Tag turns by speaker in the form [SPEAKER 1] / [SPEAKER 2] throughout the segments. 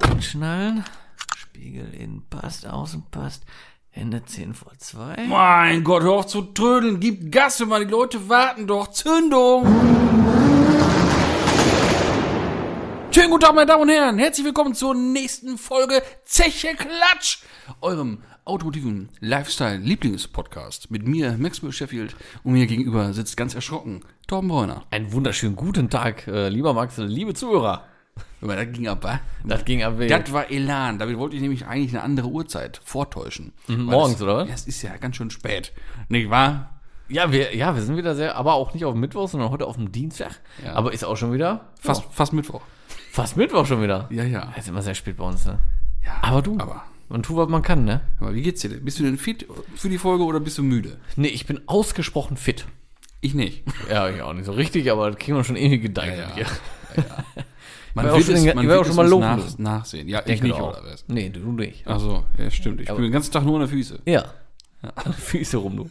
[SPEAKER 1] Anschnallen. Spiegel innen passt, außen passt. Hände 10 vor 2.
[SPEAKER 2] Mein Gott, hör auf zu trödeln. Gib Gas, immer die Leute warten doch. Zündung! Schönen guten Tag, meine Damen und Herren. Herzlich willkommen zur nächsten Folge Zeche Klatsch, eurem automotiven Lifestyle-Lieblingspodcast. Mit mir, Maxwell Sheffield, und mir gegenüber sitzt ganz erschrocken Torben Bräuner.
[SPEAKER 1] Einen wunderschönen guten Tag, äh, lieber Max, liebe Zuhörer.
[SPEAKER 2] Aber das ging ab, wa?
[SPEAKER 1] Das ging ab wild.
[SPEAKER 2] Das war Elan. Damit wollte ich nämlich eigentlich eine andere Uhrzeit vortäuschen. Weil
[SPEAKER 1] Mhm, morgens,
[SPEAKER 2] das,
[SPEAKER 1] oder was?
[SPEAKER 2] Das ist ja ganz schön spät. Nicht wahr?
[SPEAKER 1] Ja, wir, ja, wir sind wieder sehr, aber auch nicht auf dem Mittwoch, sondern heute auf dem Dienstag.
[SPEAKER 2] Ja.
[SPEAKER 1] Aber ist auch schon wieder
[SPEAKER 2] Fast, fast Mittwoch.
[SPEAKER 1] ja, fast Mittwoch schon wieder.
[SPEAKER 2] Ja, ja.
[SPEAKER 1] Ist immer sehr spät bei uns, ne?
[SPEAKER 2] ja.
[SPEAKER 1] Aber du,
[SPEAKER 2] Aber,
[SPEAKER 1] man tut, was man kann, ne?
[SPEAKER 2] aber wie geht's dir denn? Bist du denn fit für die Folge oder bist du müde?
[SPEAKER 1] Nee, ich bin ausgesprochen fit.
[SPEAKER 2] Ich nicht.
[SPEAKER 1] Ja, ich auch nicht so richtig, aber das kriegen wir schon irgendwie gedankt.
[SPEAKER 2] Ja, ja.
[SPEAKER 1] hier.
[SPEAKER 2] Man
[SPEAKER 1] war auch schon den- ich war auch schon mal
[SPEAKER 2] uns
[SPEAKER 1] loben.
[SPEAKER 2] nach, nachsehen. Ja, ich
[SPEAKER 1] Denke
[SPEAKER 2] nicht,
[SPEAKER 1] doch.
[SPEAKER 2] oder was?
[SPEAKER 1] Nee, du nicht.
[SPEAKER 2] Ach so, ja, stimmt. Ich bin den ganzen Tag nur an der Füße.
[SPEAKER 1] Ja. Füße rum, du.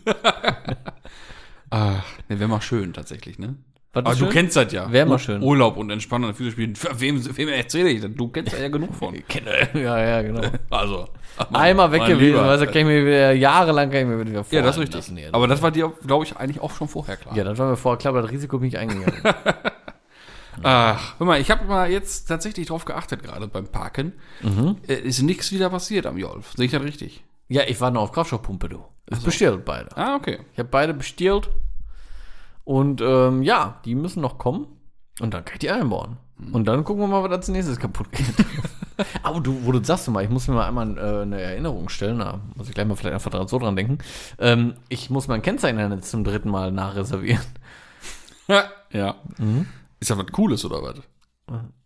[SPEAKER 2] Ach, ne, wäre mal schön tatsächlich, ne?
[SPEAKER 1] Was
[SPEAKER 2] Aber
[SPEAKER 1] ist
[SPEAKER 2] du
[SPEAKER 1] Ah. schön?
[SPEAKER 2] kennst das ja.
[SPEAKER 1] Wär mal
[SPEAKER 2] Ur-
[SPEAKER 1] schön.
[SPEAKER 2] Urlaub und entspannen an der Füße spielen. Für Wem, wem erzähle ich das? Du kennst da ja genug von.
[SPEAKER 1] Ja, ja, genau.
[SPEAKER 2] Also. ach, mein-
[SPEAKER 1] Einmal weg
[SPEAKER 2] mein
[SPEAKER 1] gewesen,
[SPEAKER 2] Lieber.
[SPEAKER 1] weißt du, kann ich mir wieder, jahrelang kann ich mir wieder
[SPEAKER 2] Ja, das ist
[SPEAKER 1] vorhalten
[SPEAKER 2] richtig.
[SPEAKER 1] lassen hier.
[SPEAKER 2] Aber das war dir, glaube ich, eigentlich auch schon vorher klar.
[SPEAKER 1] ja, das war mir vorher klar, aber das Risiko bin ich eingegangen.
[SPEAKER 2] Ach, hör mal, ich habe mal jetzt tatsächlich drauf geachtet, gerade beim Parken. Äh, Ist nichts wieder passiert am Jolf. Sehe ich das richtig?
[SPEAKER 1] ja, ich war noch auf Kraftstoffpumpe, du. Ist Bestellt beide.
[SPEAKER 2] Ah, okay.
[SPEAKER 1] Ich habe beide bestellt. Und ähm, ja, die müssen noch kommen. Und dann kann ich die einbauen.
[SPEAKER 2] Hm.
[SPEAKER 1] Und dann gucken wir mal, was als nächstes kaputt geht. Aber du, wo du das sagst, du mal, ich muss mir mal einmal äh, eine Erinnerung stellen, da muss ich gleich mal vielleicht einfach dran, so dran denken. Ähm, ich muss mein Kennzeichen jetzt zum dritten Mal nachreservieren.
[SPEAKER 2] Ja. Mhm. Ist ja was Cooles, oder was?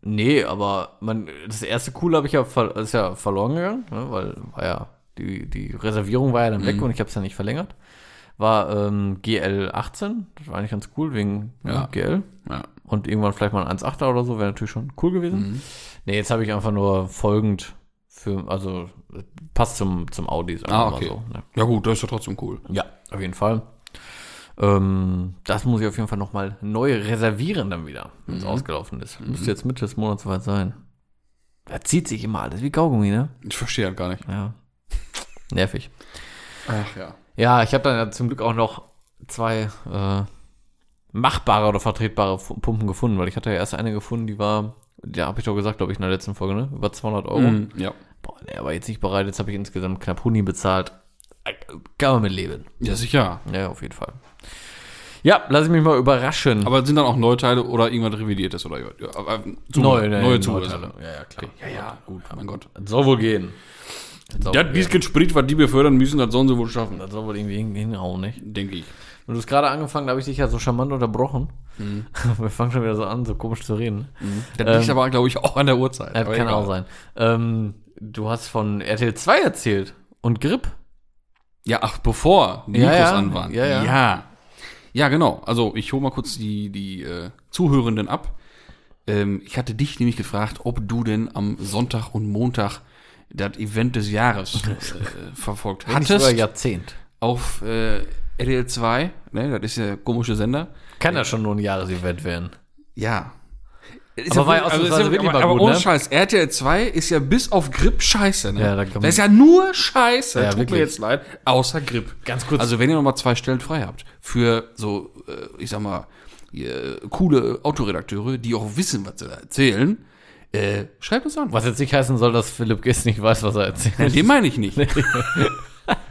[SPEAKER 1] Nee, aber man, das erste Cool habe ich ja, ver- ist ja verloren gegangen, ne, weil war ja, die, die Reservierung war ja dann weg
[SPEAKER 2] Mhm.
[SPEAKER 1] und ich habe es ja nicht verlängert. War ähm, GL18, das war eigentlich ganz cool wegen ne,
[SPEAKER 2] Ja.
[SPEAKER 1] GL.
[SPEAKER 2] Ja.
[SPEAKER 1] Und irgendwann vielleicht mal ein 1,8er oder so, wäre natürlich schon cool gewesen.
[SPEAKER 2] Mhm.
[SPEAKER 1] Nee, jetzt habe ich einfach nur folgend für, also äh, passt zum, zum Audi, sagen
[SPEAKER 2] Ah,
[SPEAKER 1] wir
[SPEAKER 2] okay.
[SPEAKER 1] mal so. Ne?
[SPEAKER 2] Ja gut, das ist ja trotzdem cool.
[SPEAKER 1] Ja, auf jeden Fall. Ähm, das muss ich auf jeden Fall nochmal neu reservieren dann wieder, wenn es ausgelaufen ist. Müsste jetzt Mitte des Monats soweit sein. Da zieht sich immer alles wie Kaugummi, ne?
[SPEAKER 2] Ich verstehe das gar nicht.
[SPEAKER 1] Ja. Nervig.
[SPEAKER 2] Ach ja.
[SPEAKER 1] Ja, ich habe dann ja zum Glück auch noch zwei äh, machbare oder vertretbare Fu- Pumpen gefunden, weil ich hatte ja erst eine gefunden, die war, ja, habe ich doch gesagt, glaube ich, in der letzten Folge, ne? Über 200 Euro.
[SPEAKER 2] Mhm. Ja.
[SPEAKER 1] Boah, nee, aber jetzt nicht bereit, jetzt habe ich insgesamt knapp Huni bezahlt. Äh, Kann man mit leben.
[SPEAKER 2] Ja, sicher.
[SPEAKER 1] Ja, auf jeden Fall. Ja, lass ich mich mal überraschen.
[SPEAKER 2] Aber sind dann auch Neuteile oder irgendwas Revidiertes oder ja, aber- Zu-
[SPEAKER 1] Neu- nein,
[SPEAKER 2] neue
[SPEAKER 1] neue
[SPEAKER 2] Zubehör?
[SPEAKER 1] Teile. Ja, ja, klar.
[SPEAKER 2] Ja, ja, gut. mein Gott.
[SPEAKER 1] Das soll wohl gehen. Das soll,
[SPEAKER 2] Das
[SPEAKER 1] wohl, gehen.
[SPEAKER 2] bisschen Sprit, was die befördern müssen, das sollen sie wohl schaffen.
[SPEAKER 1] das soll wohl irgendwie hin- hinhauen, nicht?
[SPEAKER 2] Denke ich.
[SPEAKER 1] Und du hast gerade angefangen, da habe ich dich ja so charmant unterbrochen.
[SPEAKER 2] Mhm.
[SPEAKER 1] Wir fangen schon wieder so an, so komisch zu reden.
[SPEAKER 2] Das liegt aber, glaube ich, Ähm. Äh, auch an der Uhrzeit.
[SPEAKER 1] Das
[SPEAKER 2] Aber
[SPEAKER 1] kann
[SPEAKER 2] egal.
[SPEAKER 1] auch sein. Ähm, du hast von RTL 2 erzählt und Grip.
[SPEAKER 2] Ja, ach, bevor die
[SPEAKER 1] Ja,
[SPEAKER 2] Mikros
[SPEAKER 1] ja.
[SPEAKER 2] an waren.
[SPEAKER 1] Ja, ja.
[SPEAKER 2] ja. Ja, genau. Also ich hole mal kurz die, die äh, Zuhörenden ab. Ähm, ich hatte dich nämlich gefragt, ob du denn am Sonntag und Montag das Event des Jahres äh, verfolgt
[SPEAKER 1] Nicht über
[SPEAKER 2] hattest.
[SPEAKER 1] Jahrzehnt.
[SPEAKER 2] Auf äh, RTL 2, ne, das ist ja der komische Sender.
[SPEAKER 1] Kann ja schon nur ein Jahresevent werden.
[SPEAKER 2] Ja. Ist
[SPEAKER 1] Aber war ja
[SPEAKER 2] wirklich- also ist
[SPEAKER 1] ausnahmsweise wirklich
[SPEAKER 2] aber,
[SPEAKER 1] mal
[SPEAKER 2] aber
[SPEAKER 1] gut,
[SPEAKER 2] ohne
[SPEAKER 1] ne?
[SPEAKER 2] Scheiß, RTL 2 ist ja bis auf Grip scheiße, ne?
[SPEAKER 1] Ja, da kann man-
[SPEAKER 2] das ist ja nur scheiße,
[SPEAKER 1] Ja,
[SPEAKER 2] tut
[SPEAKER 1] wirklich.
[SPEAKER 2] mir jetzt leid, außer Grip.
[SPEAKER 1] Ganz kurz.
[SPEAKER 2] Also wenn ihr nochmal zwei Stellen frei habt für so, äh, ich sag mal, äh, coole Autoredakteure, die auch wissen, was sie da erzählen, äh, schreibt uns an.
[SPEAKER 1] Was jetzt nicht heißen soll, dass Philipp Giss nicht weiß, was er erzählt.
[SPEAKER 2] Ja, den meine ich nicht.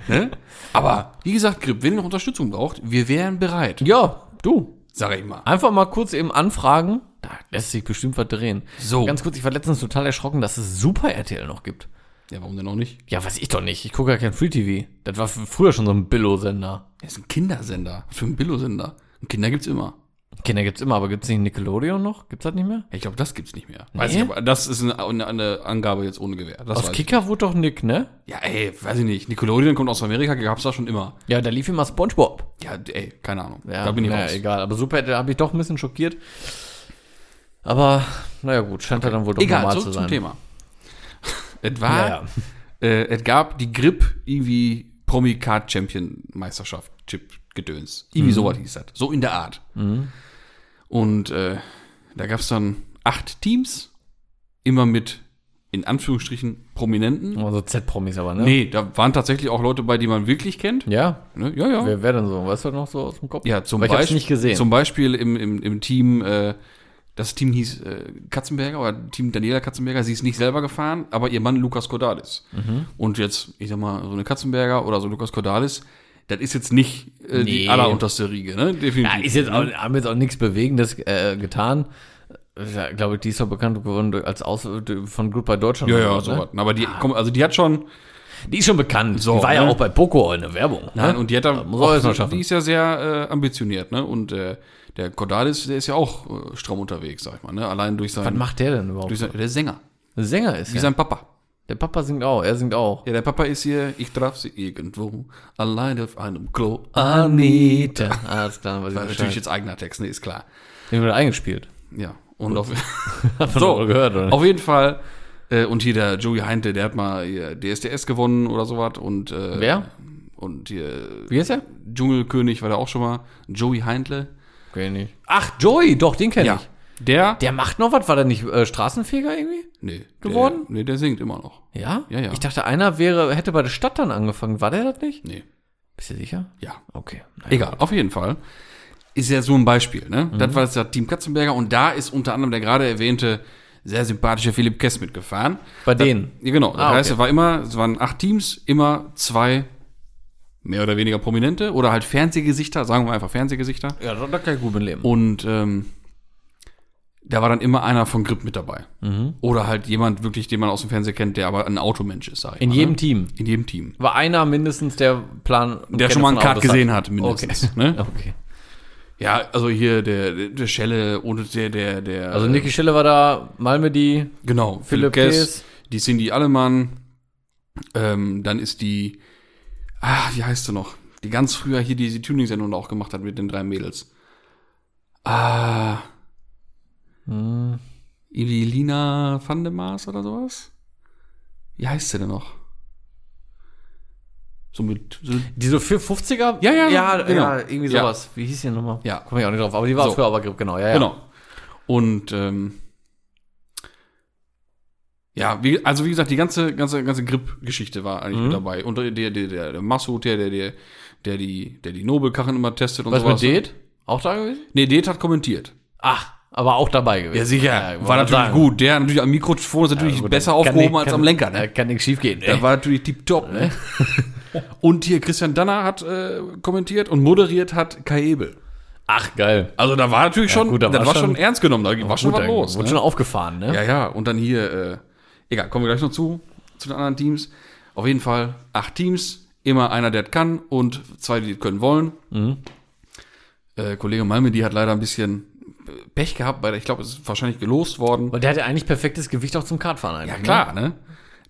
[SPEAKER 2] ne? Aber wie gesagt, Grip, wenn ihr noch Unterstützung braucht, wir wären bereit,
[SPEAKER 1] Ja, du.
[SPEAKER 2] sage ich mal.
[SPEAKER 1] Einfach mal kurz eben anfragen. Da lässt sich bestimmt was drehen.
[SPEAKER 2] So.
[SPEAKER 1] Ganz kurz, ich war letztens total erschrocken, dass es Super RTL noch gibt.
[SPEAKER 2] Ja, warum denn auch nicht?
[SPEAKER 1] Ja, weiß ich doch nicht. Ich gucke ja kein Free TV. Das war f- früher schon so ein Billo-Sender.
[SPEAKER 2] Das ist ein Kindersender. Was für ein Billo-Sender? Und Kinder gibt's immer.
[SPEAKER 1] Kinder gibt's immer, aber gibt's nicht Nickelodeon noch? Gibt's das nicht mehr?
[SPEAKER 2] Ja, Ich glaube, das gibt's nicht mehr. Weiß ich, aber das ist eine, eine, eine Angabe jetzt ohne Gewehr. Das
[SPEAKER 1] Aus
[SPEAKER 2] weiß
[SPEAKER 1] Kicker wurde doch Nick, ne?
[SPEAKER 2] ich. Ja, ey, weiß ich nicht. Nickelodeon kommt aus Amerika, gab's da schon immer.
[SPEAKER 1] Ja, da lief immer SpongeBob.
[SPEAKER 2] Ja, ey, keine Ahnung.
[SPEAKER 1] Ja,
[SPEAKER 2] da bin ich
[SPEAKER 1] naja,
[SPEAKER 2] raus.
[SPEAKER 1] egal. Aber Super RTL habe ich doch ein bisschen schockiert. Aber, naja, gut, scheint ja dann wohl doch
[SPEAKER 2] Egal,
[SPEAKER 1] normal
[SPEAKER 2] zurück
[SPEAKER 1] um zu
[SPEAKER 2] zum
[SPEAKER 1] sein.
[SPEAKER 2] Thema. es
[SPEAKER 1] Ja,
[SPEAKER 2] war,
[SPEAKER 1] ja.
[SPEAKER 2] Äh, es gab die Grip irgendwie Promi Card Champion Meisterschaft, Chip Gedöns.
[SPEAKER 1] Mhm.
[SPEAKER 2] Irgendwie sowas hieß das. So in der Art. Und äh, da gab's dann acht Teams, immer mit in Anführungsstrichen Prominenten.
[SPEAKER 1] Also Z-Promis aber, ne?
[SPEAKER 2] Nee, da waren tatsächlich auch Leute bei, die man wirklich kennt.
[SPEAKER 1] Ja?
[SPEAKER 2] Ne? Ja, ja.
[SPEAKER 1] Wer wäre denn so? Weißt du das noch so aus dem Kopf?
[SPEAKER 2] Ja, zum
[SPEAKER 1] Weil ich hab's
[SPEAKER 2] Beisp-
[SPEAKER 1] nicht gesehen.
[SPEAKER 2] Zum Beispiel im, im, im Team, äh, das Team hieß äh, Katzenberger oder Team Daniela Katzenberger, sie ist nicht selber gefahren, aber ihr Mann Lukas Cordalis.
[SPEAKER 1] Mhm.
[SPEAKER 2] Und jetzt, ich sag mal, so eine Katzenberger oder so Lukas Cordalis, das ist jetzt nicht äh,
[SPEAKER 1] Nee.
[SPEAKER 2] die allerunterste Riege, ne? Definitiv.
[SPEAKER 1] Ja, ist jetzt auch, haben jetzt auch nichts Bewegendes äh, getan. Ist ja, glaube ich, die ist doch bekannt geworden durch- als Aus von Group bei Deutschland.
[SPEAKER 2] ja,
[SPEAKER 1] oder
[SPEAKER 2] ja,
[SPEAKER 1] was, ne?
[SPEAKER 2] sowas. Aber die, komm, also die hat schon,
[SPEAKER 1] Die ist schon bekannt.
[SPEAKER 2] So,
[SPEAKER 1] die war ja
[SPEAKER 2] ne?
[SPEAKER 1] auch bei Poco in der Werbung. ne?
[SPEAKER 2] Nein, und die hat da, oh,
[SPEAKER 1] muss auch erst mal schaffen.
[SPEAKER 2] die ist ja sehr äh, ambitioniert, ne? Und äh, der Cordalis, der ist ja auch äh, stramm unterwegs, sag ich mal, ne? Allein durch
[SPEAKER 1] Was
[SPEAKER 2] seinen,
[SPEAKER 1] macht der denn überhaupt?
[SPEAKER 2] durch sein, der ist Sänger,
[SPEAKER 1] Sänger ist
[SPEAKER 2] wie
[SPEAKER 1] er.
[SPEAKER 2] sein Papa.
[SPEAKER 1] Der Papa singt auch, er singt auch.
[SPEAKER 2] Ja, der Papa ist hier, ich traf sie irgendwo, allein auf einem Klo.
[SPEAKER 1] Anita. Alles klar, was ich
[SPEAKER 2] War
[SPEAKER 1] natürlich
[SPEAKER 2] natürlich
[SPEAKER 1] jetzt.
[SPEAKER 2] jetzt eigener Text, ne, ist klar.
[SPEAKER 1] Den wird eingespielt.
[SPEAKER 2] Ja, und auf,
[SPEAKER 1] Hat man
[SPEAKER 2] So.
[SPEAKER 1] wohl gehört, oder?
[SPEAKER 2] auf jeden Fall, äh, und hier der Joey Heinte, der hat mal hier DSDS gewonnen oder sowas und, äh,
[SPEAKER 1] Wer?
[SPEAKER 2] Und hier
[SPEAKER 1] Wie ist er?
[SPEAKER 2] Dschungelkönig war der auch schon mal, Joey Heintle.
[SPEAKER 1] Kenn ich. Ach, Joey, doch, den kenne ich.
[SPEAKER 2] der,
[SPEAKER 1] Der macht noch was, war der nicht äh, Straßenfeger irgendwie?
[SPEAKER 2] nee,
[SPEAKER 1] geworden?
[SPEAKER 2] Der, nee, der singt immer noch.
[SPEAKER 1] Ja?
[SPEAKER 2] Ja, ja.
[SPEAKER 1] Ich dachte, einer wäre, hätte bei der Stadt dann angefangen. War der das nicht?
[SPEAKER 2] Nee,
[SPEAKER 1] Bist du sicher?
[SPEAKER 2] ja.
[SPEAKER 1] Okay. Naja.
[SPEAKER 2] Egal, auf jeden Fall. Ist ja so ein Beispiel, ne? Das war jetzt das Team Katzenberger und da ist unter anderem der gerade erwähnte sehr sympathische Philipp Kess mitgefahren.
[SPEAKER 1] Bei denen.
[SPEAKER 2] Ja, genau. Das
[SPEAKER 1] Ah,
[SPEAKER 2] heißt,
[SPEAKER 1] okay.
[SPEAKER 2] es war immer, es waren acht Teams, immer zwei mehr oder weniger Prominente oder halt Fernsehgesichter, sagen wir einfach Fernsehgesichter.
[SPEAKER 1] Ja, da, da kann ich gut mit leben.
[SPEAKER 2] Und ähm, da war dann immer einer von Grip mit dabei.
[SPEAKER 1] Mhm.
[SPEAKER 2] Oder halt jemand wirklich, den man aus dem Fernsehen kennt, der aber ein Automensch ist, sag ich
[SPEAKER 1] In
[SPEAKER 2] mal,
[SPEAKER 1] jedem
[SPEAKER 2] ne?
[SPEAKER 1] Team.
[SPEAKER 2] In jedem Team.
[SPEAKER 1] War einer mindestens der Plan.
[SPEAKER 2] Der schon mal einen Card gesehen hat, mindestens.
[SPEAKER 1] Okay.
[SPEAKER 2] Ne?
[SPEAKER 1] okay.
[SPEAKER 2] Ja, also hier der, der- der Schelle und der, der, der.
[SPEAKER 1] Also Niki Schille war da, Malmedy.
[SPEAKER 2] Genau,
[SPEAKER 1] Philipp
[SPEAKER 2] Philipp
[SPEAKER 1] Kess.
[SPEAKER 2] Kess, die Cindy Allemann, ähm, dann ist die, ah, wie heißt sie noch? Die ganz früher hier diese Tuning-Sendung auch gemacht hat mit den drei Mädels. Ah,
[SPEAKER 1] Hm.
[SPEAKER 2] Evelina van de Maas oder sowas? Wie heißt sie denn noch? So mit, so,
[SPEAKER 1] Die so 450er?
[SPEAKER 2] Ja, ja,
[SPEAKER 1] ja,
[SPEAKER 2] genau.
[SPEAKER 1] ja irgendwie
[SPEAKER 2] Ja.
[SPEAKER 1] sowas. Wie hieß die nochmal?
[SPEAKER 2] Ja.
[SPEAKER 1] Komme ich auch nicht drauf. Aber die war
[SPEAKER 2] So.
[SPEAKER 1] früher aber genau. Ja, ja.
[SPEAKER 2] genau. Und, ähm, ja, wie, also wie gesagt, die ganze, ganze, ganze Grip-Geschichte war
[SPEAKER 1] Mhm.
[SPEAKER 2] eigentlich mit dabei. Und der, der, der, der Massoud, der, der, der, der die, der die Nobelkarren immer testet und
[SPEAKER 1] Was mit
[SPEAKER 2] sowas.
[SPEAKER 1] Det? Auch da gewesen?
[SPEAKER 2] Nee, Det hat kommentiert.
[SPEAKER 1] Ach, aber auch dabei gewesen. wollte
[SPEAKER 2] war natürlich
[SPEAKER 1] sagen.
[SPEAKER 2] gut. Der hat natürlich am Mikrofon ist natürlich
[SPEAKER 1] Ja, gut,
[SPEAKER 2] besser
[SPEAKER 1] dann kann
[SPEAKER 2] aufgehoben
[SPEAKER 1] nicht-
[SPEAKER 2] als
[SPEAKER 1] kann-
[SPEAKER 2] am Lenker. Ne?
[SPEAKER 1] da Kann nichts schief gehen.
[SPEAKER 2] Der war natürlich tipptopp. Ne? und hier Christian Danner hat äh, kommentiert und moderiert hat Kai Ebel.
[SPEAKER 1] Ach, geil.
[SPEAKER 2] Also da war natürlich schon,
[SPEAKER 1] gut, da
[SPEAKER 2] das
[SPEAKER 1] war
[SPEAKER 2] war schon
[SPEAKER 1] schon-
[SPEAKER 2] ernst genommen. Da war schon
[SPEAKER 1] Gut,
[SPEAKER 2] was
[SPEAKER 1] dann
[SPEAKER 2] los.
[SPEAKER 1] Wurde
[SPEAKER 2] ne?
[SPEAKER 1] schon aufgefahren, ne?
[SPEAKER 2] Ja, ja, und dann hier, äh, egal, kommen wir gleich noch zu, zu den anderen Teams. Auf jeden Fall acht Teams, immer einer, der das kann und zwei, die das können wollen. Äh, Kollege Malme, die hat leider ein bisschen Pech gehabt, weil ich glaube, es ist wahrscheinlich gelost worden.
[SPEAKER 1] Weil der hatte eigentlich perfektes Gewicht auch zum Kartfahren eigentlich.
[SPEAKER 2] Ja, klar, ne?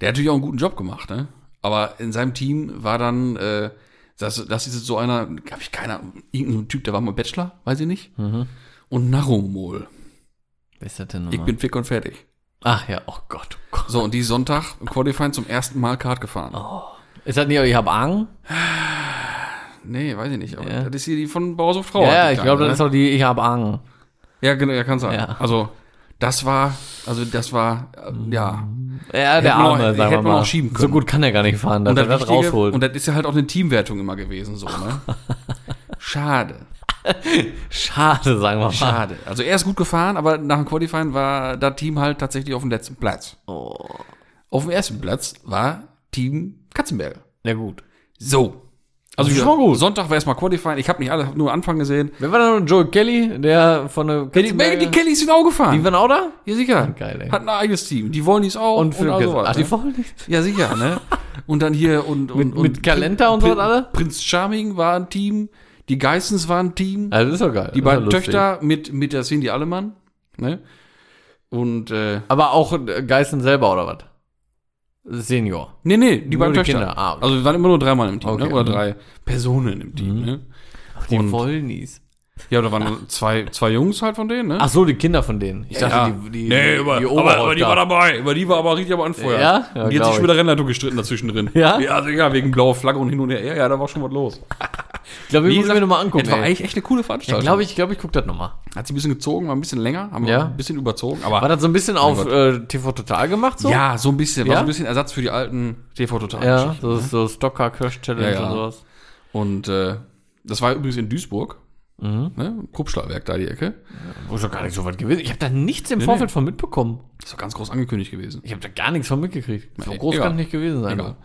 [SPEAKER 2] Der hat natürlich auch einen guten Job gemacht, ne? Aber in seinem Team war dann, äh, das, das ist jetzt so einer, habe ich keine Ahnung, irgendein Typ, der war mal Bachelor, weiß ich nicht. Und Narumol.
[SPEAKER 1] Ne? Ist das denn
[SPEAKER 2] Ich
[SPEAKER 1] nochmal?
[SPEAKER 2] bin fick und fertig.
[SPEAKER 1] Ach ja, oh Gott, oh Gott.
[SPEAKER 2] So, und die ist Sonntag im Qualifying zum ersten Mal Kart gefahren.
[SPEAKER 1] Ist das nicht, ich hab Ang?
[SPEAKER 2] Nee, weiß ich nicht. Aber
[SPEAKER 1] Ja.
[SPEAKER 2] das ist hier die von Bauhaus auf Trauer.
[SPEAKER 1] Ja, ja,
[SPEAKER 2] die
[SPEAKER 1] ich
[SPEAKER 2] Kleine,
[SPEAKER 1] glaube,
[SPEAKER 2] ne?
[SPEAKER 1] das ist auch die Ich hab Ang.
[SPEAKER 2] Ja, genau, ja, kann sein.
[SPEAKER 1] Ja.
[SPEAKER 2] Also, das war, also das war, äh, ja.
[SPEAKER 1] Mhm. Ja, der
[SPEAKER 2] man auch-
[SPEAKER 1] Arme, sagen
[SPEAKER 2] hätte
[SPEAKER 1] wir
[SPEAKER 2] man
[SPEAKER 1] mal.
[SPEAKER 2] auch schieben
[SPEAKER 1] So
[SPEAKER 2] können.
[SPEAKER 1] gut kann er gar nicht fahren, dass er das
[SPEAKER 2] Wichtige-
[SPEAKER 1] rausholt.
[SPEAKER 2] und das ist ja halt auch eine Teamwertung immer gewesen, so, ne? Schade,
[SPEAKER 1] Schade, sagen wir mal.
[SPEAKER 2] schade. Also er ist gut gefahren, aber nach dem Qualifying war das Team halt tatsächlich auf dem letzten Platz.
[SPEAKER 1] Oh.
[SPEAKER 2] Auf dem ersten Platz war Team Katzenberger.
[SPEAKER 1] Ja, gut.
[SPEAKER 2] So. Also
[SPEAKER 1] Das ist
[SPEAKER 2] wieder,
[SPEAKER 1] schon gut.
[SPEAKER 2] Sonntag war erstmal Qualifying. Ich habe nicht alle, hab nur Anfang gesehen.
[SPEAKER 1] Wer war da noch? Joe Kelly, der von der
[SPEAKER 2] Die, die Kelly ist auch gefahren.
[SPEAKER 1] Die waren auch da?
[SPEAKER 2] Ja, sicher.
[SPEAKER 1] Geil, ey.
[SPEAKER 2] Hat ein eigenes Team. Die wollen dies auch.
[SPEAKER 1] Phil
[SPEAKER 2] all
[SPEAKER 1] Kessel.
[SPEAKER 2] sowas,
[SPEAKER 1] Ach, die
[SPEAKER 2] ne?
[SPEAKER 1] wollen nicht.
[SPEAKER 2] Ja, sicher, ne? Und dann hier und. und
[SPEAKER 1] Mit-
[SPEAKER 2] und
[SPEAKER 1] mit
[SPEAKER 2] Prin-
[SPEAKER 1] Kalender und
[SPEAKER 2] Prin-
[SPEAKER 1] sowas alle?
[SPEAKER 2] Prinz Charming war ein Team. Die Geissens waren ein Team.
[SPEAKER 1] Also, das ist doch geil. Das
[SPEAKER 2] die
[SPEAKER 1] ist ja
[SPEAKER 2] beiden
[SPEAKER 1] lustig.
[SPEAKER 2] Töchter mit, mit der Cindy Allemann, ne? Und, äh,
[SPEAKER 1] Aber auch äh, Geißen selber oder was? Senior.
[SPEAKER 2] nee, nee, die
[SPEAKER 1] Nur
[SPEAKER 2] beiden
[SPEAKER 1] die
[SPEAKER 2] Töchter.
[SPEAKER 1] Kinder, ah, okay.
[SPEAKER 2] Also, wir waren immer nur dreimal im Team,
[SPEAKER 1] Okay,
[SPEAKER 2] ne? Oder
[SPEAKER 1] mhm.
[SPEAKER 2] drei Personen im Team, ne?
[SPEAKER 1] Die
[SPEAKER 2] Und-
[SPEAKER 1] Wollnies.
[SPEAKER 2] Ja, da waren zwei, zwei Jungs halt von denen, ne?
[SPEAKER 1] Ach so, die Kinder von denen. Ich dachte,
[SPEAKER 2] ja.
[SPEAKER 1] die, die,
[SPEAKER 2] nee,
[SPEAKER 1] die
[SPEAKER 2] aber, die aber,
[SPEAKER 1] Oberhaupt
[SPEAKER 2] aber die
[SPEAKER 1] da.
[SPEAKER 2] war dabei. Über die war aber richtig am Anfeuer.
[SPEAKER 1] Ja? Ja,
[SPEAKER 2] und die hat
[SPEAKER 1] glaub
[SPEAKER 2] sich
[SPEAKER 1] ich.
[SPEAKER 2] mit der Rennleitung gestritten dazwischen drin.
[SPEAKER 1] Ja?
[SPEAKER 2] Ja, also, ja, wegen blauer Flagge und hin und her. Ja, ja, da war schon was los.
[SPEAKER 1] Ich glaube, wir
[SPEAKER 2] Wie
[SPEAKER 1] müssen
[SPEAKER 2] gesagt,
[SPEAKER 1] mir nochmal angucken.
[SPEAKER 2] Das war
[SPEAKER 1] ey.
[SPEAKER 2] eigentlich echt eine coole
[SPEAKER 1] Ja,
[SPEAKER 2] Veranstaltung.
[SPEAKER 1] glaube ich, glaube ich, guck das nochmal.
[SPEAKER 2] Hat sie ein bisschen gezogen, war ein bisschen länger, haben
[SPEAKER 1] Ja.
[SPEAKER 2] wir ein bisschen überzogen.
[SPEAKER 1] War
[SPEAKER 2] Aber
[SPEAKER 1] das so ein bisschen auf
[SPEAKER 2] Gott.
[SPEAKER 1] äh, TV Total gemacht so?
[SPEAKER 2] ja, so ein bisschen. War
[SPEAKER 1] Ja?
[SPEAKER 2] so ein bisschen Ersatz für die alten
[SPEAKER 1] Ja,
[SPEAKER 2] TV-Total-Geschichten.
[SPEAKER 1] so, so Stocker Crash Challenge
[SPEAKER 2] Ja, ja.
[SPEAKER 1] und sowas.
[SPEAKER 2] Und äh, das war übrigens in Duisburg.
[SPEAKER 1] Mhm.
[SPEAKER 2] Ne? Kruppstahlwerk da die Ecke.
[SPEAKER 1] Wo ist doch gar nicht so weit gewesen. Ich habe da nichts im Vorfeld von mitbekommen.
[SPEAKER 2] Ist doch ganz groß angekündigt gewesen.
[SPEAKER 1] Ich habe da gar nichts von mitgekriegt. So
[SPEAKER 2] e-
[SPEAKER 1] groß
[SPEAKER 2] egal.
[SPEAKER 1] kann es nicht gewesen sein.
[SPEAKER 2] Egal.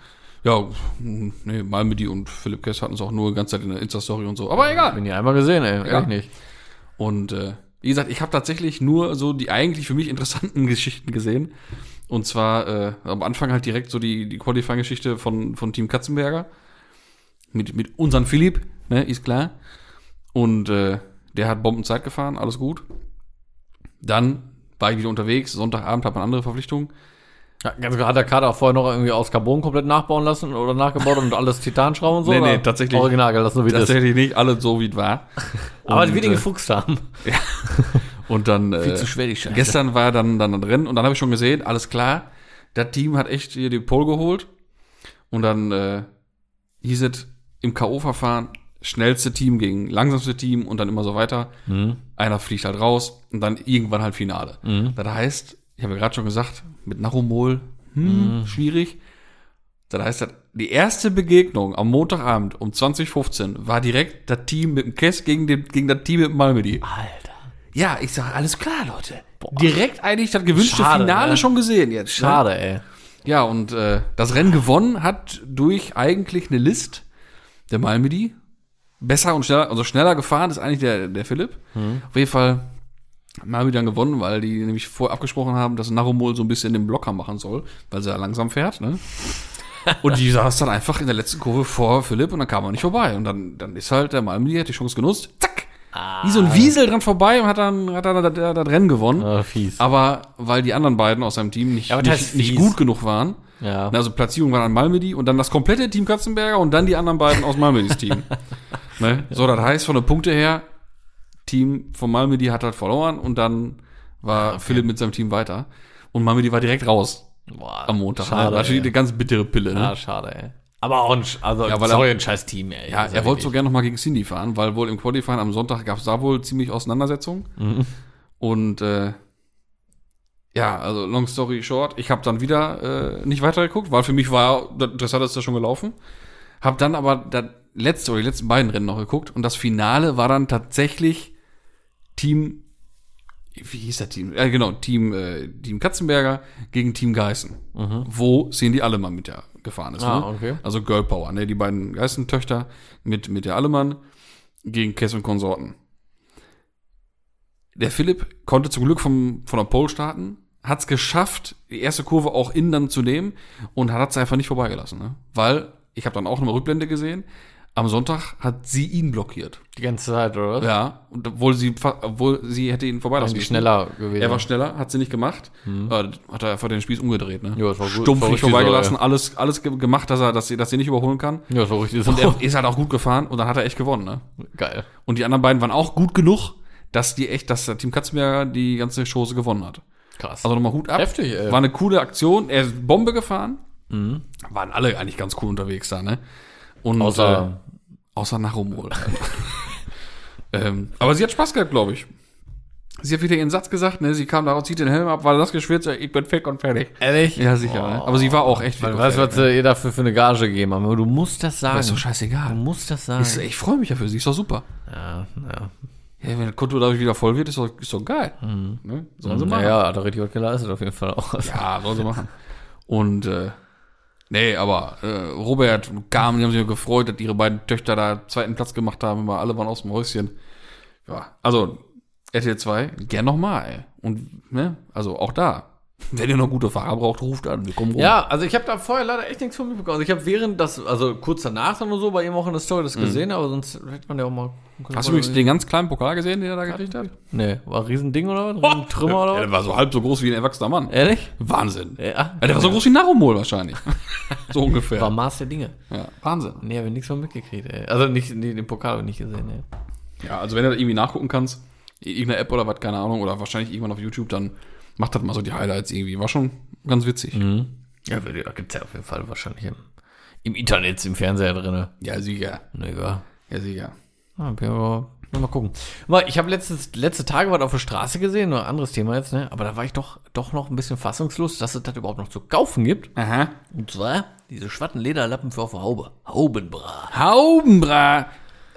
[SPEAKER 2] Ja, mh, nee, Malmedy und Philipp Kess hatten es auch nur die ganze Zeit in der Insta-Story und so. Aber egal.
[SPEAKER 1] Bin ja einmal gesehen, ey. Ehrlich nicht.
[SPEAKER 2] Und äh, wie gesagt, ich habe tatsächlich nur so die eigentlich für mich interessanten Geschichten gesehen. Und zwar äh, am Anfang halt direkt so die, die Qualifying-Geschichte von, von Team Katzenberger. Mit, mit unserem Philipp, ne, ist klar. Und äh, der hat Bombenzeit gefahren, alles gut. Dann war ich wieder unterwegs, Sonntagabend hat man andere Verpflichtungen.
[SPEAKER 1] Ja, ganz klar, hat der Kader vorher noch irgendwie aus Carbon komplett nachbauen lassen oder nachgebaut und alles Titanschrauben und so?
[SPEAKER 2] Nee, nee,
[SPEAKER 1] oder?
[SPEAKER 2] tatsächlich.
[SPEAKER 1] Original gelassen, so wie das.
[SPEAKER 2] Tatsächlich nicht, alles so wie es war.
[SPEAKER 1] Aber
[SPEAKER 2] Und,
[SPEAKER 1] wir den
[SPEAKER 2] äh,
[SPEAKER 1] gefuchst haben.
[SPEAKER 2] Und dann äh,
[SPEAKER 1] schwer, die Scheiße.
[SPEAKER 2] gestern war dann dann drin und dann habe ich schon gesehen, alles klar, das Team hat echt hier den Pole geholt und dann äh, hieß es im KO-Verfahren schnellste Team gegen langsamste Team und dann immer so weiter.
[SPEAKER 1] Hm?
[SPEAKER 2] Einer fliegt halt raus und dann irgendwann halt Finale. Das heißt, ich habe ja gerade schon gesagt, mit Nachumol hm, schwierig. Das heißt, das- die erste Begegnung am Montagabend um 20.15 war direkt das Team mit dem Kess gegen, den, gegen das Team mit dem Malmedy.
[SPEAKER 1] Alter.
[SPEAKER 2] Ja, ich sag alles klar, Leute. Direkt eigentlich das gewünschte
[SPEAKER 1] Schade,
[SPEAKER 2] Finale
[SPEAKER 1] ne?
[SPEAKER 2] schon gesehen jetzt.
[SPEAKER 1] Schade, ey.
[SPEAKER 2] Ne? Ja, und äh, das Rennen gewonnen hat durch eigentlich eine List der Malmedy. Besser und schneller, also schneller gefahren ist eigentlich der, der Philipp. Auf jeden Fall hat Malmedy dann gewonnen, weil die nämlich vorher abgesprochen haben, dass Narumol so ein bisschen den Blocker machen soll, weil sie ja langsam fährt, ne? Und die saß dann einfach in der letzten Kurve vor Philipp und dann kam er nicht vorbei. Und dann, dann ist halt der Malmedy, hat die Chance genutzt, zack! Wie so ein Wiesel dran vorbei und hat dann, hat dann das, das, das Rennen gewonnen.
[SPEAKER 1] Ah, fies.
[SPEAKER 2] Aber weil die anderen beiden aus seinem Team nicht,
[SPEAKER 1] Ja, aber das
[SPEAKER 2] nicht,
[SPEAKER 1] ist
[SPEAKER 2] nicht
[SPEAKER 1] fies.
[SPEAKER 2] gut genug waren.
[SPEAKER 1] Ja.
[SPEAKER 2] Also Platzierung war dann Malmedy und dann das komplette Team Katzenberger und dann die anderen beiden aus Malmedys Team. ne? So, das heißt, von den Punkte her, Team von Malmedy hat halt verloren und dann
[SPEAKER 1] Ah,
[SPEAKER 2] war Philipp mit seinem Team weiter. Und Malmedy war direkt raus
[SPEAKER 1] Boah,
[SPEAKER 2] am Montag. ne?
[SPEAKER 1] Schade,
[SPEAKER 2] war natürlich
[SPEAKER 1] ey.
[SPEAKER 2] eine ganz bittere Pille. Ne?
[SPEAKER 1] Ja, Ah, schade, ey. Aber auch ein, Sch- also,
[SPEAKER 2] Ja, weil er-
[SPEAKER 1] ein scheiß Team, ey.
[SPEAKER 2] Ja,
[SPEAKER 1] Das ist
[SPEAKER 2] er wollte so
[SPEAKER 1] wirklich-
[SPEAKER 2] gerne nochmal gegen Cindy fahren, weil wohl im Qualifying am Sonntag gab es da wohl ziemlich Auseinandersetzungen.
[SPEAKER 1] Mhm.
[SPEAKER 2] Und äh, ja, also long story short, ich habe dann wieder äh, nicht weitergeguckt, weil für mich war das Interessanteste schon gelaufen. Hab dann aber das letzte oder die letzten beiden Rennen noch geguckt und das Finale war dann tatsächlich Team, wie hieß das Team? Äh, genau, Team, äh, Team Katzenberger gegen Team Geißen. Wo Cindy Allemann mit der gefahren ist.
[SPEAKER 1] Mhm. Ah,
[SPEAKER 2] ne?
[SPEAKER 1] okay.
[SPEAKER 2] Also Girl Power, ne? Die beiden Geißentöchter mit, mit der Allemann gegen Kess und Konsorten. Der Philipp konnte zum Glück vom, von der Pole starten, hat es geschafft, die erste Kurve auch innen dann zu nehmen und hat es einfach nicht vorbeigelassen. Ne? Weil, ich habe dann auch nochmal Rückblende gesehen, am Sonntag hat sie ihn blockiert.
[SPEAKER 1] die ganze Zeit, oder was?
[SPEAKER 2] Ja, und obwohl sie, fa- obwohl sie hätte ihn vorbeilassen
[SPEAKER 1] Irgendwie
[SPEAKER 2] müssen.
[SPEAKER 1] schneller gewesen.
[SPEAKER 2] Er war schneller, hat sie nicht gemacht. Äh, hat er einfach den Spieß umgedreht, ne?
[SPEAKER 1] Ja, das war gut. War
[SPEAKER 2] Stumpfig
[SPEAKER 1] richtig
[SPEAKER 2] vorbeigelassen,
[SPEAKER 1] so,
[SPEAKER 2] alles, alles ge- gemacht, dass er, dass sie, dass sie nicht überholen kann.
[SPEAKER 1] ja, so richtig so.
[SPEAKER 2] Und er ist halt auch gut gefahren und dann hat er echt gewonnen, ne?
[SPEAKER 1] Geil.
[SPEAKER 2] Und die anderen beiden waren auch gut genug, dass die echt, dass der Team Katzenberger die ganze Chose gewonnen hat.
[SPEAKER 1] Krass.
[SPEAKER 2] Also nochmal Hut ab.
[SPEAKER 1] Heftig, ey. Mhm.
[SPEAKER 2] War eine coole Aktion. Er ist Bombe gefahren. Waren alle eigentlich ganz cool unterwegs da, ne? Und,
[SPEAKER 1] Außer-
[SPEAKER 2] äh, außer Nachumol. ähm, aber sie hat Spaß gehabt, glaube ich. Sie hat wieder ihren Satz gesagt, ne? Sie kam da raus, zieht den Helm ab, war das geschwitzt, ich bin fake und fertig.
[SPEAKER 1] Ehrlich? Oh.
[SPEAKER 2] Ja, sicher. ne? Aber sie war auch echt
[SPEAKER 1] Man
[SPEAKER 2] und
[SPEAKER 1] weiß,
[SPEAKER 2] fertig,
[SPEAKER 1] was sie ihr dafür für eine Gage gegeben haben. Aber du musst das sagen.
[SPEAKER 2] ne? Ist doch
[SPEAKER 1] Du
[SPEAKER 2] scheißegal.
[SPEAKER 1] musst das sagen.
[SPEAKER 2] Ist- Ich freue mich dafür, sie ist doch super.
[SPEAKER 1] ja, ja.
[SPEAKER 2] Ja, wenn das Konto dadurch wieder voll wird, ist doch, ist doch geil.
[SPEAKER 1] Mhm.
[SPEAKER 2] Ne? Sollen sie machen.
[SPEAKER 1] Naja, hat er richtig was geleistet, auf jeden Fall auch.
[SPEAKER 2] Ja, sollen sie machen. Und äh, nee, aber äh, Robert und Carmen, die haben sich gefreut, dass ihre beiden Töchter da zweiten Platz gemacht haben, immer alle waren aus dem Häuschen. Ja, also RTL 2, gern nochmal, ey. Und, ne, also auch da. Wenn ihr noch gute Fahrer braucht, ruft an, wir kommen rum.
[SPEAKER 1] Ja, also ich habe da vorher leider echt nichts von mitbekommen. Also ich habe während das, also kurz danach dann nur so bei ihm auch in der Story das gesehen, aber sonst hätte man ja auch mal.
[SPEAKER 2] Mhm. Hast du übrigens den ganz kleinen Pokal gesehen, den er da gekriegt hat?
[SPEAKER 1] Nee, war ein Riesending oder was? Ein Trümmer oder
[SPEAKER 2] Ja,
[SPEAKER 1] was?
[SPEAKER 2] der war so halb so groß wie ein erwachsener Mann.
[SPEAKER 1] Ehrlich?
[SPEAKER 2] Wahnsinn.
[SPEAKER 1] Ja.
[SPEAKER 2] Ja, der war so groß wie Narumol wahrscheinlich. so ungefähr.
[SPEAKER 1] War Maß der Dinge.
[SPEAKER 2] Ja, Wahnsinn.
[SPEAKER 1] Nee, hab ich nichts von mitgekriegt, ey. Also nicht, nee, den Pokal hab ich nicht gesehen, ey.
[SPEAKER 2] Ja, also wenn du da irgendwie nachgucken kannst, in irgendeiner App oder was, keine Ahnung, oder wahrscheinlich irgendwann auf YouTube, dann macht das mal so die Highlights irgendwie. War schon ganz witzig.
[SPEAKER 1] Ja, wird- ja, gibt's ja auf jeden Fall wahrscheinlich im, im Internet, im Fernseher drin.
[SPEAKER 2] Ja, sicher.
[SPEAKER 1] Nigga.
[SPEAKER 2] Ja, sicher.
[SPEAKER 1] Ah, bin aber, mal, mal gucken. Mal, Ich habe letztes, letzte Tage was auf der Straße gesehen, nur ein anderes Thema jetzt, ne? Aber da war ich doch, doch noch ein bisschen fassungslos, dass es das überhaupt noch zu kaufen gibt.
[SPEAKER 2] Aha.
[SPEAKER 1] Und zwar diese schwatten Lederlappen für auf der Haube. Haubenbra.
[SPEAKER 2] Haubenbra.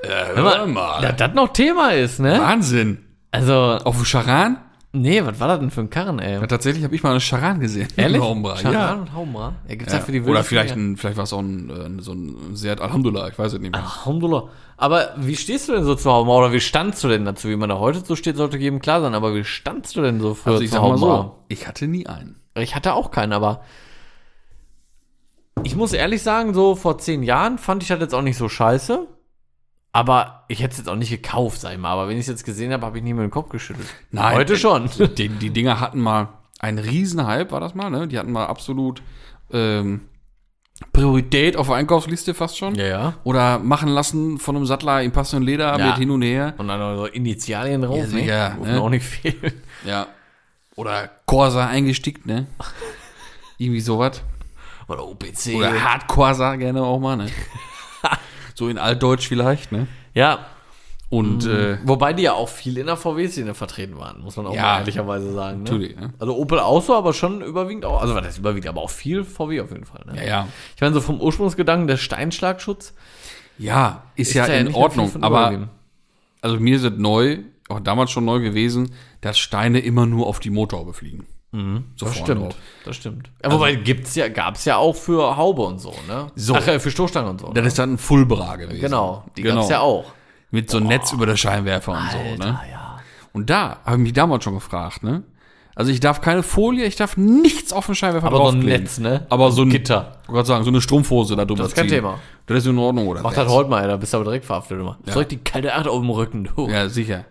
[SPEAKER 2] Äh, hör mal.
[SPEAKER 1] Dass das noch Thema ist, ne?
[SPEAKER 2] Wahnsinn.
[SPEAKER 1] Also,
[SPEAKER 2] Auf dem Scharan?
[SPEAKER 1] nee, was war das denn für ein Karren, ey?
[SPEAKER 2] Ja, tatsächlich habe ich mal einen Scharan gesehen. Einen Haubenbra,
[SPEAKER 1] Scharan
[SPEAKER 2] ja.
[SPEAKER 1] und Haubenbra. Ja, gibt's
[SPEAKER 2] ja.
[SPEAKER 1] ja für die
[SPEAKER 2] Oder
[SPEAKER 1] wildesten
[SPEAKER 2] vielleicht,
[SPEAKER 1] Jäger.
[SPEAKER 2] ein, vielleicht war es auch ein, äh, so ein Seat Alhamdulillah, ich weiß es nicht mehr.
[SPEAKER 1] Alhamdulillah. Aber wie stehst du denn so zu Hauben? Oder wie standst du denn dazu? Wie man da heute so steht, sollte jedem klar sein. Aber wie standst du denn so früher
[SPEAKER 2] Also ich sag mal so, ich hatte nie einen.
[SPEAKER 1] Ich hatte auch keinen, aber ich muss ehrlich sagen, so vor zehn Jahren fand ich das jetzt auch nicht so scheiße. Aber ich hätte es jetzt auch nicht gekauft, sag ich mal. Aber wenn ich es jetzt gesehen habe, habe ich nicht mehr den Kopf geschüttelt.
[SPEAKER 2] Nein.
[SPEAKER 1] Heute schon.
[SPEAKER 2] Die, die Dinger hatten mal einen Riesenhype, war das mal, ne? Die hatten mal absolut ähm, Priorität auf der Einkaufsliste fast schon.
[SPEAKER 1] ja.
[SPEAKER 2] Oder machen lassen von einem Sattler im passenden Leder
[SPEAKER 1] Ja.
[SPEAKER 2] mit hin und her.
[SPEAKER 1] Und dann noch so Initialien drauf.
[SPEAKER 2] Ja, sicher,
[SPEAKER 1] ne? Dürfen
[SPEAKER 2] ne?
[SPEAKER 1] auch nicht fehlen.
[SPEAKER 2] Ja. Oder Corsa eingestickt, ne? Irgendwie sowas.
[SPEAKER 1] Oder OPC.
[SPEAKER 2] Oder Hardcorsa gerne auch mal, ne? so in Altdeutsch vielleicht, ne?
[SPEAKER 1] ja.
[SPEAKER 2] Und äh,
[SPEAKER 1] Wobei die Mhm. ja auch viel in der VW-Szene vertreten waren, muss man auch
[SPEAKER 2] Ja.
[SPEAKER 1] mal ehrlicherweise sagen. Ne?
[SPEAKER 2] natürlich, ne?
[SPEAKER 1] Also Opel auch so, aber schon überwiegend auch. Also was heißt überwiegend, aber auch viel VW auf jeden Fall. Ne?
[SPEAKER 2] Ja, ja.
[SPEAKER 1] Ich meine, so vom Ursprungsgedanken der Steinschlagschutz
[SPEAKER 2] Ja, ist,
[SPEAKER 1] ist
[SPEAKER 2] ja
[SPEAKER 1] da
[SPEAKER 2] in
[SPEAKER 1] nicht mehr viel
[SPEAKER 2] Ordnung.
[SPEAKER 1] von
[SPEAKER 2] Aber
[SPEAKER 1] übergeblieben.
[SPEAKER 2] also mir sind neu, auch damals schon neu gewesen, dass Steine immer nur auf die Motorhaube fliegen. So
[SPEAKER 1] Mhm. das
[SPEAKER 2] vorne
[SPEAKER 1] stimmt,
[SPEAKER 2] drauf.
[SPEAKER 1] das stimmt. Ja, wobei gibt's ja, gab's ja auch für Haube und so, ne?
[SPEAKER 2] Also So.
[SPEAKER 1] Ach, ja, für Stoßstangen und so.
[SPEAKER 2] Dann ist dann ein Fullbra gewesen.
[SPEAKER 1] Genau, die
[SPEAKER 2] die genau.
[SPEAKER 1] gab's ja auch.
[SPEAKER 2] Mit so einem Netz über der Scheinwerfer und so, ne?
[SPEAKER 1] ja.
[SPEAKER 2] Und da habe ich mich damals schon gefragt, ne? Also ich darf keine Folie, ich darf nichts auf den Scheinwerfer
[SPEAKER 1] Aber so ein
[SPEAKER 2] draufkleben.
[SPEAKER 1] Netz, ne?
[SPEAKER 2] Aber so ein
[SPEAKER 1] Gitter.
[SPEAKER 2] Ich wollte gerade sagen, so eine Strumpfhose da drüber
[SPEAKER 1] Das ist kein
[SPEAKER 2] ziehen.
[SPEAKER 1] Thema.
[SPEAKER 2] Das ist in Ordnung, oder?
[SPEAKER 1] Mach das heute halt mal, ey, da bist du aber direkt verhaftet immer. Ja. Zeug die kalte Acht auf dem Rücken, du.
[SPEAKER 2] Ja, sicher.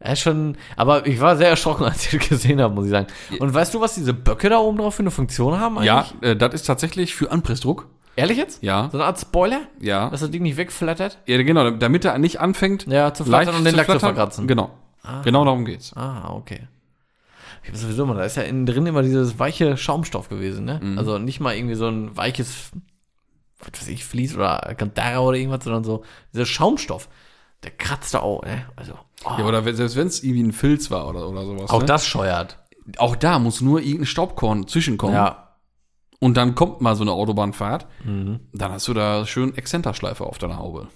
[SPEAKER 1] Er ist schon, aber ich war sehr erschrocken, als ich das gesehen habe, muss ich sagen. Und weißt du, was diese Böcke da oben drauf für eine Funktion haben
[SPEAKER 2] Ja, äh, das ist tatsächlich für Anpressdruck.
[SPEAKER 1] Ehrlich jetzt?
[SPEAKER 2] Ja.
[SPEAKER 1] So eine Art Spoiler?
[SPEAKER 2] Ja.
[SPEAKER 1] Dass das Ding nicht wegflattert?
[SPEAKER 2] Ja, genau, damit er nicht anfängt,
[SPEAKER 1] Ja, zu flattern und den Lack zu verkratzen.
[SPEAKER 2] Genau. Genau darum geht's.
[SPEAKER 1] Ah, okay. Ich hab sowieso mal, da ist ja innen drin immer dieses weiche Schaumstoff gewesen, ne?
[SPEAKER 2] Mhm.
[SPEAKER 1] Also nicht mal irgendwie so ein weiches, was weiß ich, Vlies oder Kandara oder irgendwas, sondern so, dieser Schaumstoff, der kratzt da auch, ne? Also, oh,
[SPEAKER 2] Ja, oder wenn- selbst wenn es irgendwie ein Filz war oder, oder sowas.
[SPEAKER 1] auch
[SPEAKER 2] ne?
[SPEAKER 1] das scheuert.
[SPEAKER 2] auch da muss nur irgendein Staubkorn zwischenkommen.
[SPEAKER 1] Ja.
[SPEAKER 2] Und dann kommt mal so eine Autobahnfahrt.
[SPEAKER 1] Mhm.
[SPEAKER 2] Dann hast du da schön Exzenterschleife auf deiner Haube.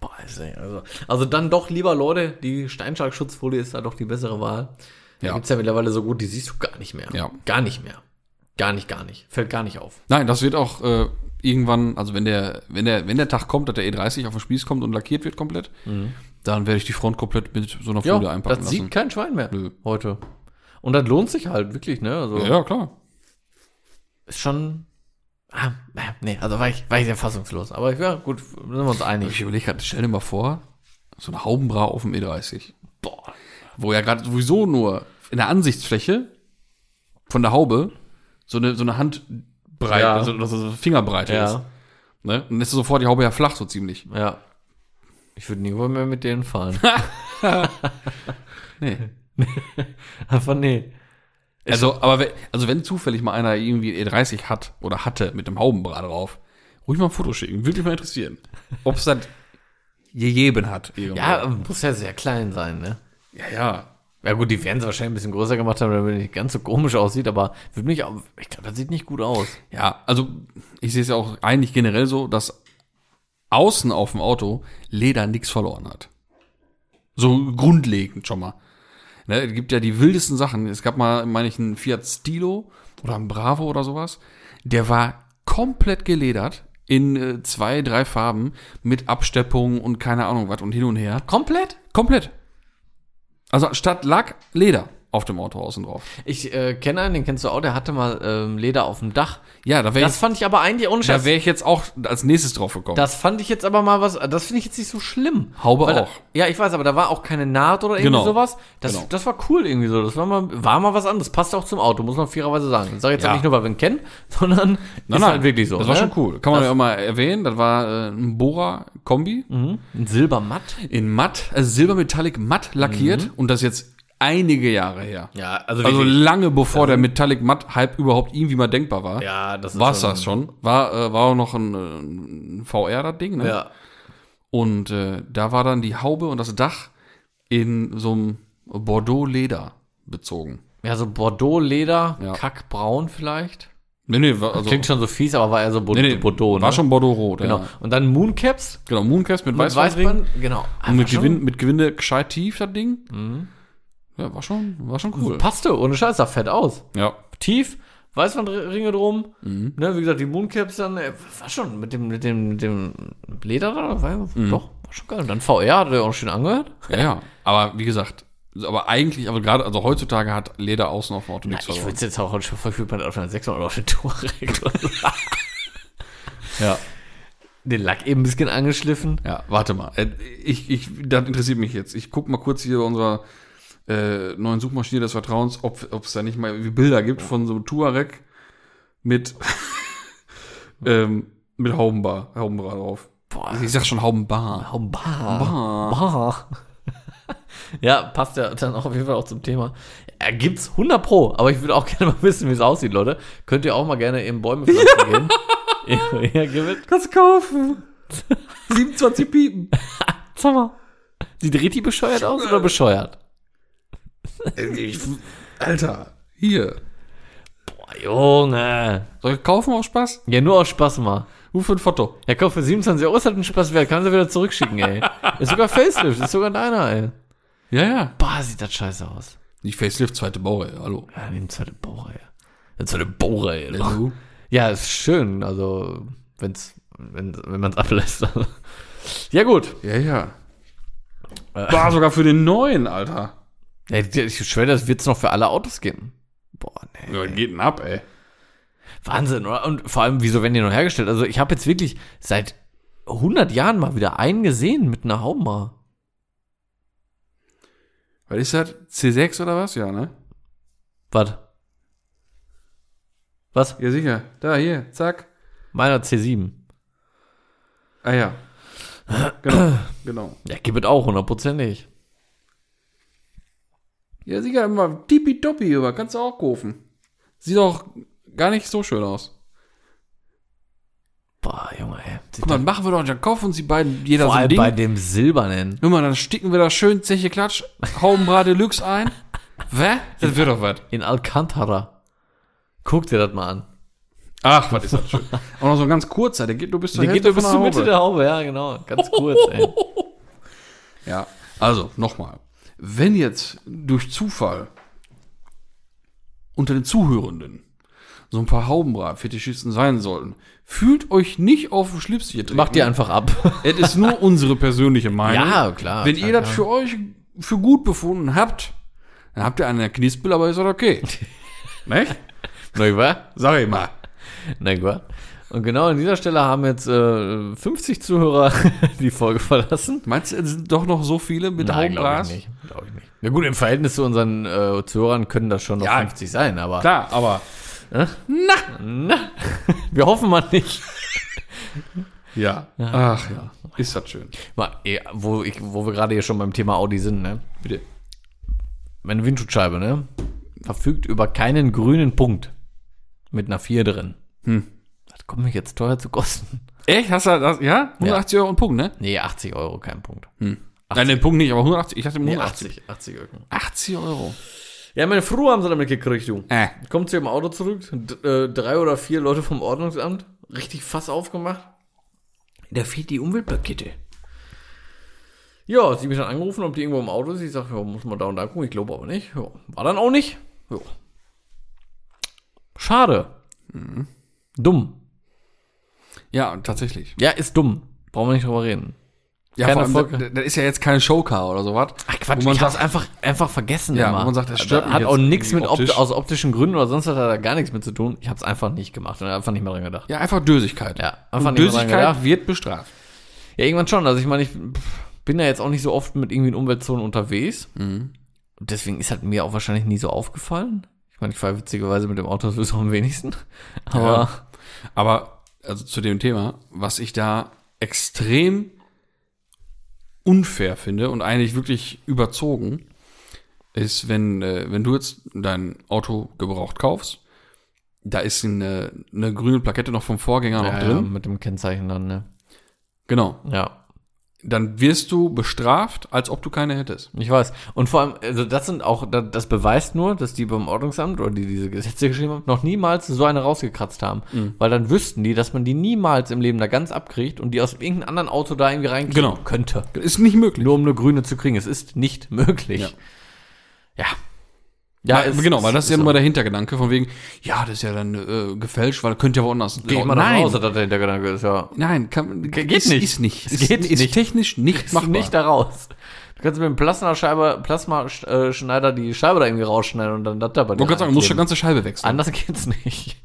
[SPEAKER 1] Boah, ist ey, also, also dann doch lieber Leute, die Steinschlag-Schutzfolie ist da doch die bessere Wahl. Ja.
[SPEAKER 2] Ja.
[SPEAKER 1] Da gibt's ja mittlerweile so gut, die siehst du gar nicht mehr.
[SPEAKER 2] Ja.
[SPEAKER 1] Gar nicht mehr. Gar nicht, gar nicht. Fällt gar nicht auf.
[SPEAKER 2] Nein, das wird auch äh, irgendwann, also wenn der, wenn der, wenn der Tag kommt, dass der E30 auf den Spieß kommt und lackiert wird komplett, dann werde ich die Front komplett mit so einer
[SPEAKER 1] Mhm. Ja,
[SPEAKER 2] Folie
[SPEAKER 1] das
[SPEAKER 2] einpacken lassen.
[SPEAKER 1] sieht kein Schwein mehr
[SPEAKER 2] Nö.
[SPEAKER 1] heute. Und das lohnt sich halt wirklich, ne? Also
[SPEAKER 2] Ja, ja, klar.
[SPEAKER 1] ist schon. Ah, äh, nee, also war ich, war ich sehr fassungslos. Aber ja, gut, sind wir uns
[SPEAKER 2] Ich
[SPEAKER 1] einig.
[SPEAKER 2] überlege gerade, stell dir mal vor, so eine Haubenbra auf dem E30.
[SPEAKER 1] Boah.
[SPEAKER 2] Wo ja gerade sowieso nur in der Ansichtsfläche von der Haube so eine, so eine Handbreite,
[SPEAKER 1] Ja.
[SPEAKER 2] so, so so Fingerbreite ist.
[SPEAKER 1] Ja,
[SPEAKER 2] Ne? Und dann ist sofort die Haube ja flach, so ziemlich.
[SPEAKER 1] ja. Ich würde nie wohl mehr mit denen fahren.
[SPEAKER 2] Nee.
[SPEAKER 1] Einfach nee.
[SPEAKER 2] Also, aber wenn, also wenn zufällig mal einer irgendwie ein E30 hat oder hatte mit einem Haubenbra drauf, ruhig mal ein Foto schicken. Würde mich mal interessieren. Ob es das gegeben hat. irgendwo.
[SPEAKER 1] Ja, muss ja sehr klein sein, ne?
[SPEAKER 2] ja, ja.
[SPEAKER 1] Ja gut, die werden sie wahrscheinlich ein bisschen größer gemacht haben, damit es nicht ganz so komisch aussieht, aber würde mich auch, ich glaube, das sieht nicht gut aus.
[SPEAKER 2] Ja, also ich sehe es ja auch eigentlich generell so, dass außen auf dem Auto Leder nichts verloren hat. So grundlegend schon mal. Ne, es gibt ja die wildesten Sachen. Es gab mal, meine ich, einen Fiat Stilo oder einen Bravo oder sowas. Der war komplett geledert in äh, zwei, drei Farben mit Absteppung und keine Ahnung was und hin und her.
[SPEAKER 1] Komplett?
[SPEAKER 2] Komplett. Also statt Lack, Leder auf dem Auto außen drauf.
[SPEAKER 1] Ich äh, kenne einen, den kennst du auch, der hatte mal ähm, Leder auf dem Dach.
[SPEAKER 2] Ja, da wäre
[SPEAKER 1] Das
[SPEAKER 2] ich,
[SPEAKER 1] fand ich aber eigentlich ohne
[SPEAKER 2] da
[SPEAKER 1] Scheiß.
[SPEAKER 2] wär ich jetzt auch als nächstes drauf gekommen.
[SPEAKER 1] Das fand ich jetzt aber mal was, das finde ich jetzt nicht so schlimm.
[SPEAKER 2] Haube
[SPEAKER 1] Weil
[SPEAKER 2] auch.
[SPEAKER 1] Da, ja, ich weiß, aber da war auch keine Naht oder irgendwie
[SPEAKER 2] Genau.
[SPEAKER 1] sowas. Das,
[SPEAKER 2] Genau.
[SPEAKER 1] das war cool irgendwie so. Das war mal, war mal was anderes. Passt auch zum Auto, muss man fairerweise sagen. Ich sage jetzt
[SPEAKER 2] Ja.
[SPEAKER 1] auch nicht nur, weil wir ihn kennen, sondern
[SPEAKER 2] Nein,
[SPEAKER 1] ist
[SPEAKER 2] nein,
[SPEAKER 1] halt wirklich so.
[SPEAKER 2] Das war
[SPEAKER 1] ne?
[SPEAKER 2] schon cool. Kann man ja auch mal erwähnen. Das war äh, ein Bohrer-Kombi
[SPEAKER 1] Ein Silbermatt.
[SPEAKER 2] in matt, also silbermetallic matt lackiert und das jetzt einige Jahre her.
[SPEAKER 1] Mhm. Ja, also, ähm,
[SPEAKER 2] Also lange bevor der metallic matt Hype überhaupt irgendwie mal denkbar war.
[SPEAKER 1] ja, das ist
[SPEAKER 2] war es das schon. War, äh, war auch noch ein, äh, ein VR, das Ding, ne?
[SPEAKER 1] Ja.
[SPEAKER 2] Und äh, da war dann die Haube und das Dach in so einem Bordeaux-Leder bezogen.
[SPEAKER 1] Ja, so Bordeaux-Leder,
[SPEAKER 2] Ja.
[SPEAKER 1] kackbraun vielleicht.
[SPEAKER 2] Nee, nee, war, also,
[SPEAKER 1] Klingt schon so fies, aber war eher so Bo
[SPEAKER 2] nee, nee,
[SPEAKER 1] Bordeaux, ne?
[SPEAKER 2] war schon Bordeaux-Rot.
[SPEAKER 1] genau.
[SPEAKER 2] Ja.
[SPEAKER 1] Und dann Mooncaps
[SPEAKER 2] genau Mooncast mit,
[SPEAKER 1] mit
[SPEAKER 2] Weißweinring.
[SPEAKER 1] Weißband. Genau.
[SPEAKER 2] Und mit,
[SPEAKER 1] War schon- Mhm.
[SPEAKER 2] Gewinn, mit Gewinde gescheit tief, das Ding. Ja, war schon, war schon cool.
[SPEAKER 1] Passte, ohne Scheiß, sah fett aus.
[SPEAKER 2] Ja.
[SPEAKER 1] Tief, Weißwandringe drum. Ne, wie gesagt, die Mooncaps dann, äh, war schon mit dem, mit dem, mit dem Leder da, war, doch, war schon geil. Und dann VR, hat er auch schön angehört.
[SPEAKER 2] ja, ja. Aber wie gesagt, aber eigentlich, aber gerade, also heutzutage hat Leder außen auf dem Auto nichts
[SPEAKER 1] Ich würde
[SPEAKER 2] verloren.
[SPEAKER 1] es jetzt auch heute schon verfügt man auf einer 600 oder auf den Touareg. oder so.
[SPEAKER 2] Ja.
[SPEAKER 1] den Lack eben ein bisschen angeschliffen.
[SPEAKER 2] Ja, warte mal. Äh, Ich, ich, das interessiert mich jetzt. Ich guck mal kurz hier bei unserer äh, neuen Suchmaschine des Vertrauens, ob ob es da nicht mal irgendwie Bilder gibt von so einem Tuareg mit, ähm, mit Haubenbar, Haubenbar drauf.
[SPEAKER 1] Boah.
[SPEAKER 2] Ich sag schon Haubenbar.
[SPEAKER 1] Oh, bah. Bah. ja, passt ja dann auch auf jeden Fall auch zum Thema. Ja, gibt's 100 Pro, aber ich würde auch gerne mal wissen, wie es aussieht, Leute. Könnt ihr auch mal gerne in Bäume pflanzen gehen? ja, gib it.
[SPEAKER 2] Kannst kaufen. 27 Piepen.
[SPEAKER 1] Sag mal. Sieht richtig bescheuert aus oder bescheuert?
[SPEAKER 2] Äh, Ich, Alter, hier.
[SPEAKER 1] Boah, Ah, Junge.
[SPEAKER 2] Soll ich kaufen auf Spaß?
[SPEAKER 1] Ja, nur aus Spaß mal.
[SPEAKER 2] Ruf für ein Foto.
[SPEAKER 1] Ja, komm, für 27 Euro ist halt ein Spaß wert. Kannst du wieder zurückschicken, ey. Ist sogar Facelift, ist sogar deiner, ey.
[SPEAKER 2] Ja, ja.
[SPEAKER 1] Bah, sieht das scheiße aus.
[SPEAKER 2] Die Facelift, zweite Baureihe, hallo.
[SPEAKER 1] Ja, nimm zweite Bohrer, ey. Nimm zweite Bohrer, ey. Leute.
[SPEAKER 2] Hallo.
[SPEAKER 1] Ja, ist schön, also wenn's, wenn, wenn man es ablässt. ja, gut.
[SPEAKER 2] Ja, ja. Äh. War sogar für den neuen, Alter.
[SPEAKER 1] Ja, Ich schwöre, das wird's noch für alle Autos geben. Boah, nee.
[SPEAKER 2] Ja, geht denn ab, ey?
[SPEAKER 1] Wahnsinn, oder? Und vor allem, wieso werden die noch hergestellt? Also, ich habe jetzt wirklich seit 100 Jahren mal wieder einen gesehen mit einer Hauma.
[SPEAKER 2] Was ist das? C6 oder was? Ja, ne?
[SPEAKER 1] Was? Was?
[SPEAKER 2] Ja, sicher. Da, hier, zack.
[SPEAKER 1] Meiner C7.
[SPEAKER 2] Ah ja. Genau, genau.
[SPEAKER 1] Ja, gib es auch, hundertprozentig.
[SPEAKER 2] Ja, sicher, immer tippitoppi über. Kannst du auch kaufen. Sieht auch gar nicht so schön aus.
[SPEAKER 1] Boah, Junge, ey. Sieht
[SPEAKER 2] Guck mal, dann machen wir doch, dann kaufen uns die beiden jeder
[SPEAKER 1] vor
[SPEAKER 2] so ein
[SPEAKER 1] allem bei
[SPEAKER 2] Ding.
[SPEAKER 1] dem Silbernen.
[SPEAKER 2] Hör mal, dann sticken wir da schön Zeche Klatsch, Haubenbrat Deluxe ein. Wä? Das wird doch was.
[SPEAKER 1] In Alcantara. Guck dir das mal an.
[SPEAKER 2] Ach, was ist das schön. Auch noch so ein ganz kurzer, der geht nur bis zur
[SPEAKER 1] Die geht nur bis zur
[SPEAKER 2] von
[SPEAKER 1] Mitte
[SPEAKER 2] Haube.
[SPEAKER 1] der Haube, ja, genau. Ganz kurz, ey.
[SPEAKER 2] Ja, also nochmal. Wenn jetzt durch Zufall unter den Zuhörenden so ein paar Haubenbrat-Fetischisten sein sollten, fühlt euch nicht auf den Schlips hier drin.
[SPEAKER 1] Macht ihr einfach ab.
[SPEAKER 2] Es ist nur unsere persönliche Meinung.
[SPEAKER 1] Ja, klar,
[SPEAKER 2] Wenn
[SPEAKER 1] klar,
[SPEAKER 2] ihr das für euch für gut befunden habt, dann habt ihr eine Knispel, aber ist das okay. Nicht?
[SPEAKER 1] Na gut,
[SPEAKER 2] Sag ich mal.
[SPEAKER 1] na gut. Und genau an dieser Stelle haben jetzt äh, 50 Zuhörer die Folge verlassen.
[SPEAKER 2] Meinst du, es sind doch noch so viele mit
[SPEAKER 1] glaub
[SPEAKER 2] Haubengras?
[SPEAKER 1] nicht. Glaub ich nicht. Na gut, im Verhältnis zu unseren äh, Zuhörern können das schon noch
[SPEAKER 2] Ja,
[SPEAKER 1] 50 sein, aber
[SPEAKER 2] Klar, aber
[SPEAKER 1] wir hoffen mal nicht.
[SPEAKER 2] ja. Ach ja, ist das schön.
[SPEAKER 1] Mal, eh, wo, ich, wo wir gerade hier schon beim Thema Audi sind, ne?
[SPEAKER 2] Bitte.
[SPEAKER 1] Meine Windschutzscheibe, ne? Verfügt über keinen grünen Punkt. Mit einer 4 drin.
[SPEAKER 2] Hm.
[SPEAKER 1] Das kommt mich jetzt teuer zu kosten.
[SPEAKER 2] Echt? Hast du das? Ja? 180 Euro und Punkt, ne?
[SPEAKER 1] Nee, 80 Euro, kein Punkt.
[SPEAKER 2] Nein, den Punkt nicht, aber 180. Ich hatte
[SPEAKER 1] Nee,
[SPEAKER 2] 180.
[SPEAKER 1] 80, 80 Öcken.
[SPEAKER 2] 80 Euro.
[SPEAKER 1] Ja, meine Frau haben sie damit gekriegt, du.
[SPEAKER 2] Äh.
[SPEAKER 1] Kommt sie im Auto zurück, d- äh, drei oder vier Leute vom Ordnungsamt, richtig Fass aufgemacht. Da fehlt die Umweltplakette. Ja, sie mich dann angerufen, ob die irgendwo im Auto ist. Ich sage, ja, muss man da und da gucken. Ich glaube aber nicht. Ja, war dann auch nicht. Ja. Schade. Mhm. Dumm.
[SPEAKER 2] Ja, und tatsächlich.
[SPEAKER 1] Ja, ist dumm. Brauchen wir nicht drüber reden.
[SPEAKER 2] Ja,
[SPEAKER 1] Keine
[SPEAKER 2] vor allem,
[SPEAKER 1] Folge.
[SPEAKER 2] da, da ist ja jetzt kein Showcar oder sowas.
[SPEAKER 1] Ach Quatsch,
[SPEAKER 2] wo man
[SPEAKER 1] ich hab's
[SPEAKER 2] sagt,
[SPEAKER 1] einfach, einfach vergessen
[SPEAKER 2] Ja,
[SPEAKER 1] immer.
[SPEAKER 2] wo man sagt, das stört mich
[SPEAKER 1] Hat
[SPEAKER 2] jetzt
[SPEAKER 1] auch nichts mit
[SPEAKER 2] irgendwie
[SPEAKER 1] optisch.
[SPEAKER 2] optisch.
[SPEAKER 1] aus optischen Gründen oder sonst hat er da gar nichts mit zu tun. Ich hab's einfach nicht gemacht und einfach nicht mehr dran gedacht.
[SPEAKER 2] ja, einfach Dösigkeit.
[SPEAKER 1] Ja, einfach
[SPEAKER 2] einfach
[SPEAKER 1] nicht mehr dran gedacht.
[SPEAKER 2] Dösigkeit wird bestraft.
[SPEAKER 1] Ja, irgendwann schon. Also ich meine, ich pff, bin ja jetzt auch nicht so oft mit irgendwie in Umweltzonen unterwegs.
[SPEAKER 2] Mhm.
[SPEAKER 1] Und deswegen ist halt mir auch wahrscheinlich nie so aufgefallen. Ich meine, ich fahre witzigerweise mit dem Auto sowieso am wenigsten. Aber
[SPEAKER 2] Aber also zu dem Thema, was ich da extrem unfair finde und eigentlich wirklich überzogen, ist, wenn, äh, wenn du jetzt dein Auto gebraucht kaufst, da ist eine, eine grüne Plakette noch vom Vorgänger noch
[SPEAKER 1] ja, ja,
[SPEAKER 2] drin.
[SPEAKER 1] mit dem Kennzeichen dann, ne?
[SPEAKER 2] Genau.
[SPEAKER 1] Ja.
[SPEAKER 2] dann wirst du bestraft, als ob du keine hättest.
[SPEAKER 1] Ich weiß. Und vor allem, also das sind auch, da- das beweist nur, dass die beim Ordnungsamt oder die diese Gesetze geschrieben haben, noch niemals so eine rausgekratzt haben.
[SPEAKER 2] Mhm.
[SPEAKER 1] Weil dann wüssten die, dass man die niemals im Leben da ganz abkriegt und die aus irgendeinem anderen Auto da irgendwie reinkriegen
[SPEAKER 2] Genau.
[SPEAKER 1] könnte.
[SPEAKER 2] Ist nicht möglich.
[SPEAKER 1] Nur um eine grüne zu kriegen. Es ist nicht möglich. Ja. Ja,
[SPEAKER 2] Weil-
[SPEAKER 1] es-
[SPEAKER 2] genau, weil das ist ja
[SPEAKER 1] so.
[SPEAKER 2] immer der Hintergedanke von wegen, ja, das ist ja dann äh, gefälscht, weil könnte ja woanders.
[SPEAKER 1] Geht man davon
[SPEAKER 2] nein,
[SPEAKER 1] aus, dass das der Hintergedanke ist, ja.
[SPEAKER 2] nein, kann,
[SPEAKER 1] Geht
[SPEAKER 2] ist,
[SPEAKER 1] nicht.
[SPEAKER 2] Ist nicht.
[SPEAKER 1] Es geht
[SPEAKER 2] ist
[SPEAKER 1] nicht.
[SPEAKER 2] technisch nicht
[SPEAKER 1] Mach
[SPEAKER 2] machbar.
[SPEAKER 1] nicht da raus. Du kannst mit dem Plasmascheibe, Plasmaschneider die Scheibe da irgendwie rausschneiden und dann das da bei dir.
[SPEAKER 2] Man kann sagen, du musst schon
[SPEAKER 1] reinkleben.
[SPEAKER 2] ganze Scheibe wechseln.
[SPEAKER 1] Anders geht's nicht.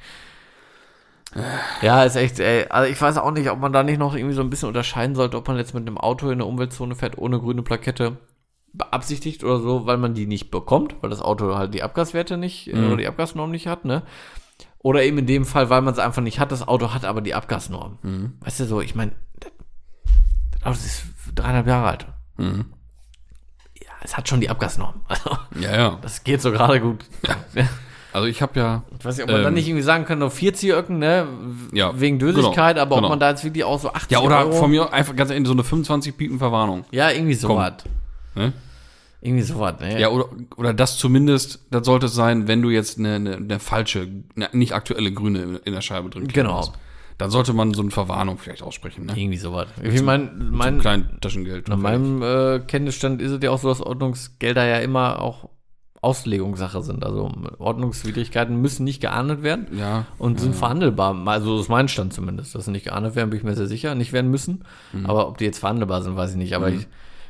[SPEAKER 1] Ja, ist echt, ey. Also ich weiß auch nicht, ob man da nicht noch irgendwie so ein bisschen unterscheiden sollte, ob man jetzt mit einem Auto in eine Umweltzone fährt ohne grüne Plakette beabsichtigt oder so, weil man die nicht bekommt, weil das Auto halt die Abgaswerte nicht äh, oder die Abgasnorm nicht hat, ne? Oder eben in dem Fall, weil man es einfach nicht hat, das Auto hat aber die Abgasnorm. Weißt du so, ich meine, das- das Auto ist dreieinhalb Jahre alt. Ja, es hat schon die Abgasnorm. Also,
[SPEAKER 2] Ja, ja.
[SPEAKER 1] das geht so gerade gut.
[SPEAKER 2] Also ich habe ja.
[SPEAKER 1] Ich weiß nicht, ob man
[SPEAKER 2] Ähm.
[SPEAKER 1] dann nicht irgendwie sagen kann, nur 40 Öcken, ne? w-
[SPEAKER 2] Ja,
[SPEAKER 1] Wegen Dösigkeit,
[SPEAKER 2] genau,
[SPEAKER 1] aber
[SPEAKER 2] genau.
[SPEAKER 1] ob man da jetzt wirklich auch so 80
[SPEAKER 2] Ja, oder
[SPEAKER 1] Euro,
[SPEAKER 2] von mir einfach ganz Ende so eine 25 Piepen Verwarnung.
[SPEAKER 1] Ja, irgendwie sowas.
[SPEAKER 2] Ne?
[SPEAKER 1] Irgendwie sowas, ne?
[SPEAKER 2] Ja, oder, oder das zumindest, das sollte es sein, wenn du jetzt eine, eine, eine falsche, eine nicht aktuelle Grüne in der Scheibe drin kleben
[SPEAKER 1] Genau.
[SPEAKER 2] hast. Dann sollte man so eine Verwarnung vielleicht aussprechen, ne?
[SPEAKER 1] Irgendwie sowas. Ich meine, mein,
[SPEAKER 2] Klein Taschengeld.
[SPEAKER 1] nach meinem äh, Kenntnisstand ist es ja auch so, dass Ordnungsgelder ja immer auch Auslegungssache sind. Also Ordnungswidrigkeiten müssen nicht geahndet werden.
[SPEAKER 2] ja,
[SPEAKER 1] und sind verhandelbar. Also ist mein Stand zumindest. Dass sie nicht geahndet werden, bin ich mir sehr sicher, nicht werden müssen.
[SPEAKER 2] Mhm.
[SPEAKER 1] Aber ob die jetzt verhandelbar sind, weiß ich nicht. Aber ich,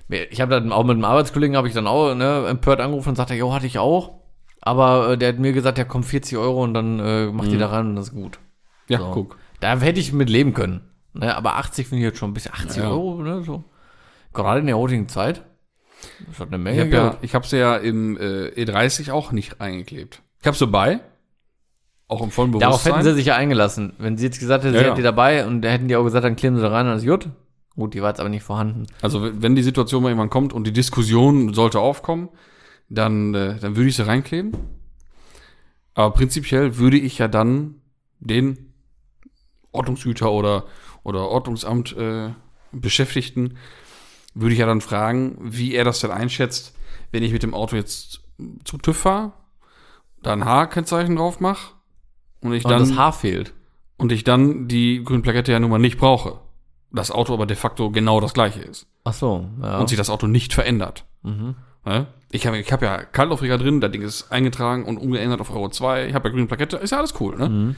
[SPEAKER 1] mir- ich habe dann auch mit einem Arbeitskollegen, habe ich dann auch ne, empört angerufen und sagte, jo, hatte ich auch. Aber äh, der hat mir gesagt, ja, komm, 40 Euro und dann äh, macht
[SPEAKER 2] Mhm.
[SPEAKER 1] die da rein und das ist gut.
[SPEAKER 2] ja,
[SPEAKER 1] So.
[SPEAKER 2] guck.
[SPEAKER 1] Da hätte ich mit leben können. Ne, aber 80 finde ich jetzt schon ein bisschen 80
[SPEAKER 2] Ja.
[SPEAKER 1] Euro, ne, so. Gerade in der heutigen Zeit. Das hat eine
[SPEAKER 2] Ich
[SPEAKER 1] Menge
[SPEAKER 2] habe ja, ich hab's ja im äh, E30 auch nicht eingeklebt. Ich hab's so bei, auch im vollen
[SPEAKER 1] Darauf hätten
[SPEAKER 2] Bewusstsein.
[SPEAKER 1] sie sich ja eingelassen. Wenn sie jetzt gesagt hätten,
[SPEAKER 2] Ja,
[SPEAKER 1] sie
[SPEAKER 2] ja.
[SPEAKER 1] hätten die dabei und da hätten die auch gesagt, dann kleben sie da rein und das ist gut. Gut, die war jetzt aber nicht vorhanden.
[SPEAKER 2] also w- wenn die Situation mal irgendwann kommt und die Diskussion sollte aufkommen, dann, äh, dann würde ich sie reinkleben. Aber prinzipiell würde ich ja dann den Ordnungsgüter oder, oder Ordnungsamt äh, Beschäftigten, würde ich ja dann fragen, wie er das denn einschätzt, wenn ich mit dem Auto jetzt zum TÜV fahre, da ein H-Kennzeichen drauf mache und ich
[SPEAKER 1] Und
[SPEAKER 2] dann
[SPEAKER 1] das Haar fehlt.
[SPEAKER 2] und ich dann die grüne Plakette ja nun mal nicht brauche. Das Auto aber de facto genau das gleiche ist.
[SPEAKER 1] Ach so, ja.
[SPEAKER 2] Und sich das Auto nicht verändert.
[SPEAKER 1] mhm.
[SPEAKER 2] Ne? Ich habe ich hab ja Kaltaufreger drin, das Ding ist eingetragen und umgeändert auf Euro 2. Ich habe ja grüne Plakette, ist ja alles cool. Ne?
[SPEAKER 1] Mhm.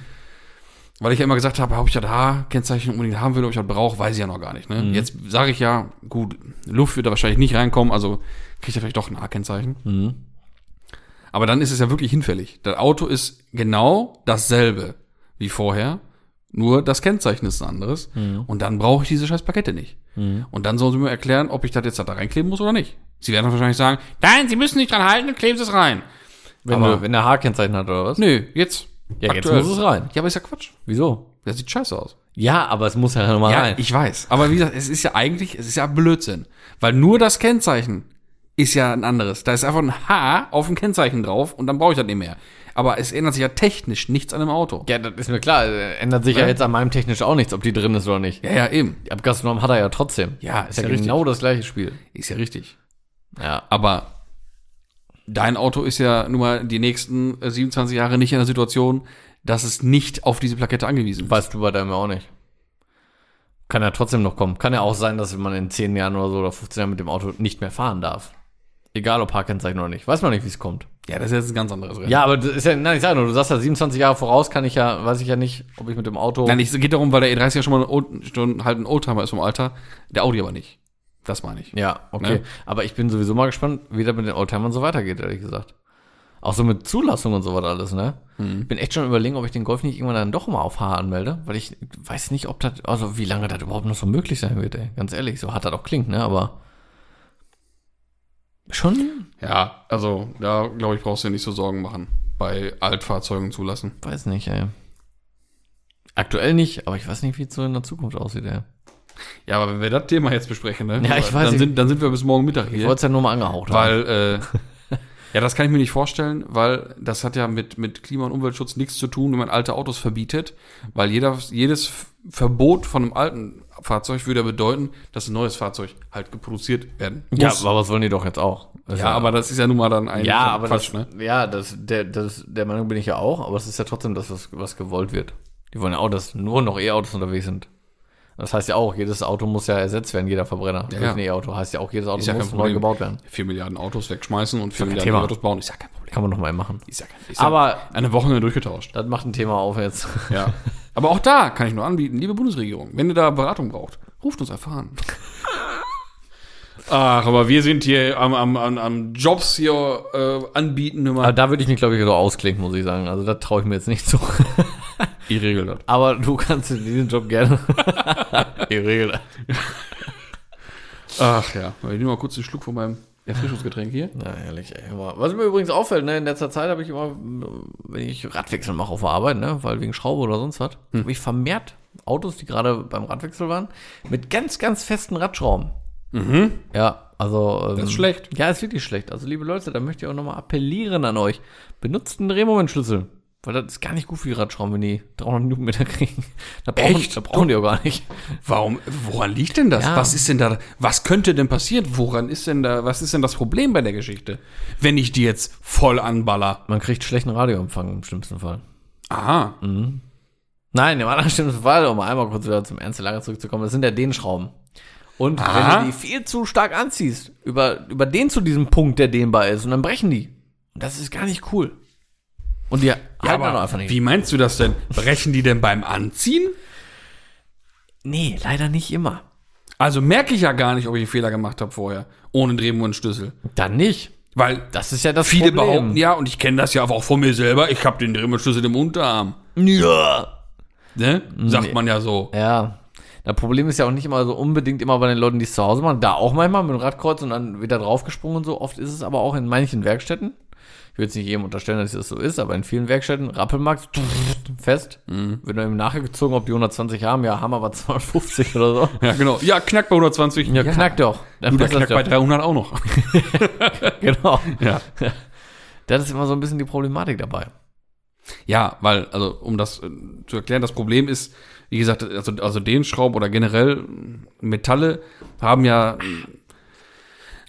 [SPEAKER 2] Weil ich ja immer gesagt habe, ob ich das H-Kennzeichen unbedingt haben will, ob ich das brauche, weiß ich ja noch gar nicht. Ne?
[SPEAKER 1] Mhm.
[SPEAKER 2] Jetzt sage ich ja, gut, Luft wird da wahrscheinlich nicht reinkommen, also kriege ich da vielleicht doch ein H-Kennzeichen.
[SPEAKER 1] Mhm.
[SPEAKER 2] Aber dann ist es ja wirklich hinfällig. Das Auto ist genau dasselbe wie vorher, nur das Kennzeichen ist ein anderes.
[SPEAKER 1] Mhm.
[SPEAKER 2] Und dann brauche ich diese scheiß Plakette nicht. Und dann sollen sie mir erklären, ob ich das jetzt da reinkleben muss oder nicht. Sie werden dann wahrscheinlich sagen, nein, Sie müssen nicht dran halten und kleben Sie es rein.
[SPEAKER 1] Wenn,
[SPEAKER 2] Aber-
[SPEAKER 1] du, wenn der Haarkennzeichen hat oder was?
[SPEAKER 2] Nö, jetzt.
[SPEAKER 1] Ja, jetzt muss es rein.
[SPEAKER 2] Ja, aber ist ja Quatsch.
[SPEAKER 1] Wieso?
[SPEAKER 2] Das sieht scheiße aus.
[SPEAKER 1] Ja, aber es muss ja nochmal
[SPEAKER 2] Ja,
[SPEAKER 1] rein.
[SPEAKER 2] ich weiß. Aber wie gesagt, es ist ja eigentlich, es ist ja Blödsinn. Weil nur das Kennzeichen ist ja ein anderes. Da ist einfach ein H auf dem Kennzeichen drauf und dann brauche ich das nicht mehr. Aber es ändert sich ja technisch nichts an dem Auto.
[SPEAKER 1] ja, das ist mir klar. Äh, Ändert sich ja,
[SPEAKER 2] Ja.
[SPEAKER 1] jetzt an meinem technisch auch nichts, ob die drin ist oder nicht.
[SPEAKER 2] Ja, ja, eben.
[SPEAKER 1] Die Abgasnorm hat er ja trotzdem.
[SPEAKER 2] Ja,
[SPEAKER 1] ist ja, genau das gleiche Spiel.
[SPEAKER 2] Ist ja richtig.
[SPEAKER 1] Ja.
[SPEAKER 2] Aber dein Auto ist ja nun mal die nächsten äh, 27 Jahre nicht in der Situation, dass es nicht auf diese Plakette angewiesen ist.
[SPEAKER 1] Weißt du bei deinem ja auch nicht. Kann ja trotzdem noch kommen. Kann ja auch sein, dass man in 10 Jahren oder so oder 15 Jahren mit dem Auto nicht mehr fahren darf. Egal ob Parkkennzeichen oder nicht. Weiß man nicht, wie es kommt.
[SPEAKER 2] Ja, das ist jetzt ein ganz anderes Rennen.
[SPEAKER 1] Ja, aber das ist ja, nein, ich sag nur, du sagst ja 27 Jahre voraus, kann ich ja, weiß ich ja nicht, ob ich mit dem Auto.
[SPEAKER 2] Nein, es geht darum, weil der E30 ja schon mal ein, Old- schon halt ein Oldtimer ist vom Alter, der Audi aber nicht. Das meine ich.
[SPEAKER 1] ja, okay.
[SPEAKER 2] Ne?
[SPEAKER 1] Aber ich bin sowieso mal gespannt, wie das mit den Oldtimern so weitergeht, ehrlich gesagt. Auch so mit Zulassung und sowas alles, ne?
[SPEAKER 2] Mhm.
[SPEAKER 1] Ich bin echt schon überlegen, ob ich den Golf nicht irgendwann dann doch mal auf H anmelde, weil ich weiß nicht, ob das, also wie lange das überhaupt noch so möglich sein wird, ey. Ganz ehrlich, so hart das auch klingt, ne? Aber schon,
[SPEAKER 2] Ja, also da glaube ich, brauchst du dir nicht so Sorgen machen. Bei Altfahrzeugen zulassen.
[SPEAKER 1] weiß nicht, ey. Aktuell nicht, aber ich weiß nicht, wie es so in der Zukunft aussieht, ey.
[SPEAKER 2] Ja, aber wenn wir das Thema jetzt besprechen, ne?
[SPEAKER 1] Ja, ich weiß
[SPEAKER 2] dann
[SPEAKER 1] nicht.
[SPEAKER 2] sind, dann sind wir bis morgen Mittag
[SPEAKER 1] Ich
[SPEAKER 2] hier.
[SPEAKER 1] wollte es ja nur mal angehaucht haben.
[SPEAKER 2] Weil, äh, Ja, das kann ich mir nicht vorstellen, weil das hat ja mit, mit Klima- und Umweltschutz nichts zu tun, wenn man alte Autos verbietet, weil jeder, jedes Verbot von einem alten Fahrzeug würde ja bedeuten, dass ein neues Fahrzeug halt geproduziert werden muss.
[SPEAKER 1] Ja, aber was wollen die doch jetzt auch? Also-
[SPEAKER 2] Ja, aber das ist ja nun mal dann ein
[SPEAKER 1] ja, aber
[SPEAKER 2] Quatsch,
[SPEAKER 1] das,
[SPEAKER 2] ne?
[SPEAKER 1] ja, das, der, das, der Meinung bin ich ja auch, aber es ist ja trotzdem das, was, was gewollt wird. Die wollen ja auch, dass nur noch E-Autos unterwegs sind. Das heißt ja auch, jedes Auto muss ja ersetzt werden, jeder Verbrenner. durch
[SPEAKER 2] ja.
[SPEAKER 1] ein E-Auto heißt ja auch, jedes Auto
[SPEAKER 2] Ist ja
[SPEAKER 1] muss
[SPEAKER 2] kein
[SPEAKER 1] neu
[SPEAKER 2] Problem.
[SPEAKER 1] gebaut werden.
[SPEAKER 2] Vier Milliarden Autos wegschmeißen und vier
[SPEAKER 1] kein
[SPEAKER 2] Milliarden
[SPEAKER 1] Thema.
[SPEAKER 2] Autos bauen, ist ja kein Problem.
[SPEAKER 1] Kann man noch mal machen.
[SPEAKER 2] Ist ja kein, ist
[SPEAKER 1] Aber-
[SPEAKER 2] ja eine Woche durchgetauscht.
[SPEAKER 1] Das macht ein Thema auf jetzt.
[SPEAKER 2] Ja. Aber auch da kann ich nur anbieten, liebe Bundesregierung, wenn ihr da Beratung braucht, ruft uns einfach an. Ach, aber wir sind hier am, am, am, am Jobs hier äh, anbieten
[SPEAKER 1] Aber
[SPEAKER 2] immer.
[SPEAKER 1] da würde ich mich, glaube ich, so ausklinken, muss ich sagen. Also da traue ich mir jetzt nicht zu.
[SPEAKER 2] Ich regel das.
[SPEAKER 1] Aber du kannst diesen Job gerne. Die Regel.
[SPEAKER 2] Ach ja, ich nehme mal kurz einen Schluck von meinem Erfrischungsgetränk hier.
[SPEAKER 1] Na, ehrlich, ey. Aber Was mir übrigens auffällt, ne, in letzter Zeit habe ich immer, wenn ich Radwechsel mache auf der Arbeit, ne, weil wegen Schraube oder sonst was,
[SPEAKER 2] Hm.
[SPEAKER 1] habe ich vermehrt Autos, die gerade beim Radwechsel waren, mit ganz, ganz festen Radschrauben. Ja, also. ähm,
[SPEAKER 2] Mhm. ist schlecht.
[SPEAKER 1] Ja, ist wirklich schlecht. Also, liebe Leute, da möchte ich auch nochmal appellieren an euch. Benutzt einen Drehmomentschlüssel. Weil das ist gar nicht gut für die Radschrauben, wenn die 300 Newtonmeter kriegen. Da brauchen,
[SPEAKER 2] Echt?
[SPEAKER 1] Da brauchen die auch gar nicht.
[SPEAKER 2] Warum, woran liegt denn das?
[SPEAKER 1] Ja.
[SPEAKER 2] Was ist denn da, was könnte denn passieren? Woran ist denn da, was ist denn das Problem bei der Geschichte? Wenn ich die jetzt voll anballer.
[SPEAKER 1] Man kriegt schlechten Radioempfang im schlimmsten Fall.
[SPEAKER 2] Aha.
[SPEAKER 1] Nein, im anderen schlimmsten Fall, um einmal kurz wieder zum Ernst der Lage zurückzukommen, das sind ja Dehnschrauben. Und
[SPEAKER 2] Aha.
[SPEAKER 1] wenn du die viel zu stark anziehst, über, über den zu diesem Punkt, der dehnbar ist, und dann brechen die. Und das ist gar nicht cool. Und die
[SPEAKER 2] Ja,
[SPEAKER 1] halten dann auch
[SPEAKER 2] aber
[SPEAKER 1] einfach nicht.
[SPEAKER 2] wie meinst du das denn? Brechen die denn beim Anziehen?
[SPEAKER 1] Nee, leider nicht immer.
[SPEAKER 2] Also merke ich ja gar nicht, ob ich einen Fehler gemacht habe vorher. Ohne Drehmomentschlüssel.
[SPEAKER 1] Dann nicht.
[SPEAKER 2] Weil
[SPEAKER 1] Das ist ja das
[SPEAKER 2] viele
[SPEAKER 1] Problem.
[SPEAKER 2] behaupten ja, und ich kenne das ja auch von mir selber, ich habe den Drehmomentschlüssel im Unterarm.
[SPEAKER 1] Ja.
[SPEAKER 2] Ne? Sagt man ja so.
[SPEAKER 1] Ja. Das Problem ist ja auch nicht immer so unbedingt immer bei den Leuten, die es zu Hause machen. Da auch manchmal mit dem Radkreuz und dann wieder draufgesprungen und so. Oft ist es aber auch in manchen Werkstätten. Ich will jetzt nicht jedem unterstellen, dass das so ist, aber in vielen Werkstätten, Rappelmax, fest. Wird dann eben nachgezogen, ob die 120 haben. Ja, haben aber 250 oder so.
[SPEAKER 2] Ja, genau. Ja, knackt bei 120.
[SPEAKER 1] Ja, knackt doch. Dann
[SPEAKER 2] Du, der
[SPEAKER 1] passt das
[SPEAKER 2] knackt bei 300 auch noch.
[SPEAKER 1] doch. Genau.
[SPEAKER 2] Ja.
[SPEAKER 1] Das ist immer so ein bisschen die Problematik dabei.
[SPEAKER 2] Ja, weil, also um das äh, zu erklären, das Problem ist, wie gesagt, also, also den Schrauben oder generell äh, Metalle haben ja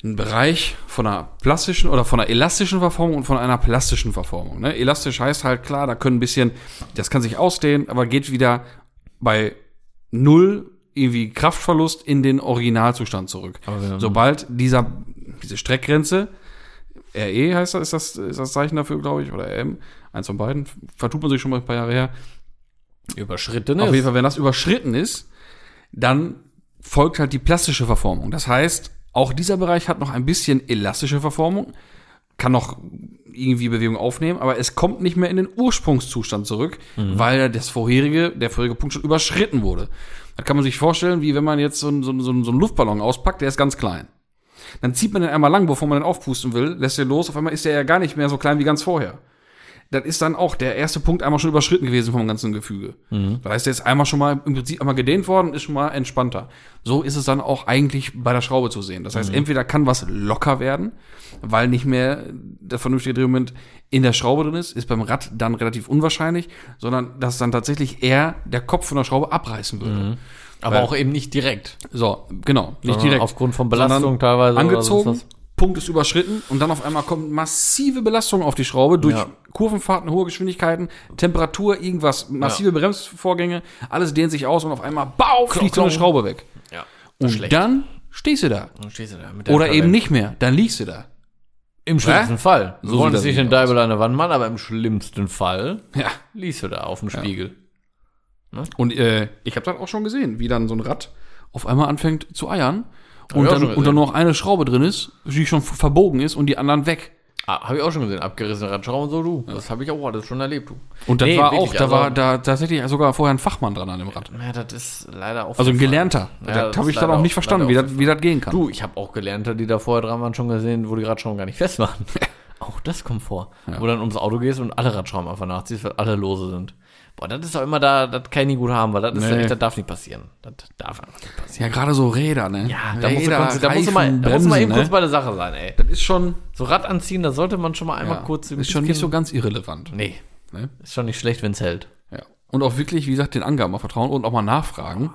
[SPEAKER 2] äh, einen Bereich von einer plastischen oder von einer elastischen Verformung und von einer plastischen Verformung. Ne? Elastisch heißt halt klar, da können ein bisschen, das kann sich ausdehnen, aber geht wieder bei null irgendwie Kraftverlust in den Originalzustand zurück.
[SPEAKER 1] wenn-
[SPEAKER 2] Sobald dieser, diese Streckgrenze RE E heißt das, ist das, ist das Zeichen dafür, glaube ich, oder RM, eins von beiden, vertut man sich schon mal ein paar Jahre her.
[SPEAKER 1] Überschritten
[SPEAKER 2] Auf jeden
[SPEAKER 1] ist.
[SPEAKER 2] Fall, wenn das überschritten ist, dann folgt halt die plastische Verformung. Das heißt, auch dieser Bereich hat noch ein bisschen elastische Verformung, kann noch irgendwie Bewegung aufnehmen, aber es kommt nicht mehr in den Ursprungszustand zurück, weil das vorherige, der vorherige Punkt schon überschritten wurde. Da kann man sich vorstellen, wie wenn man jetzt so einen so einen- so einen- so einen Luftballon auspackt, der ist ganz klein. Dann zieht man den einmal lang, bevor man den aufpusten will, lässt den los, auf einmal ist der ja gar nicht mehr so klein wie ganz vorher. Das ist dann auch der erste Punkt einmal schon überschritten gewesen vom ganzen Gefüge. Das heißt, der ist einmal schon mal im Prinzip einmal gedehnt worden, ist schon mal entspannter. So ist es dann auch eigentlich bei der Schraube zu sehen. Das heißt, entweder kann was locker werden, weil nicht mehr der vernünftige Drehmoment in der Schraube drin ist, ist beim Rad dann relativ unwahrscheinlich, sondern dass dann tatsächlich eher der Kopf von der Schraube abreißen würde.
[SPEAKER 1] Aber auch eben nicht direkt.
[SPEAKER 2] So, genau, nicht
[SPEAKER 1] Sondern
[SPEAKER 2] direkt.
[SPEAKER 1] aufgrund von Belastung
[SPEAKER 2] Sondern
[SPEAKER 1] teilweise oder
[SPEAKER 2] Angezogen,
[SPEAKER 1] sonst
[SPEAKER 2] Punkt ist überschritten und dann auf einmal kommt massive Belastung auf die Schraube durch
[SPEAKER 1] Ja.
[SPEAKER 2] Kurvenfahrten, hohe Geschwindigkeiten, Temperatur, irgendwas, massive Bremsvorgänge, alles dehnt sich aus und auf einmal, bau, fliegt so eine
[SPEAKER 1] klong.
[SPEAKER 2] Schraube weg.
[SPEAKER 1] Ja.
[SPEAKER 2] Und
[SPEAKER 1] schlecht.
[SPEAKER 2] dann stehst du da.
[SPEAKER 1] Dann stehst du da mit der
[SPEAKER 2] Oder eben
[SPEAKER 1] nicht.
[SPEAKER 2] nicht mehr, dann liegst du da.
[SPEAKER 1] Im schlimmsten Fall.
[SPEAKER 2] So
[SPEAKER 1] So wollen
[SPEAKER 2] sieht
[SPEAKER 1] es
[SPEAKER 2] das
[SPEAKER 1] nicht
[SPEAKER 2] nicht
[SPEAKER 1] den Deibel an der Wand machen, aber im schlimmsten Fall
[SPEAKER 2] Ja.
[SPEAKER 1] liest du da auf dem Spiegel.
[SPEAKER 2] Und äh, ich habe dann auch schon gesehen, wie dann so ein Rad auf einmal anfängt zu eiern
[SPEAKER 1] ich
[SPEAKER 2] und,
[SPEAKER 1] auch schon
[SPEAKER 2] dann,
[SPEAKER 1] gesehen.
[SPEAKER 2] und dann nur noch eine Schraube drin ist, die schon verbogen ist und die anderen weg.
[SPEAKER 1] Ah, habe ich auch schon gesehen. Abgerissene Radschrauben und so, du. Das habe ich auch alles schon erlebt, du.
[SPEAKER 2] Und das
[SPEAKER 1] Nee,
[SPEAKER 2] war
[SPEAKER 1] wirklich,
[SPEAKER 2] auch, da
[SPEAKER 1] also-
[SPEAKER 2] war da tatsächlich sogar vorher ein Fachmann dran an dem Rad.
[SPEAKER 1] Ja, das ist leider auch.
[SPEAKER 2] Also ein
[SPEAKER 1] der Fall.
[SPEAKER 2] Gelernter.
[SPEAKER 1] Ja,
[SPEAKER 2] das
[SPEAKER 1] das
[SPEAKER 2] habe
[SPEAKER 1] ist
[SPEAKER 2] ich dann
[SPEAKER 1] leider
[SPEAKER 2] auch nicht
[SPEAKER 1] auch-
[SPEAKER 2] verstanden, wie
[SPEAKER 1] leider
[SPEAKER 2] das, wie das gehen kann.
[SPEAKER 1] Du, ich habe auch Gelernte, die da vorher dran waren, schon gesehen, wo die Radschrauben gar nicht fest waren. Auch das kommt vor. Wo dann ums Auto gehst und alle Radschrauben einfach nachziehst, weil alle lose sind. Boah, das ist doch immer da, das kann ich nicht gut haben, weil das ist ja
[SPEAKER 2] Nee.
[SPEAKER 1] echt, das darf nicht passieren. Das darf einfach nicht passieren.
[SPEAKER 2] Ja, gerade so Räder, ne?
[SPEAKER 1] Ja,
[SPEAKER 2] Räder,
[SPEAKER 1] da musst, du, konz- da musst du mal,
[SPEAKER 2] Reifen,
[SPEAKER 1] da musst du mal eben
[SPEAKER 2] Bremsen, ne?
[SPEAKER 1] kurz bei der Sache sein, ey.
[SPEAKER 2] Das ist schon,
[SPEAKER 1] So Rad anziehen, da sollte man schon mal einmal
[SPEAKER 2] ja,
[SPEAKER 1] kurz
[SPEAKER 2] ist schon nicht so ganz irrelevant.
[SPEAKER 1] Nee,
[SPEAKER 2] Ne?
[SPEAKER 1] ist schon nicht schlecht, wenn's hält.
[SPEAKER 2] Ja. Und auch wirklich, wie gesagt, den Angaben mal vertrauen und auch mal nachfragen.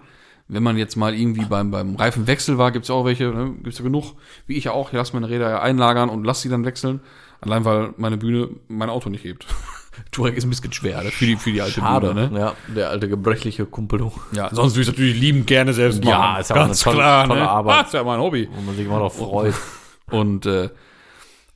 [SPEAKER 2] Wenn man jetzt mal irgendwie beim, beim Reifenwechsel war, gibt's ja auch welche, ne? gibt's ja genug, wie ich ja auch, ich lasse meine Räder ja einlagern und lass sie dann wechseln. Allein weil meine Bühne mein Auto nicht hebt. Touareg ist ein bisschen schwer, ne? für, die, für die alte Bühne. Ne?
[SPEAKER 1] Ja, der alte gebrechliche Kumpel. Wo
[SPEAKER 2] Ja, sonst würde ich natürlich liebend gerne selbst machen.
[SPEAKER 1] Ja, ist ja auch eine tolle- tolle Arbeit.
[SPEAKER 2] Ah, ist ja mein Hobby.
[SPEAKER 1] man sich immer noch
[SPEAKER 2] Oh.
[SPEAKER 1] freut.
[SPEAKER 2] Und äh,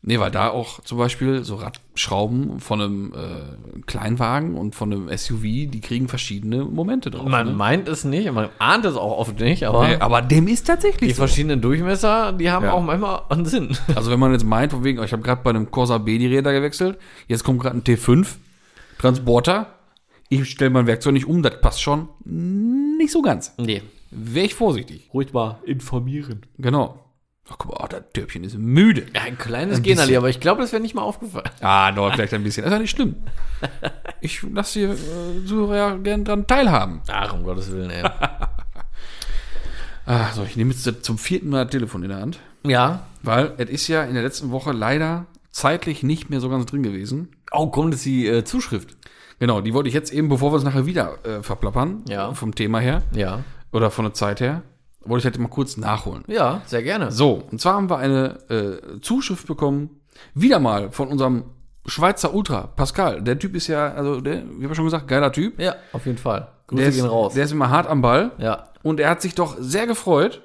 [SPEAKER 2] nee, weil da auch zum Beispiel so Radschrauben von einem äh, Kleinwagen und von einem SUV, die kriegen verschiedene Momente drauf.
[SPEAKER 1] Man
[SPEAKER 2] ne?
[SPEAKER 1] meint es nicht, man ahnt es auch oft nicht, aber
[SPEAKER 2] Nee, aber dem ist
[SPEAKER 1] die
[SPEAKER 2] tatsächlich so.
[SPEAKER 1] verschiedenen Durchmesser, die haben
[SPEAKER 2] Ja.
[SPEAKER 1] auch manchmal einen Sinn.
[SPEAKER 2] Also wenn man jetzt meint, von wegen, oh, ich habe gerade bei einem Corsa B die Räder gewechselt, jetzt kommt gerade ein T5 Transporter, ich stelle mein Werkzeug nicht um, das passt schon nicht so ganz.
[SPEAKER 1] Nee,
[SPEAKER 2] Wäre ich vorsichtig.
[SPEAKER 1] ruhig mal informieren.
[SPEAKER 2] Genau. Ach guck mal, oh, das Dörbchen ist müde.
[SPEAKER 1] Ja, ein kleines Generli, aber ich glaube, das wäre nicht mal aufgefallen.
[SPEAKER 2] Ah, doch, vielleicht ein bisschen. Das ist ja nicht schlimm. Ich lasse die äh, Zuhörer ja gern dran teilhaben.
[SPEAKER 1] Ach, um Gottes Willen, ey.
[SPEAKER 2] Ah, so, ich nehme jetzt das zum vierten Mal das Telefon in der Hand.
[SPEAKER 1] ja.
[SPEAKER 2] Weil es ist ja in der letzten Woche leider zeitlich nicht mehr so ganz drin gewesen.
[SPEAKER 1] Oh, kommt jetzt die äh, Zuschrift.
[SPEAKER 2] Genau, die wollte ich jetzt eben, bevor wir es nachher wieder äh, verplappern,
[SPEAKER 1] Ja.
[SPEAKER 2] vom Thema her
[SPEAKER 1] Ja.
[SPEAKER 2] oder von der Zeit her, wollte ich halt mal kurz nachholen.
[SPEAKER 1] Ja, sehr gerne.
[SPEAKER 2] So, und zwar haben wir eine äh, Zuschrift bekommen, wieder mal von unserem Schweizer Ultra, Pascal. Der Typ ist ja, also, der, wie habe ich schon gesagt, geiler Typ.
[SPEAKER 1] Ja, auf jeden Fall. Grüße
[SPEAKER 2] Der ist,
[SPEAKER 1] gehen raus.
[SPEAKER 2] der ist immer hart am Ball.
[SPEAKER 1] ja.
[SPEAKER 2] Und er hat sich doch sehr gefreut,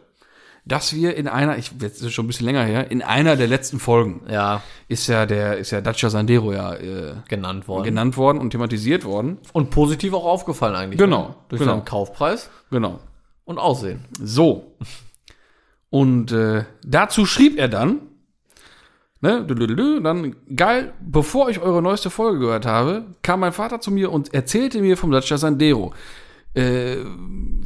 [SPEAKER 2] dass wir in einer, ich, jetzt ist es schon ein bisschen länger her, in einer der letzten Folgen
[SPEAKER 1] Ja,
[SPEAKER 2] ist ja der, ist ja Dacia Sandero ja äh,
[SPEAKER 1] genannt worden.
[SPEAKER 2] genannt worden und thematisiert worden.
[SPEAKER 1] Und positiv auch aufgefallen eigentlich.
[SPEAKER 2] Genau,
[SPEAKER 1] Ne? Durch
[SPEAKER 2] genau.
[SPEAKER 1] seinen Kaufpreis
[SPEAKER 2] Genau.
[SPEAKER 1] und Aussehen.
[SPEAKER 2] So. Und äh, dazu schrieb er dann, ne, dü- dü- dü- dann, geil, bevor ich eure neueste Folge gehört habe, kam mein Vater zu mir und erzählte mir vom Dacia Sandero. Äh,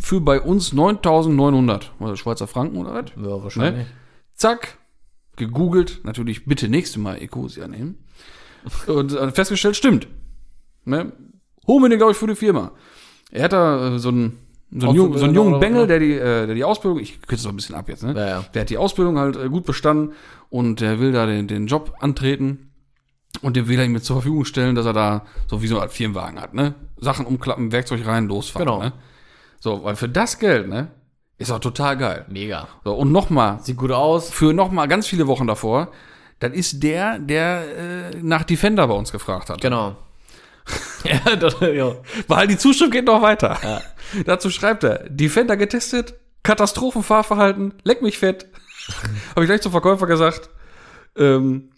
[SPEAKER 2] für bei uns 9900, also Schweizer Franken oder was?
[SPEAKER 1] Ja,
[SPEAKER 2] wahrscheinlich. Zack, gegoogelt, natürlich bitte nächstes Mal Ecosia nehmen. Und äh, festgestellt, stimmt. Ne? Hol mir den, glaube ich, für die Firma. Er hat da äh, so einen, so einen, jungen, so einen jungen Bengel, der die, äh, der die Ausbildung, ich kürze es noch ein bisschen ab jetzt, ne?
[SPEAKER 1] Ja, ja.
[SPEAKER 2] Der hat die Ausbildung halt äh, gut bestanden und der will da den, den Job antreten. Und den will er ihm jetzt zur Verfügung stellen, dass er da so wie so eine Art Firmenwagen hat, ne? Sachen umklappen, Werkzeug rein, losfahren.
[SPEAKER 1] Genau.
[SPEAKER 2] Ne? So, weil für das Geld, ne? Ist auch total geil.
[SPEAKER 1] Mega.
[SPEAKER 2] So, und nochmal,
[SPEAKER 1] Sieht gut aus.
[SPEAKER 2] für nochmal ganz viele Wochen davor, dann ist der, der äh, nach Defender bei uns gefragt hat.
[SPEAKER 1] Genau. ja, das, ja.
[SPEAKER 2] Weil die Zuschrift geht noch weiter. Dazu schreibt er, Defender getestet, Katastrophenfahrverhalten, leck mich fett. Habe ich gleich zum Verkäufer gesagt. Ähm,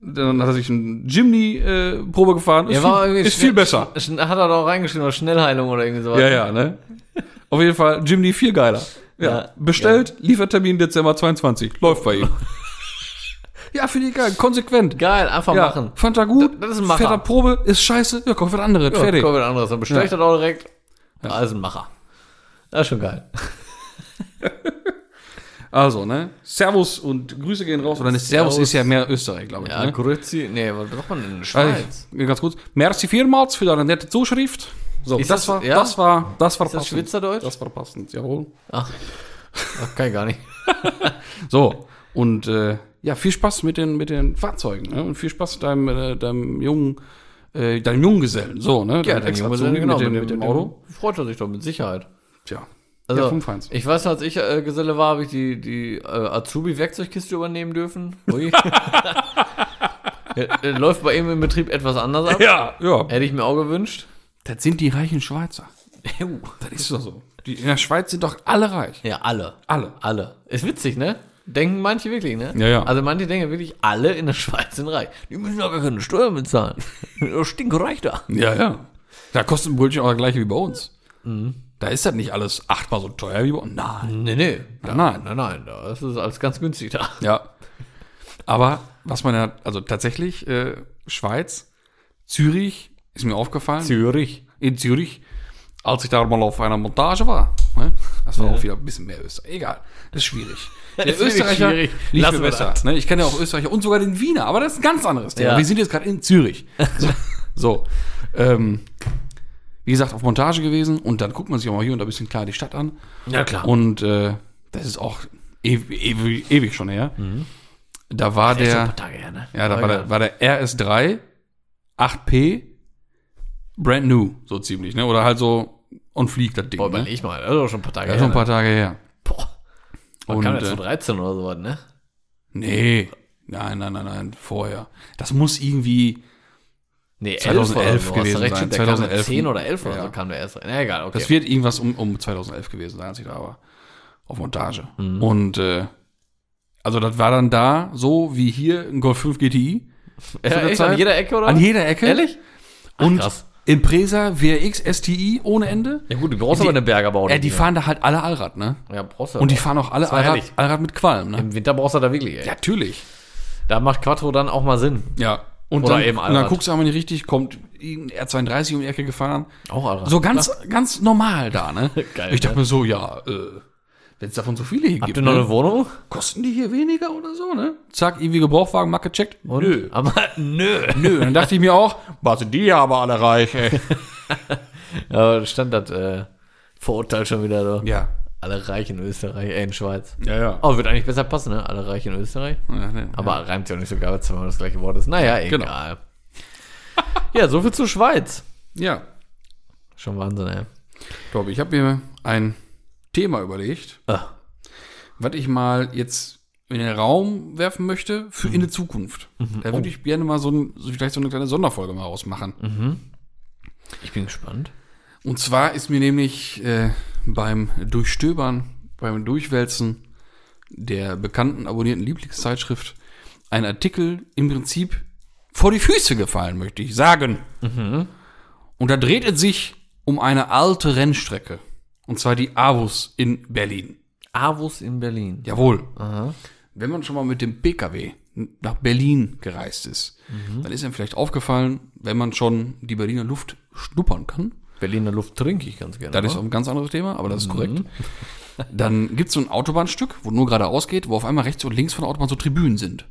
[SPEAKER 2] dann hat er sich ein Jimny-Probe gefahren. Ist,
[SPEAKER 1] Ja, war
[SPEAKER 2] viel,
[SPEAKER 1] irgendwie
[SPEAKER 2] ist viel
[SPEAKER 1] schnell-
[SPEAKER 2] besser.
[SPEAKER 1] Sch- Hat er doch reingeschrieben, oder Schnellheilung oder irgendwie sowas.
[SPEAKER 2] Ja, ja, ne? Auf jeden Fall, Jimny viel geiler. Ja.
[SPEAKER 1] Ja,
[SPEAKER 2] Bestellt, Liefertermin Dezember 22. Läuft bei ihm. ja, finde ich geil. Konsequent.
[SPEAKER 1] Geil, einfach
[SPEAKER 2] Ja,
[SPEAKER 1] machen.
[SPEAKER 2] Fand er gut.
[SPEAKER 1] Da- das ist ein Macher.
[SPEAKER 2] Fährt er Probe, ist scheiße. Ja, kauf was anderes.
[SPEAKER 1] Ja,
[SPEAKER 2] fertig.
[SPEAKER 1] Kommt wieder anderes. Dann bestelle ich
[SPEAKER 2] Ja.
[SPEAKER 1] das auch direkt. Also ein Macher. Das ist schon geil.
[SPEAKER 2] Also, ne? Servus und Grüße gehen raus. Oder ne, Servus,
[SPEAKER 1] Servus.
[SPEAKER 2] ist ja mehr Österreich, glaube ich.
[SPEAKER 1] Ja,
[SPEAKER 2] ne?
[SPEAKER 1] Grüezi. Nee, was braucht man denn in der
[SPEAKER 2] also,
[SPEAKER 1] Schweiz?
[SPEAKER 2] ich, ganz kurz. Merci vielmals für deine nette Zuschrift. So, das,
[SPEAKER 1] Ist das-
[SPEAKER 2] war,
[SPEAKER 1] ja?
[SPEAKER 2] das war, das war
[SPEAKER 1] Ist das Schweizerdeutsch?
[SPEAKER 2] Das war passend, jawohl.
[SPEAKER 1] Ach. Ach, kann ich gar nicht.
[SPEAKER 2] So, und äh, ja, viel Spaß mit den, mit den Fahrzeugen, ne? Und viel Spaß deinem, äh, deinem jungen, äh, deinem Junggesellen. So, ne?
[SPEAKER 1] Ja,
[SPEAKER 2] Deinem
[SPEAKER 1] dann gehen wir
[SPEAKER 2] Ex-Azubi
[SPEAKER 1] dann- genau,
[SPEAKER 2] mit, dem, mit dem Auto.
[SPEAKER 1] Freut er sich doch mit Sicherheit.
[SPEAKER 2] Tja.
[SPEAKER 1] Also,
[SPEAKER 2] ja, vom Feinsten.
[SPEAKER 1] ich weiß noch, als ich äh, Geselle war, habe ich die, die äh, Azubi-Werkzeugkiste übernehmen dürfen. Ui. Ja, äh, Läuft bei ihm im Betrieb etwas anders ab.
[SPEAKER 2] Ja, ja.
[SPEAKER 1] Hätte ich mir auch gewünscht.
[SPEAKER 2] Das sind die reichen Schweizer. Das ist doch so. Die, in der Schweiz sind doch alle reich.
[SPEAKER 1] Ja, alle.
[SPEAKER 2] Alle.
[SPEAKER 1] Alle. Ist witzig, ne? Denken manche wirklich, ne?
[SPEAKER 2] Ja, ja.
[SPEAKER 1] Also manche denken wirklich, alle in der Schweiz sind reich. Die müssen doch gar keine Steuern bezahlen. Stinkreich da.
[SPEAKER 2] Ja, ja. Da kostet ein Brötchen auch das gleiche wie bei uns. Da ist das nicht alles achtmal so teuer wie bei uns. Mhm. Nein.
[SPEAKER 1] Nee, nee.
[SPEAKER 2] Nein, nein.
[SPEAKER 1] Nein, nein, da ist es alles ganz günstig da.
[SPEAKER 2] Ja. Aber was man ja, also tatsächlich, äh, Schweiz, Zürich, ist mir aufgefallen.
[SPEAKER 1] Zürich.
[SPEAKER 2] in Zürich, als ich da mal auf einer Montage war. Ne? Das war auch wieder ein bisschen mehr Österreich. Egal, das ist schwierig. Der
[SPEAKER 1] ist wirklich schwierig.
[SPEAKER 2] liegt
[SPEAKER 1] Lassen
[SPEAKER 2] mir
[SPEAKER 1] wir
[SPEAKER 2] besser.
[SPEAKER 1] das.
[SPEAKER 2] Ne? Ich kenne ja auch Österreicher und sogar den Wiener, aber das ist ein ganz anderes Thema.
[SPEAKER 1] Ja.
[SPEAKER 2] Wir sind jetzt gerade in Zürich. So. so. Ähm, wie gesagt, auf Montage gewesen und dann guckt man sich auch mal hier und da ein bisschen klar die Stadt an.
[SPEAKER 1] Ja, klar.
[SPEAKER 2] Und äh, das ist auch ew ew ewig schon her. Da war
[SPEAKER 1] Mhm. Ist schon
[SPEAKER 2] der.
[SPEAKER 1] ein paar Tage her, ne?
[SPEAKER 2] Ja, da war der, war der RS3 8P brand new, so ziemlich, ne? Oder halt so und fliegt das Ding.
[SPEAKER 1] Boah,
[SPEAKER 2] ne?
[SPEAKER 1] überleg mal, das ist doch schon ein paar Tage
[SPEAKER 2] Das ist schon ein paar
[SPEAKER 1] her.
[SPEAKER 2] Tage her.
[SPEAKER 1] ne? Boah. Man
[SPEAKER 2] Und,
[SPEAKER 1] kam jetzt
[SPEAKER 2] äh,
[SPEAKER 1] so 13 oder sowas, ne?
[SPEAKER 2] Nee. Nein, nein, nein, nein, vorher. Das muss irgendwie.
[SPEAKER 1] Nee,
[SPEAKER 2] 2011
[SPEAKER 1] 11
[SPEAKER 2] gewesen sein, 2011.
[SPEAKER 1] 10 oder 11 oder
[SPEAKER 2] Ja.
[SPEAKER 1] so kam der erst rein. Na, egal, okay.
[SPEAKER 2] Das wird irgendwas um, um 2011 gewesen sein, als ich da war. Auf Montage.
[SPEAKER 1] Mhm.
[SPEAKER 2] Und, äh, also das war dann da so wie hier ein Golf 5 GTI.
[SPEAKER 1] Ja,
[SPEAKER 2] zu der
[SPEAKER 1] echt,
[SPEAKER 2] Zeit.
[SPEAKER 1] an jeder Ecke oder?
[SPEAKER 2] An jeder Ecke.
[SPEAKER 1] Ehrlich? Ach,
[SPEAKER 2] Und
[SPEAKER 1] krass.
[SPEAKER 2] Impresa, WRX, STI ohne Ende.
[SPEAKER 1] Ja gut, du brauchst
[SPEAKER 2] Die-
[SPEAKER 1] aber eine Bergerbau.
[SPEAKER 2] Ja, die fahren da halt alle Allrad, ne?
[SPEAKER 1] Ja, brauchst du.
[SPEAKER 2] Und die
[SPEAKER 1] aber.
[SPEAKER 2] fahren auch alle
[SPEAKER 1] war
[SPEAKER 2] Allrad,
[SPEAKER 1] herrlich.
[SPEAKER 2] Allrad mit Qualm, ne?
[SPEAKER 1] Im Winter brauchst du da wirklich, ey.
[SPEAKER 2] Ja, natürlich.
[SPEAKER 1] Da macht Quattro dann auch mal Sinn.
[SPEAKER 2] Ja. Und
[SPEAKER 1] Oder
[SPEAKER 2] dann,
[SPEAKER 1] eben
[SPEAKER 2] und dann
[SPEAKER 1] Allrad.
[SPEAKER 2] guckst du aber nicht richtig, kommt ein R32 um die Ecke gefahren.
[SPEAKER 1] Auch Allrad.
[SPEAKER 2] So ganz, ganz normal da, ne?
[SPEAKER 1] Geil,
[SPEAKER 2] ich dachte
[SPEAKER 1] ne?
[SPEAKER 2] mir so, ja, äh, wenn es davon so viele hier
[SPEAKER 1] Habt
[SPEAKER 2] gibt,
[SPEAKER 1] ihr noch
[SPEAKER 2] ne?
[SPEAKER 1] eine Wohnung?
[SPEAKER 2] kosten die hier weniger oder so, ne? Zack, irgendwie Gebrauchwagen, Marke checkt.
[SPEAKER 1] Und?
[SPEAKER 2] Nö.
[SPEAKER 1] Aber nö.
[SPEAKER 2] Nö. Und dann dachte ich mir auch, was sind die hier aber alle reich, ey.
[SPEAKER 1] Ja, da stand das äh, Vorurteil schon wieder so.
[SPEAKER 2] ja.
[SPEAKER 1] Alle reich in Österreich, äh, in Schweiz.
[SPEAKER 2] Ja, ja.
[SPEAKER 1] Oh, wird eigentlich besser passen, ne? Alle reich in Österreich.
[SPEAKER 2] Ja, ne.
[SPEAKER 1] Aber reimt ja genau. auch nicht so geil, wenn man das gleiche Wort ist. Naja, egal. ja, so viel zur Schweiz.
[SPEAKER 2] ja.
[SPEAKER 1] Schon Wahnsinn, ey.
[SPEAKER 2] Tobi, ich habe mir ein Thema überlegt,
[SPEAKER 1] Ah.
[SPEAKER 2] was ich mal jetzt in den Raum werfen möchte für in die Zukunft. Da würde ich gerne mal so, ein, so vielleicht so eine kleine Sonderfolge mal rausmachen.
[SPEAKER 1] Ich bin gespannt.
[SPEAKER 2] Und zwar ist mir nämlich äh, beim Durchstöbern, beim Durchwälzen der bekannten abonnierten Lieblingszeitschrift ein Artikel im Prinzip vor die Füße gefallen, möchte ich sagen. Und da dreht es sich um eine alte Rennstrecke. Und zwar die Avus in Berlin.
[SPEAKER 1] Avus in Berlin.
[SPEAKER 2] Jawohl. Wenn man schon mal mit dem Pkw nach Berlin gereist ist, dann ist einem vielleicht aufgefallen, wenn man schon die Berliner Luft schnuppern kann,
[SPEAKER 1] Berliner Luft trinke ich ganz gerne.
[SPEAKER 2] das ist auch ein ganz anderes Thema, aber
[SPEAKER 1] Mhm.
[SPEAKER 2] das ist korrekt. Dann gibt es so ein Autobahnstück, wo nur geradeaus geht, wo auf einmal rechts und links von der Autobahn so Tribünen sind.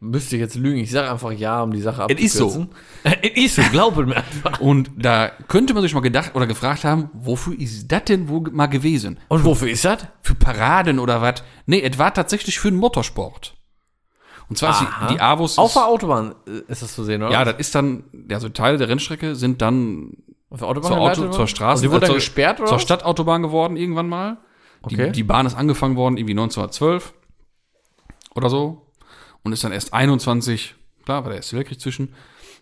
[SPEAKER 1] Müsste ich jetzt lügen. Ich sage einfach ja, um die Sache
[SPEAKER 2] Es ist so.
[SPEAKER 1] abzukürzen. Es ist so, glaubet mir einfach.
[SPEAKER 2] Und da könnte man sich mal gedacht oder gefragt haben, wofür ist das denn wohl mal gewesen?
[SPEAKER 1] Und wofür ist das?
[SPEAKER 2] Für Paraden oder was? Nee, es war tatsächlich für den Motorsport. Und zwar
[SPEAKER 1] Aha.
[SPEAKER 2] ist die, die Avus. ist-
[SPEAKER 1] Auf der Autobahn äh, ist das zu sehen, oder?
[SPEAKER 2] ja, das ist dann, ja, so Teile der Rennstrecke sind dann
[SPEAKER 1] Auf der Autobahn
[SPEAKER 2] zur,
[SPEAKER 1] geleitet
[SPEAKER 2] Auto,
[SPEAKER 1] worden?
[SPEAKER 2] zur Straße,
[SPEAKER 1] Und die wurde
[SPEAKER 2] äh,
[SPEAKER 1] dann
[SPEAKER 2] zur,
[SPEAKER 1] gesperrt, oder?
[SPEAKER 2] Zur
[SPEAKER 1] was?
[SPEAKER 2] Stadtautobahn geworden irgendwann mal.
[SPEAKER 1] Okay.
[SPEAKER 2] Die, die Bahn ist angefangen worden, irgendwie 1912 oder so. Und ist dann erst 21, klar, war der Erste Weltkrieg zwischen,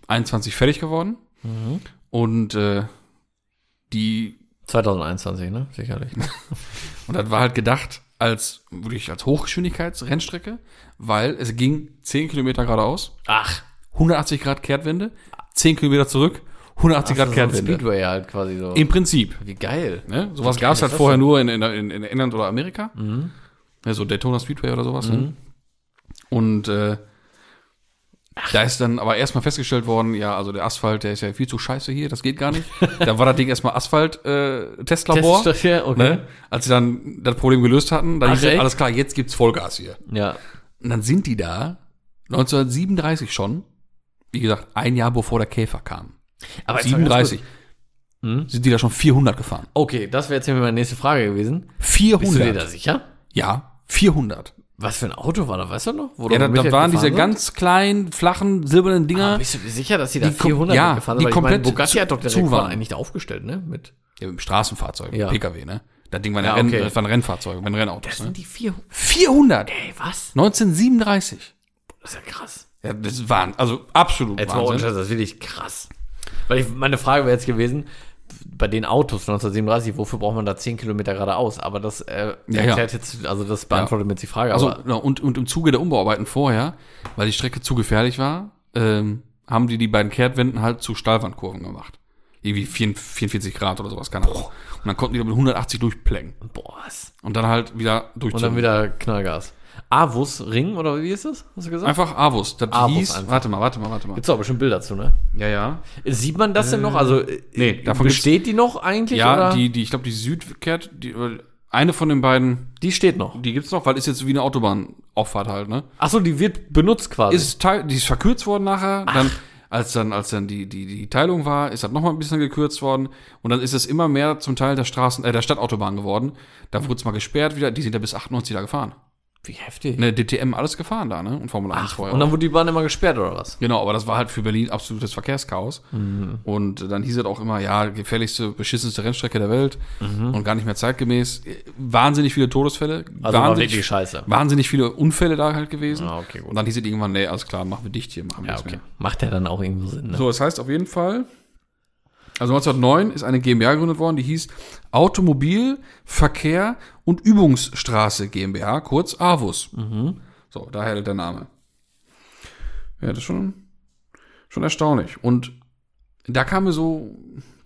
[SPEAKER 2] 21 fertig geworden.
[SPEAKER 1] Mhm.
[SPEAKER 2] Und äh, die,
[SPEAKER 1] 2021, ne? Sicherlich.
[SPEAKER 2] und das war halt gedacht als, wirklich als Hochgeschwindigkeitsrennstrecke, weil es ging 10 Kilometer geradeaus,
[SPEAKER 1] Ach,
[SPEAKER 2] 180 Grad Kehrtwende, 10 Kilometer zurück,
[SPEAKER 1] das
[SPEAKER 2] 180 Grad
[SPEAKER 1] ist so ein
[SPEAKER 2] Kehrtwende.
[SPEAKER 1] Speedway halt quasi so.
[SPEAKER 2] Im Prinzip.
[SPEAKER 1] Wie geil.
[SPEAKER 2] Ne? Sowas gab es
[SPEAKER 1] geil ist
[SPEAKER 2] halt
[SPEAKER 1] das Mhm.
[SPEAKER 2] vorher nur in, in, in, in England oder Amerika. Ja, so Daytona Speedway oder sowas. Ne? Und äh, da ist dann aber erstmal festgestellt worden, ja, also der Asphalt, der ist ja viel zu scheiße hier, das geht gar nicht. da war das Ding erstmal Asphalt-Testlabor.
[SPEAKER 1] Test- ja, okay.
[SPEAKER 2] ne? Als sie dann das Problem gelöst hatten, dann
[SPEAKER 1] Ach,
[SPEAKER 2] hieß es,
[SPEAKER 1] echt?
[SPEAKER 2] alles klar, jetzt gibt's Vollgas hier.
[SPEAKER 1] Ja.
[SPEAKER 2] Und dann sind die da, 1937 schon, wie gesagt, ein Jahr bevor der Käfer kam.
[SPEAKER 1] Aber jetzt mal ganz kurz. Hm?
[SPEAKER 2] 37. Sind die da schon 400 gefahren?
[SPEAKER 1] Okay, das wäre jetzt nämlich meine nächste Frage gewesen. Bist du dir
[SPEAKER 2] 400.
[SPEAKER 1] da sicher?
[SPEAKER 2] Ja, 400.
[SPEAKER 1] Was für ein Auto war das? Weißt du noch? Wo
[SPEAKER 2] Ja, da,
[SPEAKER 1] mit
[SPEAKER 2] da
[SPEAKER 1] halt gefahren
[SPEAKER 2] waren diese
[SPEAKER 1] sind?
[SPEAKER 2] ganz kleinen, flachen, silbernen
[SPEAKER 1] Ah,
[SPEAKER 2] Dinger.
[SPEAKER 1] bist du dir sicher, dass die da
[SPEAKER 2] Die kom-
[SPEAKER 1] 400
[SPEAKER 2] ja,
[SPEAKER 1] gefahren
[SPEAKER 2] die
[SPEAKER 1] sind? Weil ich meine,
[SPEAKER 2] komplett
[SPEAKER 1] Bugatti
[SPEAKER 2] zu-
[SPEAKER 1] hat doch direkt
[SPEAKER 2] zu waren.
[SPEAKER 1] vorne eigentlich da aufgestellt, ne? Mit.
[SPEAKER 2] ja, mit dem Straßenfahrzeug,
[SPEAKER 1] Ja.
[SPEAKER 2] PKW, ne? Das Ding war ein,
[SPEAKER 1] Ja,
[SPEAKER 2] Renn,
[SPEAKER 1] okay.
[SPEAKER 2] das war ein Rennfahrzeug, ein Rennauto.
[SPEAKER 1] Das
[SPEAKER 2] Ne?
[SPEAKER 1] sind die 400.
[SPEAKER 2] 400!
[SPEAKER 1] Ey, was?
[SPEAKER 2] 1937.
[SPEAKER 1] Das ist ja krass.
[SPEAKER 2] Ja, das waren, also absolut
[SPEAKER 1] Jetzt mal ohne Scheiß, das ist wirklich krass. Weil ich, meine Frage wäre jetzt gewesen, bei den Autos 1937, wofür braucht man da 10 Kilometer geradeaus? Aber das äh,
[SPEAKER 2] Ja, ja.
[SPEAKER 1] erklärt jetzt, also das beantwortet mir jetzt die Frage.
[SPEAKER 2] Also,
[SPEAKER 1] aber
[SPEAKER 2] na, und, und im Zuge der Umbauarbeiten vorher, weil die Strecke zu gefährlich war, ähm, haben die die beiden Kehrtwenden halt zu Stahlwandkurven gemacht. Irgendwie 44 Grad oder sowas, keine Ahnung. Und dann konnten die da mit 180 durchplängen.
[SPEAKER 1] boah, was?
[SPEAKER 2] Und dann halt wieder
[SPEAKER 1] Und dann
[SPEAKER 2] durchziehen.
[SPEAKER 1] wieder Knallgas. Avus Ring oder wie ist das? Hast du gesagt?
[SPEAKER 2] Einfach Avus. Das
[SPEAKER 1] Avus
[SPEAKER 2] hieß.
[SPEAKER 1] einfach.
[SPEAKER 2] Warte mal, warte mal, warte mal.
[SPEAKER 1] Gibt's doch bestimmt Bilder zu, ne?
[SPEAKER 2] Ja, ja.
[SPEAKER 1] Sieht man das denn noch? Also äh,
[SPEAKER 2] nee, davon gibt's-
[SPEAKER 1] besteht die noch eigentlich?
[SPEAKER 2] Ja,
[SPEAKER 1] oder?
[SPEAKER 2] die, die, ich glaube, die Südkehrt, die, äh, eine von den beiden,
[SPEAKER 1] die steht noch.
[SPEAKER 2] die gibt's noch, weil ist jetzt wie eine Autobahnauffahrt halt, ne?
[SPEAKER 1] Achso, die wird benutzt quasi.
[SPEAKER 2] Ist teil, die ist verkürzt worden nachher, dann, als dann, als dann die, die, die Teilung war, ist das nochmal ein bisschen gekürzt worden und dann ist es immer mehr zum Teil der Straßen, äh, der Stadtautobahn geworden. Da
[SPEAKER 1] Mhm.
[SPEAKER 2] wurde's mal gesperrt wieder, die sind ja bis 98 da gefahren.
[SPEAKER 1] Wie heftig.
[SPEAKER 2] Ne, DTM alles gefahren da, ne? Und Formel 1 vorher.
[SPEAKER 1] Und dann wurde die Bahn immer gesperrt oder was?
[SPEAKER 2] Genau, aber das war halt für Berlin absolutes Verkehrschaos.
[SPEAKER 1] Mhm.
[SPEAKER 2] Und dann hieß es auch immer, ja, gefährlichste, beschissenste Rennstrecke der Welt
[SPEAKER 1] Mhm.
[SPEAKER 2] und gar nicht mehr zeitgemäß. Wahnsinnig viele Todesfälle.
[SPEAKER 1] Also war wirklich scheiße.
[SPEAKER 2] Wahnsinnig viele Unfälle da halt gewesen.
[SPEAKER 1] Ah, okay, gut.
[SPEAKER 2] Und dann hieß es irgendwann, nee, alles klar, machen wir dicht hier, machen wir
[SPEAKER 1] Ja,
[SPEAKER 2] nichts
[SPEAKER 1] okay.
[SPEAKER 2] mehr.
[SPEAKER 1] Macht ja dann auch irgendwo Sinn, ne?
[SPEAKER 2] So, das heißt auf jeden Fall, also 1909 ist eine GmbH gegründet worden, die hieß Automobil, Verkehr und Übungsstraße GmbH, kurz AWUS.
[SPEAKER 1] Mhm.
[SPEAKER 2] So, daher der Name. Ja, das ist schon, schon erstaunlich. Und da kam mir so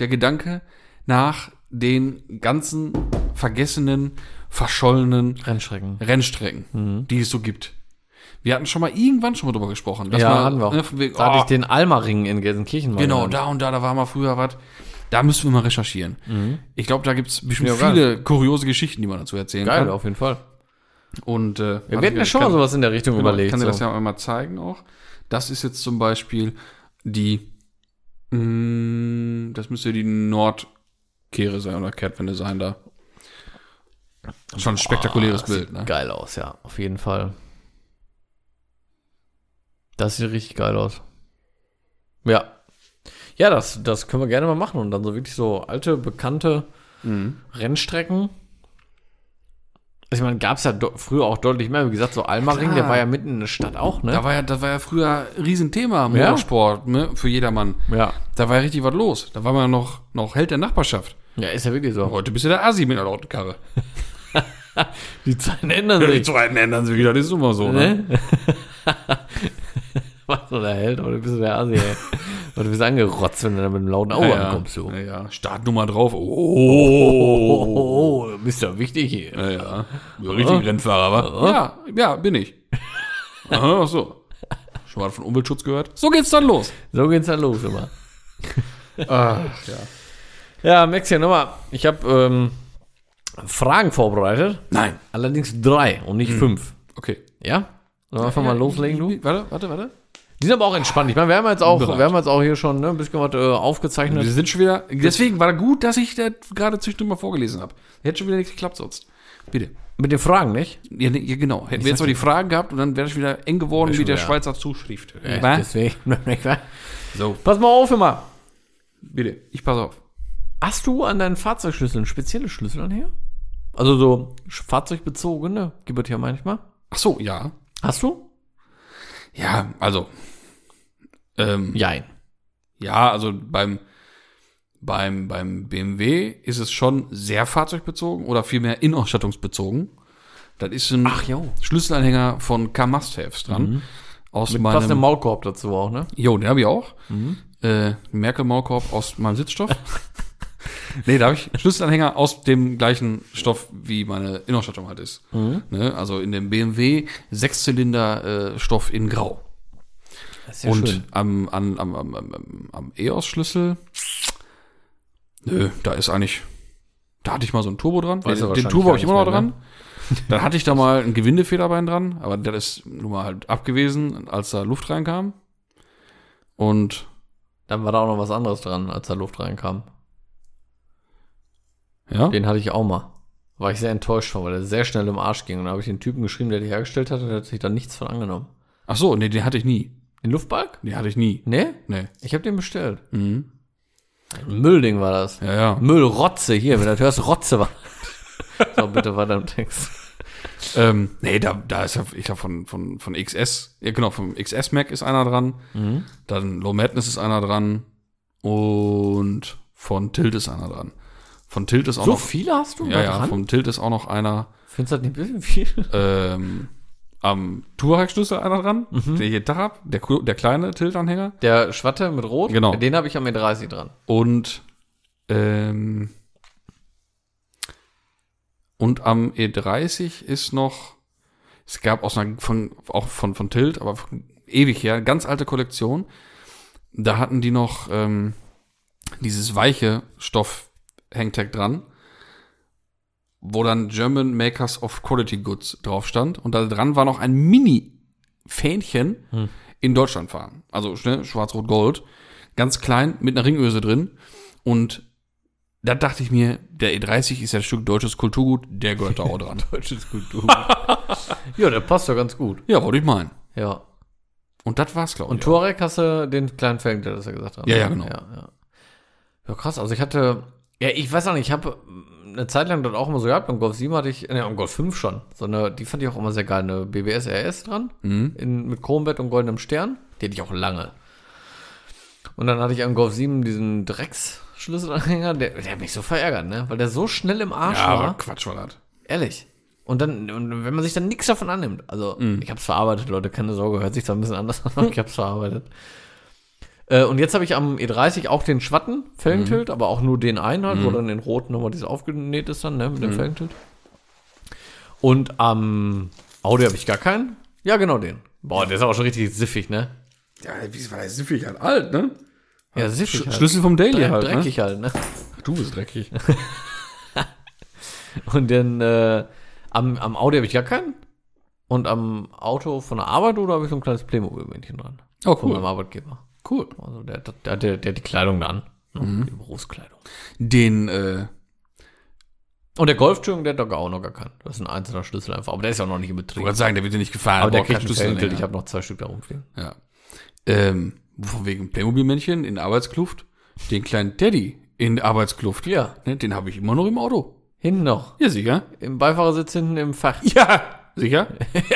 [SPEAKER 2] der Gedanke nach den ganzen vergessenen, verschollenen
[SPEAKER 1] Rennstrecken.
[SPEAKER 2] Rennstrecken,
[SPEAKER 1] Mhm.
[SPEAKER 2] die es so gibt. Wir hatten schon mal irgendwann schon mal drüber gesprochen. dass
[SPEAKER 1] Ja,
[SPEAKER 2] man-
[SPEAKER 1] hatten wir auch.
[SPEAKER 2] ne, von wegen,
[SPEAKER 1] Da hatte
[SPEAKER 2] oh,
[SPEAKER 1] ich den Almaring in Gelsenkirchen mal
[SPEAKER 2] Genau,
[SPEAKER 1] genannt.
[SPEAKER 2] da und da, da war mal früher was. Da müssen wir mal recherchieren. Ich glaube, da gibt es bestimmt
[SPEAKER 1] Mhm. Ja, geil.
[SPEAKER 2] viele kuriose Geschichten, die man dazu erzählen
[SPEAKER 1] Geil,
[SPEAKER 2] kann.
[SPEAKER 1] auf jeden Fall.
[SPEAKER 2] Und, äh,
[SPEAKER 1] Wir hatten ja schon mal
[SPEAKER 2] kann,
[SPEAKER 1] sowas in der Richtung
[SPEAKER 2] genau, Ich
[SPEAKER 1] überlegt.
[SPEAKER 2] kann dir
[SPEAKER 1] so.
[SPEAKER 2] das ja mal zeigen auch. Das ist jetzt zum Beispiel die, mh, das müsste die Nordkehre sein oder Kehrtwende sein da. Schon ein spektakuläres
[SPEAKER 1] Ah, das
[SPEAKER 2] Bild,
[SPEAKER 1] sieht
[SPEAKER 2] ne?
[SPEAKER 1] Geil aus, ja, auf jeden Fall. Das sieht richtig geil aus. Ja. Ja, das, das können wir gerne mal machen. Und dann so wirklich so alte, bekannte
[SPEAKER 2] Mhm.
[SPEAKER 1] Rennstrecken. Also ich meine, gab es ja do- früher auch deutlich mehr. Wie gesagt, so Almaring,
[SPEAKER 2] Klar.
[SPEAKER 1] der war ja mitten in der Stadt auch, ne?
[SPEAKER 2] Da war ja, das war ja früher ein Riesenthema, Motorsport, ne? Für jedermann.
[SPEAKER 1] ja.
[SPEAKER 2] Da war ja richtig was los. Da war man noch, noch Held der Nachbarschaft.
[SPEAKER 1] ja, ist ja wirklich so.
[SPEAKER 2] Heute bist du der Asi mit einer lauten Karre.
[SPEAKER 1] Die Zeiten ändern
[SPEAKER 2] Die
[SPEAKER 1] sich.
[SPEAKER 2] zweiten ändern sich wieder, das ist immer so, ne?
[SPEAKER 1] Ne? Was so der Held, oder bist du der Asi, ey? Oder bist du angerotzt, wenn du da mit einem lauten Auge
[SPEAKER 2] Ja,
[SPEAKER 1] ankommst, du?
[SPEAKER 2] Ja, ja. Startnummer drauf. Oh.
[SPEAKER 1] Oh, oh, oh, bist ja wichtig hier.
[SPEAKER 2] Ja, ja. Ja, Richtig Rennfahrer, wa? Ja, ja, bin ich. Aha, ach so. Schon mal von Umweltschutz gehört? So geht's dann los.
[SPEAKER 1] So geht's dann los immer.
[SPEAKER 2] Ach, Ah, ja.
[SPEAKER 1] Ja, Maxi, nochmal. Ich habe ähm, Fragen vorbereitet.
[SPEAKER 2] Nein.
[SPEAKER 1] Allerdings drei und nicht fünf.
[SPEAKER 2] Okay.
[SPEAKER 1] Ja? Sollen wir einfach mal loslegen, du?
[SPEAKER 2] Warte, warte, warte.
[SPEAKER 1] Die sind aber auch entspannt. Ich meine, wir haben jetzt auch, wir haben jetzt auch hier schon ne, ein bisschen was äh,
[SPEAKER 2] Wir
[SPEAKER 1] aufgezeichnet.
[SPEAKER 2] sind schon wieder. Deswegen war gut, dass ich das gerade zwischendurch mal vorgelesen habe. Hätte schon wieder nichts geklappt sonst. Bitte.
[SPEAKER 1] Mit den Fragen, nicht?
[SPEAKER 2] Ja, nee, ja genau. Hätten wir jetzt mal die Fragen gehabt und dann wäre ich wieder eng geworden wie
[SPEAKER 1] schon
[SPEAKER 2] der
[SPEAKER 1] wieder-
[SPEAKER 2] Schweizer Zuschrift.
[SPEAKER 1] Ja,
[SPEAKER 2] Wa?
[SPEAKER 1] deswegen.
[SPEAKER 2] so,
[SPEAKER 1] Pass mal auf immer.
[SPEAKER 2] bitte. Ich pass auf.
[SPEAKER 1] Hast du an deinen Fahrzeugschlüsseln spezielle Schlüssel anher? Also so sch- fahrzeugbezogene gibt es ja manchmal.
[SPEAKER 2] Ach so, ja.
[SPEAKER 1] Hast du?
[SPEAKER 2] Ja, also. Ähm,
[SPEAKER 1] Jein.
[SPEAKER 2] ja, also beim, beim, beim BMW ist es schon sehr fahrzeugbezogen oder vielmehr inausstattungsbezogen. Das ist ein
[SPEAKER 1] Ach jo.
[SPEAKER 2] Schlüsselanhänger von Car Must-Haves dran. Aus
[SPEAKER 1] Mit
[SPEAKER 2] meinem.
[SPEAKER 1] passendem Maulkorb dazu auch, ne?
[SPEAKER 2] Jo, den habe ich auch. Äh, Merkel-Maulkorb aus meinem Sitzstoff. nee, da habe ich Schlüsselanhänger aus dem gleichen Stoff, wie meine Innenausstattung halt ist. Ne? Also in dem BMW Sechszylinder-Stoff äh, in Grau.
[SPEAKER 1] Das ist ja
[SPEAKER 2] Und am, an, am, am, am, am, am EOS-Schlüssel, nö, da ist eigentlich, da hatte ich mal so einen Turbo dran.
[SPEAKER 1] Weiß er
[SPEAKER 2] Den, den
[SPEAKER 1] wahrscheinlich
[SPEAKER 2] Turbo habe ich
[SPEAKER 1] gar
[SPEAKER 2] immer noch
[SPEAKER 1] nicht
[SPEAKER 2] dran.
[SPEAKER 1] mehr, ne?
[SPEAKER 2] Dann hatte ich da mal ein Gewindefederbein dran, aber der ist nun mal halt ab gewesen, als da Luft reinkam. Und
[SPEAKER 1] Dann war da auch noch was anderes dran, als da Luft reinkam.
[SPEAKER 2] ja,
[SPEAKER 1] Den hatte ich auch mal. War ich sehr enttäuscht von, weil der sehr schnell im Arsch ging. Und da habe ich den Typen geschrieben, der die hergestellt hat, und der hat sich da nichts von angenommen.
[SPEAKER 2] ach so, nee, den hatte ich nie.
[SPEAKER 1] Den Luftbalg?
[SPEAKER 2] Den hatte ich nie.
[SPEAKER 1] Nee?
[SPEAKER 2] Nee.
[SPEAKER 1] Ich habe den bestellt.
[SPEAKER 2] Mhm.
[SPEAKER 1] Ein Müllding war das.
[SPEAKER 2] Ja, ja.
[SPEAKER 1] Müllrotze, hier, wenn du das hörst, Rotze war. so, bitte weiter im Text.
[SPEAKER 2] Ähm, nee, da, da ist ja, ich glaube, von, von, von XS, ja genau, vom XS Mac ist einer dran,
[SPEAKER 1] Mhm.
[SPEAKER 2] dann Low Madness ist einer dran und von Tilt ist einer dran. Von Tilt ist auch
[SPEAKER 1] So
[SPEAKER 2] noch,
[SPEAKER 1] viele hast du
[SPEAKER 2] ja, ja, vom Tilt ist auch noch einer,
[SPEAKER 1] Findest du das nicht ein bisschen viel?
[SPEAKER 2] ähm, am Touareg-Schlüssel einer dran,
[SPEAKER 1] Mhm.
[SPEAKER 2] der jeden Tag ab, der, Ku- der kleine Tilt-Anhänger
[SPEAKER 1] Der Schwatte mit Rot,
[SPEAKER 2] Genau.
[SPEAKER 1] den habe ich am E30 dran.
[SPEAKER 2] und, ähm, und am E30 ist E noch, Es gab aus einer, von, auch von, von Tilt, aber von ewig her, ganz alte Kollektion. Da hatten die noch ähm, dieses weiche Stoff Hangtag dran, wo dann German Makers of Quality Goods drauf stand. Und da dran war noch ein Mini-Fähnchen in Deutschland fahren. Also ne, schwarz-rot-gold. Ganz klein, mit einer Ringöse drin. Und da dachte ich mir, der E30 ist ja ein Stück deutsches Kulturgut, der gehört da auch dran.
[SPEAKER 1] Deutsches Kultur. ja, der passt doch ganz gut.
[SPEAKER 2] ja, wollte ich meinen.
[SPEAKER 1] Ja.
[SPEAKER 2] Und das war's, glaube ich.
[SPEAKER 1] Und Touareg hast du den kleinen Fan, der das ja gesagt hat. ne?
[SPEAKER 2] Ja, ja, genau.
[SPEAKER 1] Ja, ja. ja krass. Also ich hatte, ja, ich weiß auch nicht, ich habe eine Zeit lang dort auch immer so gehabt. Beim Golf 7 hatte ich, ne, am Golf 5 schon. So eine, die fand ich auch immer sehr geil. Eine BBS RS dran.
[SPEAKER 2] Mhm.
[SPEAKER 1] In, mit Chrombett und goldenem Stern. Die hatte ich auch lange. Und dann hatte ich am Golf 7 diesen Drecksschlüsselanhänger. Der, der hat mich so verärgert, ne? Weil der so schnell im Arsch
[SPEAKER 2] ja,
[SPEAKER 1] war.
[SPEAKER 2] aber Quatsch war das.
[SPEAKER 1] Ehrlich. Und dann, und wenn man sich dann nichts davon annimmt, also ich hab's verarbeitet, Leute, keine Sorge, hört sich zwar ein bisschen anders an, aber ich hab's verarbeitet. Äh, und jetzt habe ich am E30 auch den Schwatten Felgentilt, aber auch nur den einen halt, wo dann in Rot nochmal dieses aufgenäht ist dann, ne, mit dem Felgentilt. Und am Audi habe ich gar keinen. Ja, genau den. Boah, der ist aber schon richtig siffig, ne?
[SPEAKER 2] Ja, wie war der Siffig halt alt, ne?
[SPEAKER 1] Ja, siffig. halt.
[SPEAKER 2] Schlüssel vom Daily
[SPEAKER 1] Dre-
[SPEAKER 2] halt,
[SPEAKER 1] dreckig halt, ne?
[SPEAKER 2] ne? Du bist dreckig.
[SPEAKER 1] Und dann äh, am, am Audi habe ich gar keinen. Und am Auto von der Arbeit oder habe ich so ein kleines Playmobil-Männchen dran.
[SPEAKER 2] Oh,
[SPEAKER 1] Von meinem
[SPEAKER 2] cool.
[SPEAKER 1] Arbeitgeber.
[SPEAKER 2] Cool.
[SPEAKER 1] Also der, der, der, der, der hat die Kleidung da an. ne?
[SPEAKER 2] Mhm.
[SPEAKER 1] Die Berufskleidung.
[SPEAKER 2] Den, äh,
[SPEAKER 1] Und der Golftürm, der hat doch auch noch gar keinen. Das ist ein einzelner Schlüssel einfach. Aber der ist ja auch noch nicht in
[SPEAKER 2] ich
[SPEAKER 1] Betrieb.
[SPEAKER 2] wollte sagen, der wird dir nicht gefahren.
[SPEAKER 1] aber der
[SPEAKER 2] braucht keinen
[SPEAKER 1] kriegt einen
[SPEAKER 2] Schlüssel
[SPEAKER 1] Felgentilt. Ich
[SPEAKER 2] länger.
[SPEAKER 1] habe noch zwei Stück da rumfliegen.
[SPEAKER 2] Ja. Ähm, von wegen Playmobil-Männchen in der Arbeitskluft. Den kleinen Daddy in der Arbeitskluft.
[SPEAKER 1] Ja.
[SPEAKER 2] Ne, den habe ich immer noch im Auto.
[SPEAKER 1] Hinten noch.
[SPEAKER 2] Ja, sicher.
[SPEAKER 1] Im Beifahrersitz hinten im Fach.
[SPEAKER 2] Ja. Sicher?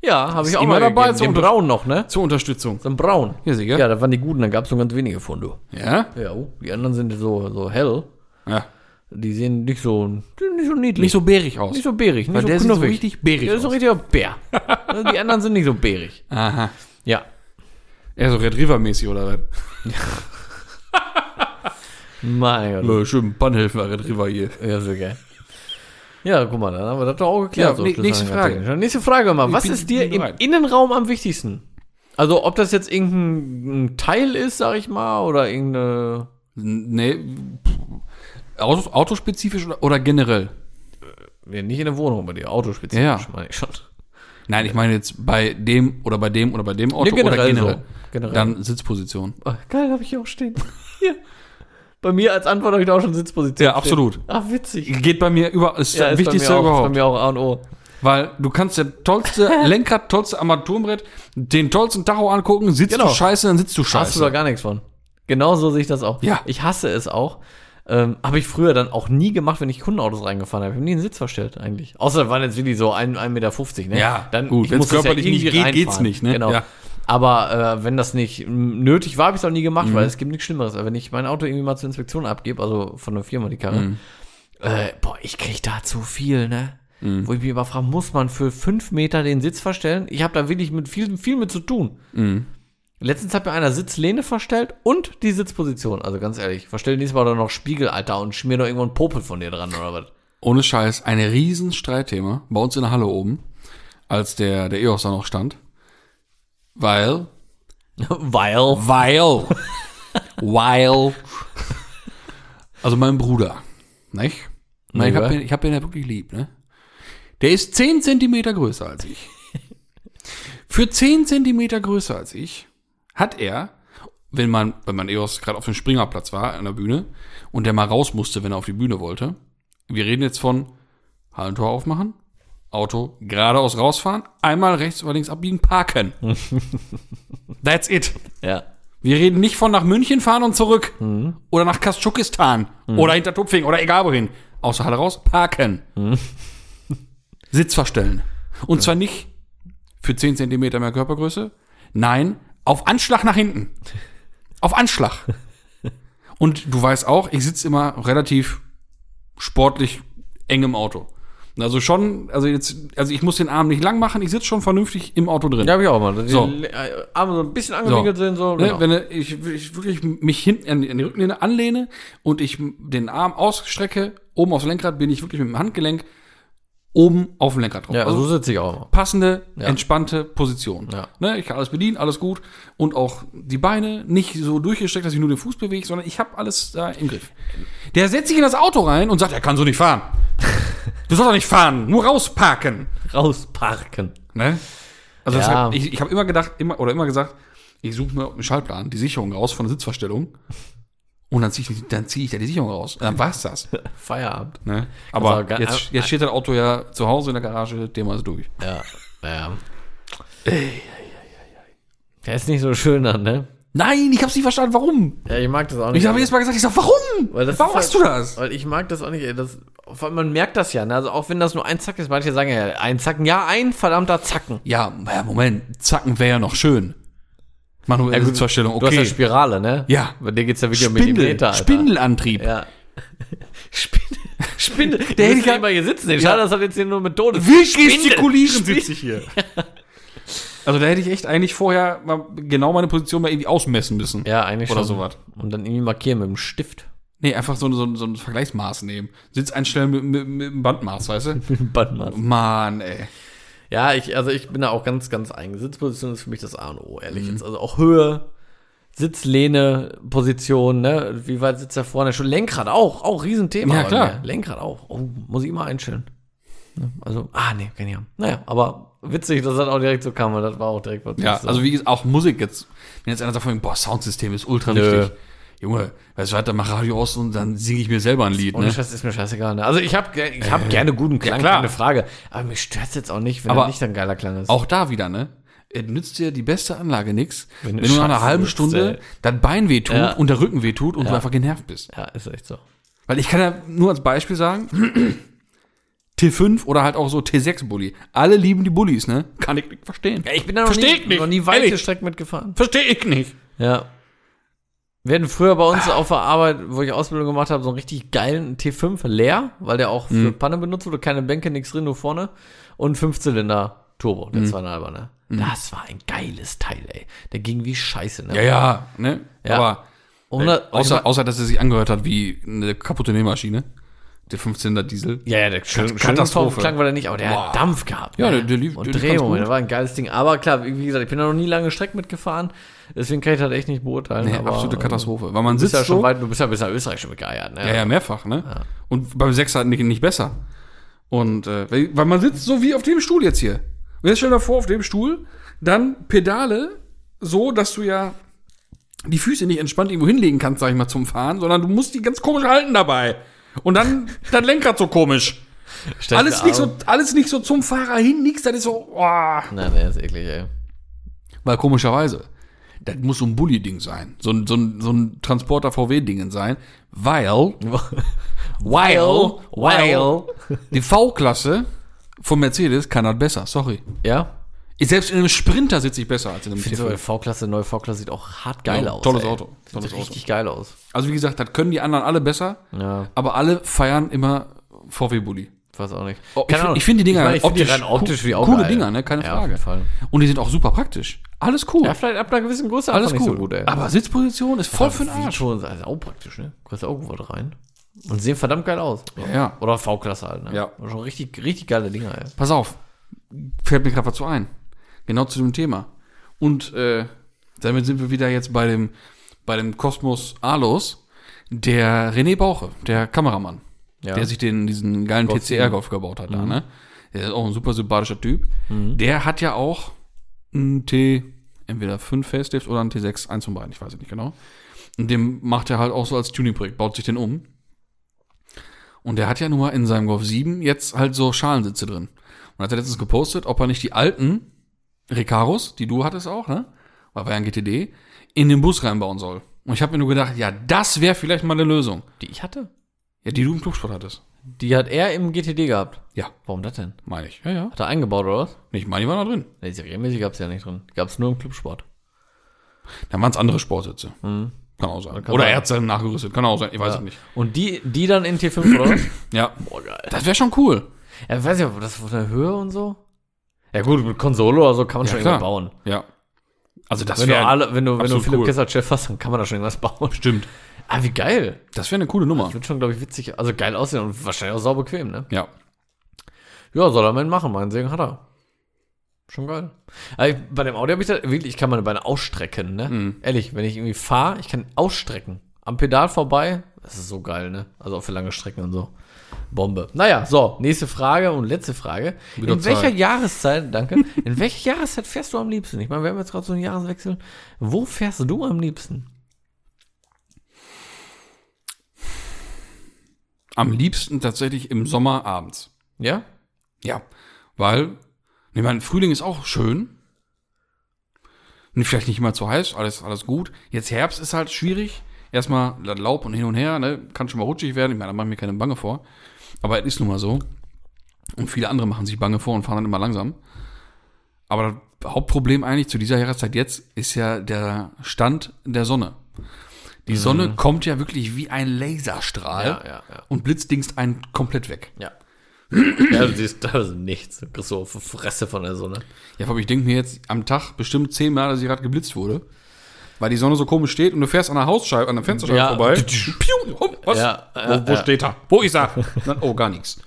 [SPEAKER 1] Ja, habe ich auch
[SPEAKER 2] immer
[SPEAKER 1] mal
[SPEAKER 2] dabei,
[SPEAKER 1] dabei.
[SPEAKER 2] so
[SPEAKER 1] So
[SPEAKER 2] unter-
[SPEAKER 1] Braun noch, ne?
[SPEAKER 2] Zur Unterstützung.
[SPEAKER 1] So ein Braun.
[SPEAKER 2] Ja, sicher.
[SPEAKER 1] Ja, da waren die guten. Dann gab es nur ganz wenige von, du.
[SPEAKER 2] Ja?
[SPEAKER 1] Ja, oh, die anderen sind so, so hell.
[SPEAKER 2] Ja.
[SPEAKER 1] Die sehen nicht so, die sind nicht so niedlich.
[SPEAKER 2] Nicht so bärig aus.
[SPEAKER 1] Nicht so bärig, nicht
[SPEAKER 2] Weil
[SPEAKER 1] so
[SPEAKER 2] der sieht so
[SPEAKER 1] knuffig.
[SPEAKER 2] richtig bärig
[SPEAKER 1] Der ist so richtiger Bär. Also die anderen sind nicht so bärig.
[SPEAKER 2] Aha.
[SPEAKER 1] Ja.
[SPEAKER 2] Eher so Red River-mäßig oder was?
[SPEAKER 1] Mein Gott.
[SPEAKER 2] Ja, schön, Bannhelfen Red River hier.
[SPEAKER 1] Ja, so geil. Ja, guck mal, dann haben wir das doch auch geklärt.
[SPEAKER 2] Ja,
[SPEAKER 1] so
[SPEAKER 2] nee, nächste
[SPEAKER 1] Schlüsselanhänger. Nächste Frage mal. Was
[SPEAKER 2] bin-
[SPEAKER 1] ist dir
[SPEAKER 2] bin
[SPEAKER 1] im
[SPEAKER 2] bereit.
[SPEAKER 1] Innenraum am wichtigsten? Also, ob das jetzt irgendein ein Teil ist, sag ich mal, oder irgendeine.
[SPEAKER 2] N- Nee. pff. Autos- Autospezifisch oder, oder generell?
[SPEAKER 1] Ja, nicht in der Wohnung bei dir, autospezifisch,
[SPEAKER 2] Ja.
[SPEAKER 1] meine ich schon.
[SPEAKER 2] Nein, ich meine jetzt bei dem oder bei dem oder bei dem Auto
[SPEAKER 1] Ja, generell
[SPEAKER 2] oder generell.
[SPEAKER 1] so. Generell.
[SPEAKER 2] Dann Sitzposition.
[SPEAKER 1] Oh, geil, habe ich hier auch stehen. Hier. Bei mir als Antwort habe ich da auch schon Sitzposition.
[SPEAKER 2] Ja,
[SPEAKER 1] stehen.
[SPEAKER 2] absolut.
[SPEAKER 1] Ach, witzig.
[SPEAKER 2] Geht bei mir über, ist das Wichtigste
[SPEAKER 1] bei mir auch, ist bei
[SPEAKER 2] überhaupt.
[SPEAKER 1] mir auch A und O.
[SPEAKER 2] Weil du kannst der tollste Lenkrad, tollste Armaturenbrett, den tollsten Tacho angucken, sitzt
[SPEAKER 1] Genau.
[SPEAKER 2] du scheiße, dann sitzt du
[SPEAKER 1] Hast du da
[SPEAKER 2] scheiße.
[SPEAKER 1] gar nichts von. Genau so sehe ich das auch.
[SPEAKER 2] Ja.
[SPEAKER 1] Ich hasse es auch. Ähm, habe ich früher dann auch nie gemacht, wenn ich Kundenautos reingefahren habe. Ich habe nie einen Sitz verstellt eigentlich. Außer da waren jetzt wirklich so ein- 1,50 Meter, ne?
[SPEAKER 2] Ja,
[SPEAKER 1] dann
[SPEAKER 2] gut,
[SPEAKER 1] ich
[SPEAKER 2] wenn's
[SPEAKER 1] muss das
[SPEAKER 2] körperlich nicht
[SPEAKER 1] irgendwie
[SPEAKER 2] geht, geht's
[SPEAKER 1] reinfahren.
[SPEAKER 2] nicht, ne?
[SPEAKER 1] Genau.
[SPEAKER 2] Ja.
[SPEAKER 1] Aber äh, wenn das nicht m, nötig war, habe ich es auch nie
[SPEAKER 2] Mhm.
[SPEAKER 1] gemacht, weil es gibt nichts Schlimmeres. Aber wenn ich mein Auto irgendwie mal zur Inspektion abgebe, also von der Firma die Karre,
[SPEAKER 2] Mhm.
[SPEAKER 1] äh, boah, ich krieg da zu viel, ne?
[SPEAKER 2] Mhm.
[SPEAKER 1] Wo ich mich immer frage, muss man für fünf Meter den Sitz verstellen? Ich habe da wirklich mit viel, viel mit zu tun.
[SPEAKER 2] Mhm.
[SPEAKER 1] Letztens hat mir einer Sitzlehne verstellt und die Sitzposition. Also ganz ehrlich, verstell nächstes Mal doch noch Spiegel, Alter, und schmier doch irgendwo einen Popel von dir dran oder was.
[SPEAKER 2] Ohne Scheiß, ein riesen Streitthema bei uns in der Halle oben, als der, der EOS da noch stand. Weil,
[SPEAKER 1] Weil.
[SPEAKER 2] weil, weil, also mein Bruder, nicht? Nein, ich
[SPEAKER 1] Ja.
[SPEAKER 2] hab, den, ich hab den ja wirklich lieb, ne? Der ist 10 Zentimeter größer als ich. Für 10 Zentimeter größer als ich hat er, wenn man, wenn man EOS gerade auf dem Springerplatz war, an der Bühne, und der mal raus musste, wenn er auf die Bühne wollte, wir reden jetzt von Hallentor aufmachen, Auto geradeaus rausfahren, einmal rechts oder links abbiegen, parken. That's it.
[SPEAKER 1] Ja.
[SPEAKER 2] Wir reden nicht von nach München fahren und zurück. Oder nach Kaschukistan. Oder hinter Tupfing. Oder egal wohin. Aus der Halle raus, parken. Sitz verstellen. Und zwar nicht für 10 Zentimeter mehr Körpergröße. Nein, auf Anschlag nach hinten. Auf Anschlag. Und du weißt auch, ich sitze immer relativ sportlich eng im Auto. Also schon, also jetzt, also ich muss den Arm nicht lang machen, ich sitze schon vernünftig im Auto drin.
[SPEAKER 1] Ja, hab ich auch mal. Die
[SPEAKER 2] So.
[SPEAKER 1] Le- äh, Arme so ein bisschen angewinkelt sind, so.
[SPEAKER 2] Ne,
[SPEAKER 1] genau.
[SPEAKER 2] Wenn äh, ich, ich wirklich mich hinten an, die- an die Rückenlehne anlehne und ich m- den Arm ausstrecke, oben aufs Lenkrad bin ich wirklich mit dem Handgelenk oben auf dem Lenkrad drauf.
[SPEAKER 1] Ja,
[SPEAKER 2] also
[SPEAKER 1] so sitze ich auch immer.
[SPEAKER 2] passende, entspannte Position.
[SPEAKER 1] Ja.
[SPEAKER 2] Ne, ich kann alles bedienen, alles gut. Und auch die Beine nicht so durchgestreckt, dass ich nur den Fuß bewege, sondern ich habe alles da im Griff. Der setzt sich in das Auto rein und sagt, er kann so nicht fahren. du sollst doch nicht fahren, nur rausparken.
[SPEAKER 1] Rausparken.
[SPEAKER 2] Ne? Also
[SPEAKER 1] Ja.
[SPEAKER 2] deshalb, ich, ich habe immer gedacht, immer, oder immer gesagt, ich suche mir einen Schaltplan, die Sicherung raus von der Sitzverstellung. Und dann ziehe ich, dann zieh ich da die Sicherung raus. Und dann war's das.
[SPEAKER 1] Feierabend.
[SPEAKER 2] Ne? Aber
[SPEAKER 1] Also, ge-
[SPEAKER 2] jetzt, jetzt steht das Auto ja zu Hause in der Garage, dem ist durch.
[SPEAKER 1] Ja. Ja. Der ist nicht so schön dann, ne?
[SPEAKER 2] Nein, ich hab's nicht verstanden, warum?
[SPEAKER 1] Ja, ich mag das auch nicht.
[SPEAKER 2] Ich habe jedes Mal gesagt, ich sag, warum?
[SPEAKER 1] Weil das
[SPEAKER 2] warum
[SPEAKER 1] ist
[SPEAKER 2] machst du das?
[SPEAKER 1] Weil ich mag das auch nicht. ey. Das, vor allem, man merkt das ja. Ne? Also auch wenn das nur ein Zack ist, manche sagen ja, ein Zacken, ja, ein verdammter Zacken.
[SPEAKER 2] Ja, ja, Moment, Zacken wäre ja noch schön. Manuelle Sitzverstellung,
[SPEAKER 1] Du hast ja
[SPEAKER 2] okay.
[SPEAKER 1] Spirale, ne?
[SPEAKER 2] Ja.
[SPEAKER 1] Bei dir geht's ja wirklich um
[SPEAKER 2] Spindel,
[SPEAKER 1] Millimeter, Alter.
[SPEAKER 2] Spindelantrieb.
[SPEAKER 1] Ja. Spindel. Spindel. Der
[SPEAKER 2] hätte
[SPEAKER 1] hätte
[SPEAKER 2] ich
[SPEAKER 1] ich
[SPEAKER 2] ja-
[SPEAKER 1] ja immer hier sitzen. sehen.
[SPEAKER 2] Ja.
[SPEAKER 1] Schade, dass das jetzt hier nur mit Tode
[SPEAKER 2] Wie gestikulieren sitze ich hier? Also da hätte ich echt eigentlich vorher mal genau meine Position mal irgendwie ausmessen müssen.
[SPEAKER 1] Ja, eigentlich
[SPEAKER 2] Oder
[SPEAKER 1] schon.
[SPEAKER 2] sowas.
[SPEAKER 1] Und dann irgendwie markieren mit dem Stift.
[SPEAKER 2] Nee, einfach so, so, so ein Vergleichsmaß nehmen. Sitz einstellen mit, mit, mit dem Bandmaß, weißt du?
[SPEAKER 1] Mit dem Bandmaß.
[SPEAKER 2] Mann, ey.
[SPEAKER 1] Ja, ich, also ich bin da auch ganz, ganz eigen. Sitzposition ist für mich das A und O, ehrlich jetzt. Also auch Höhe, Sitzlehne, Position, ne? Wie weit sitzt er vorne? Schon Lenkrad auch, auch Riesenthema.
[SPEAKER 2] Ja,
[SPEAKER 1] bei mir.
[SPEAKER 2] klar.
[SPEAKER 1] Lenkrad auch. Oh, muss ich immer einstellen. Ne? Also, ah, nee, kann ich haben. Naja, aber witzig, dass das auch direkt so kam, weil das war auch direkt was.
[SPEAKER 2] Ja,
[SPEAKER 1] ich so-
[SPEAKER 2] also wie gesagt, auch Musik jetzt. Wenn jetzt einer sagt von mir, boah, Soundsystem ist ultra
[SPEAKER 1] Nö.
[SPEAKER 2] wichtig. Junge, weißt du was, dann mach Radio aus und dann singe ich mir selber ein Lied,
[SPEAKER 1] Ohne
[SPEAKER 2] ne?
[SPEAKER 1] Scheiß ist mir scheißegal. Ne? Also ich habe ich hab gerne guten Klang,
[SPEAKER 2] klar.
[SPEAKER 1] keine Frage. Aber mir stört's jetzt auch nicht, wenn
[SPEAKER 2] Aber
[SPEAKER 1] er nicht ein geiler Klang ist.
[SPEAKER 2] Auch da wieder, ne? Es nützt dir die beste Anlage nix, wenn,
[SPEAKER 1] Wenn du
[SPEAKER 2] du nach einer
[SPEAKER 1] Scheiße
[SPEAKER 2] halben
[SPEAKER 1] sitzt,
[SPEAKER 2] Stunde
[SPEAKER 1] ey.
[SPEAKER 2] dein Bein wehtut
[SPEAKER 1] Ja.
[SPEAKER 2] und der Rücken wehtut und du einfach genervt bist.
[SPEAKER 1] ja, ist echt so.
[SPEAKER 2] Weil ich kann ja nur als Beispiel sagen, T5 oder halt auch so T6-Bulli. Alle lieben die Bullis, ne? Kann ich nicht verstehen.
[SPEAKER 1] Ja, ich bin da noch,
[SPEAKER 2] Versteh
[SPEAKER 1] nie,
[SPEAKER 2] ich nicht,
[SPEAKER 1] noch nie weit
[SPEAKER 2] ehrlich.
[SPEAKER 1] gestreckt mitgefahren.
[SPEAKER 2] Verstehe ich nicht.
[SPEAKER 1] Ja. Wir hatten früher bei uns auf der Arbeit, wo ich Ausbildung gemacht habe, so einen richtig geilen T5 leer, weil der auch für
[SPEAKER 2] Mhm.
[SPEAKER 1] Panne benutzt wurde, keine Bänke, nichts drin, nur vorne. Und Fünfzylinder Turbo,
[SPEAKER 2] Mhm.
[SPEAKER 1] der zweieinhalber, ne? Das war ein geiles Teil, ey. Der ging wie Scheiße, ne?
[SPEAKER 2] Ja, ja, ne?
[SPEAKER 1] Ja.
[SPEAKER 2] Aber
[SPEAKER 1] Ohne,
[SPEAKER 2] außer, außer, dass er sich angehört hat wie eine kaputte Nähmaschine. Der 15er Diesel.
[SPEAKER 1] ja, ja, der schön,
[SPEAKER 2] Katastrophe.
[SPEAKER 1] Klang war der nicht, aber der
[SPEAKER 2] Boah.
[SPEAKER 1] hat Dampf gehabt.
[SPEAKER 2] Ja,
[SPEAKER 1] ne?
[SPEAKER 2] der- der lief-
[SPEAKER 1] Und
[SPEAKER 2] der lief ganz
[SPEAKER 1] Drehung,
[SPEAKER 2] gut.
[SPEAKER 1] der war ein geiles Ding. Aber klar, wie gesagt, ich bin da noch nie lange Strecken mitgefahren, deswegen kann ich das echt nicht beurteilen.
[SPEAKER 2] Nee,
[SPEAKER 1] aber,
[SPEAKER 2] absolute
[SPEAKER 1] äh,
[SPEAKER 2] Katastrophe. Weil man
[SPEAKER 1] Du bist
[SPEAKER 2] sitzt
[SPEAKER 1] ja schon
[SPEAKER 2] so,
[SPEAKER 1] weit, du bist ja bis nach Österreich schon mitgeeiert, ne?
[SPEAKER 2] ja, ja, mehrfach, ne? Und beim Sechser nicht, nicht besser. Und äh, weil, weil man sitzt so wie auf dem Stuhl jetzt hier. Und jetzt stell dir vor, auf dem Stuhl, dann Pedale so, dass du ja die Füße nicht entspannt irgendwo hinlegen kannst, sag ich mal, zum Fahren, sondern du musst die ganz komisch halten dabei. Und dann dein Lenkrad so komisch.
[SPEAKER 1] Stellst
[SPEAKER 2] Alles
[SPEAKER 1] du
[SPEAKER 2] nicht,
[SPEAKER 1] Arm-
[SPEAKER 2] so, alles nicht so zum Fahrer hin, nix, das ist so. Oh.
[SPEAKER 1] Nein, nee, ne, ist eklig, ey.
[SPEAKER 2] Weil komischerweise, das muss so ein Bulli-Ding sein. So ein, so ein, so ein Transporter VW-Dingen sein. Weil, weil, weil, die V-Klasse von Mercedes kann das besser, sorry.
[SPEAKER 1] Ja?
[SPEAKER 2] Ich, selbst in einem Sprinter sitze ich besser als in einem
[SPEAKER 1] So eine
[SPEAKER 2] T5.
[SPEAKER 1] V-Klasse, neue V-Klasse sieht auch hart geil
[SPEAKER 2] Ja,
[SPEAKER 1] aus.
[SPEAKER 2] tolles
[SPEAKER 1] ey.
[SPEAKER 2] Auto,
[SPEAKER 1] Sieht
[SPEAKER 2] tolles
[SPEAKER 1] richtig geil aus.
[SPEAKER 2] Also wie gesagt, das können die anderen alle besser,
[SPEAKER 1] Ja,
[SPEAKER 2] aber alle feiern immer VW-Bulli.
[SPEAKER 1] weiß auch nicht.
[SPEAKER 2] Oh, ich
[SPEAKER 1] Keine
[SPEAKER 2] find-
[SPEAKER 1] Ahnung.
[SPEAKER 2] ich find die Dinger
[SPEAKER 1] ich meine, ich find die
[SPEAKER 2] optisch
[SPEAKER 1] rein optisch wie auch
[SPEAKER 2] coole
[SPEAKER 1] geil.
[SPEAKER 2] Dinger, ne? Keine
[SPEAKER 1] ja,
[SPEAKER 2] Frage.
[SPEAKER 1] Auf jeden Fall.
[SPEAKER 2] Und die sind auch super praktisch. Alles cool.
[SPEAKER 1] Ja, vielleicht ab einer gewissen Größe
[SPEAKER 2] alles
[SPEAKER 1] einfach
[SPEAKER 2] cool.
[SPEAKER 1] nicht so gut, ey.
[SPEAKER 2] aber Sitzposition ist voll für den
[SPEAKER 1] Sieht
[SPEAKER 2] Arsch.
[SPEAKER 1] schon, also auch praktisch, ne? Kannst auch irgendwo rein. Und sehen verdammt geil aus.
[SPEAKER 2] ja.
[SPEAKER 1] Oder V-Klasse halt, ne?
[SPEAKER 2] Ja.
[SPEAKER 1] Schon richtig, richtig geile Dinger, ey.
[SPEAKER 2] Pass auf, fällt mir gerade was zu ein. Genau zu dem Thema. Und äh, damit sind wir wieder jetzt bei dem, bei dem Kosmos Alos. Der René Bauche, der Kameramann,
[SPEAKER 1] Ja.
[SPEAKER 2] der sich den, diesen geilen TCR-Golf gebaut hat, da, ne? Der ist auch ein super sympathischer Typ. Der hat ja auch einen T, entweder 5 Facelift oder einen T6, eins von beiden, ich weiß es nicht genau. Und dem macht er halt auch so als Tuning-Projekt, baut sich den um. Und der hat ja nun mal in seinem Golf 7 jetzt halt so Schalensitze drin. Und hat er letztens gepostet, ob er nicht die alten Recaros, die du hattest auch, ne? Weil war ja ein GTD, in den Bus reinbauen soll. Und ich habe mir nur gedacht, ja, das wäre vielleicht mal eine Lösung.
[SPEAKER 1] Die ich hatte?
[SPEAKER 2] Ja, die du im Flugsport hattest.
[SPEAKER 1] Die hat er im GTD gehabt.
[SPEAKER 2] Ja,
[SPEAKER 1] Warum das denn?
[SPEAKER 2] meine ich. Ja, ja.
[SPEAKER 1] Hat er eingebaut, oder was?
[SPEAKER 2] Ich meine, die waren da drin.
[SPEAKER 1] Nee, serienmäßig gab's ja nicht drin. Die gab's nur im Clubsport.
[SPEAKER 2] Dann waren es andere Sportsitze. Kann auch sein.
[SPEAKER 1] Mhm. Kann
[SPEAKER 2] Oder
[SPEAKER 1] sein.
[SPEAKER 2] er hat dann nachgerüstet. Kann auch sein. Ich weiß es nicht.
[SPEAKER 1] Und die, die dann in T5 oder was?
[SPEAKER 2] Ja.
[SPEAKER 1] Boah, geil.
[SPEAKER 2] Das wäre schon cool.
[SPEAKER 1] Ja, weiß ich, ob das von der Höhe und so. Ja, gut, mit Konsole oder so kann man
[SPEAKER 2] Ja,
[SPEAKER 1] schon
[SPEAKER 2] klar.
[SPEAKER 1] irgendwas bauen.
[SPEAKER 2] Ja. Also das
[SPEAKER 1] Wenn du,
[SPEAKER 2] wäre
[SPEAKER 1] alle, wenn du, wenn du
[SPEAKER 2] absolut
[SPEAKER 1] Philipp
[SPEAKER 2] cool.
[SPEAKER 1] Kessler Chef hast, dann kann man da schon irgendwas bauen.
[SPEAKER 2] stimmt.
[SPEAKER 1] Ah, wie geil.
[SPEAKER 2] Das wäre eine coole Nummer.
[SPEAKER 1] Wird schon, glaube ich, witzig. Also geil aussehen und wahrscheinlich auch sau bequem, ne?
[SPEAKER 2] Ja.
[SPEAKER 1] Ja, soll er mal machen, meinen Segen hat er. Schon geil. Aber ich, bei dem Audi habe ich das, wirklich, ich kann meine Beine ausstrecken, ne?
[SPEAKER 2] Mhm.
[SPEAKER 1] Ehrlich, wenn ich irgendwie fahre, ich kann ausstrecken. Am Pedal vorbei, das ist so geil, ne? Also auch für lange Strecken und so. Bombe. Naja, so, nächste Frage und letzte Frage.
[SPEAKER 2] Wieder
[SPEAKER 1] in welcher
[SPEAKER 2] Zeit.
[SPEAKER 1] Jahreszeit, danke, in welcher Jahreszeit fährst du am liebsten? Ich meine, wir haben jetzt gerade so einen Jahreswechsel. Wo fährst du am liebsten?
[SPEAKER 2] Am liebsten tatsächlich im Sommer abends.
[SPEAKER 1] Ja?
[SPEAKER 2] Ja, weil, ich meine, Frühling ist auch schön. Nicht- Vielleicht nicht immer zu heiß, alles, alles gut. Jetzt Herbst ist halt schwierig. Erstmal Laub und hin und her, ne? Kann schon mal rutschig werden. Ich meine, da mache ich mir keine Bange vor. Aber es ist nun mal so. Und viele andere machen sich Bange vor und fahren dann immer langsam. Aber das Hauptproblem eigentlich zu dieser Jahreszeit jetzt ist ja der Stand der Sonne. Die Sonne kommt ja wirklich wie ein Laserstrahl
[SPEAKER 1] Mhm. Ja, ja, ja.
[SPEAKER 2] und blitzdingst einen komplett weg.
[SPEAKER 1] Ja. ja, du siehst teilweise nichts. Du kriegst so auf die Fresse von der Sonne.
[SPEAKER 2] Ja, aber ich denke mir jetzt am Tag bestimmt zehnmal, dass ich gerade geblitzt wurde. Weil die Sonne so komisch steht und du fährst an der Hausscheibe, an der Fensterscheibe
[SPEAKER 1] Ja.
[SPEAKER 2] vorbei. Piu, hup, was?
[SPEAKER 1] Ja, ja,
[SPEAKER 2] wo wo
[SPEAKER 1] ja.
[SPEAKER 2] steht er? Wo ist er? Dann, oh, gar nichts.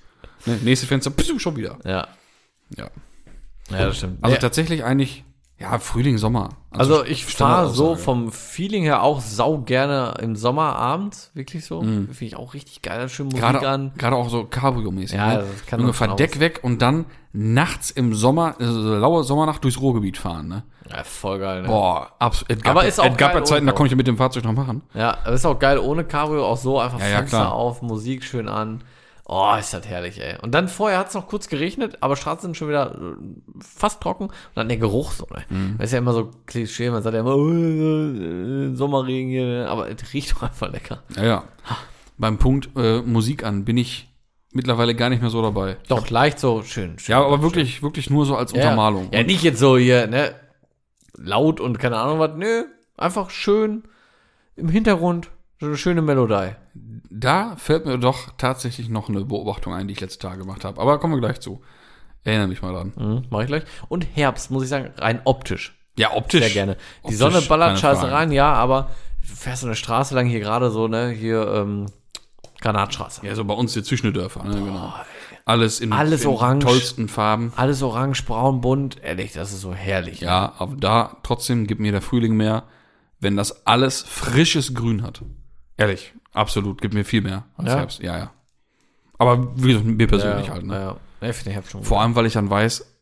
[SPEAKER 2] Ne, nächste Fenster, piu, schon wieder.
[SPEAKER 1] Ja.
[SPEAKER 2] Ja.
[SPEAKER 1] Ja, das stimmt.
[SPEAKER 2] Also
[SPEAKER 1] Also,
[SPEAKER 2] tatsächlich eigentlich, ja, Frühling, Sommer.
[SPEAKER 1] also ich fahre so
[SPEAKER 2] Standardaussage.
[SPEAKER 1] vom Feeling her auch sau gerne im Sommer abends, wirklich so. Finde ich auch richtig geil, schön Musik
[SPEAKER 2] gerade,
[SPEAKER 1] an.
[SPEAKER 2] gerade auch so Cabrio-mäßig.
[SPEAKER 1] Ja,
[SPEAKER 2] ne?
[SPEAKER 1] das kann
[SPEAKER 2] Junge,
[SPEAKER 1] doch schon
[SPEAKER 2] Verdeck weg und dann nachts im Sommer, also so laue Sommernacht durchs Ruhrgebiet fahren, ne?
[SPEAKER 1] Ja, voll geil. Ne?
[SPEAKER 2] Boah, absolut.
[SPEAKER 1] Aber ist auch
[SPEAKER 2] Es gab
[SPEAKER 1] geil
[SPEAKER 2] ja Zeiten, da
[SPEAKER 1] ohne
[SPEAKER 2] konnte ich mit dem Fahrzeug noch machen.
[SPEAKER 1] Ja, aber ist auch geil ohne Cabrio, auch so einfach
[SPEAKER 2] Ja, ja,
[SPEAKER 1] Fenster
[SPEAKER 2] klar.
[SPEAKER 1] auf, Musik schön an. Oh, ist das herrlich, ey. Und dann vorher hat es noch kurz geregnet, aber Straßen sind schon wieder äh, fast trocken und dann der Geruch so. Ne? Das ist ja immer so Klischee, man sagt ja immer, äh, äh, Sommerregen hier, ne? aber es riecht doch einfach lecker.
[SPEAKER 2] Ja, ja. Beim Punkt äh, Musik an bin ich mittlerweile gar nicht mehr so dabei.
[SPEAKER 1] Doch, leicht so, schön. schön
[SPEAKER 2] Ja, aber wirklich, wirklich nur so als
[SPEAKER 1] Ja,
[SPEAKER 2] Untermalung.
[SPEAKER 1] Ja, nicht jetzt so hier, ne? Laut und keine Ahnung was. Nö, einfach schön im Hintergrund so eine schöne Melodie.
[SPEAKER 2] Da fällt mir doch tatsächlich noch eine Beobachtung ein, die ich letzte Tage gemacht habe. Aber kommen wir gleich zu. Erinnere mich mal dran.
[SPEAKER 1] Mhm, mach ich gleich. Und Herbst, muss ich sagen, rein optisch.
[SPEAKER 2] Ja, optisch.
[SPEAKER 1] Sehr gerne. Die
[SPEAKER 2] Optisch,
[SPEAKER 1] Sonne ballert
[SPEAKER 2] keine
[SPEAKER 1] scheiße
[SPEAKER 2] Frage.
[SPEAKER 1] rein, ja, aber du fährst so eine Straße lang hier gerade so, ne? Hier, ähm, Granatstraße.
[SPEAKER 2] Ja, so bei uns hier zwischen den Dörfern. Ne? Genau. Alles in,
[SPEAKER 1] Alles
[SPEAKER 2] in
[SPEAKER 1] orange.
[SPEAKER 2] tollsten Farben.
[SPEAKER 1] Alles orange, braun, bunt. Ehrlich, das ist so herrlich.
[SPEAKER 2] Ja, aber da trotzdem gibt mir der Frühling mehr, wenn das alles frisches Grün hat. Ehrlich, absolut, gibt mir viel mehr als
[SPEAKER 1] Ja.
[SPEAKER 2] Herbst. Ja, ja. Aber wie gesagt, mir persönlich
[SPEAKER 1] ja,
[SPEAKER 2] halt. Ne?
[SPEAKER 1] ja. ja. Ich finde den Herbst schon gut.
[SPEAKER 2] Vor allem, weil ich dann weiß,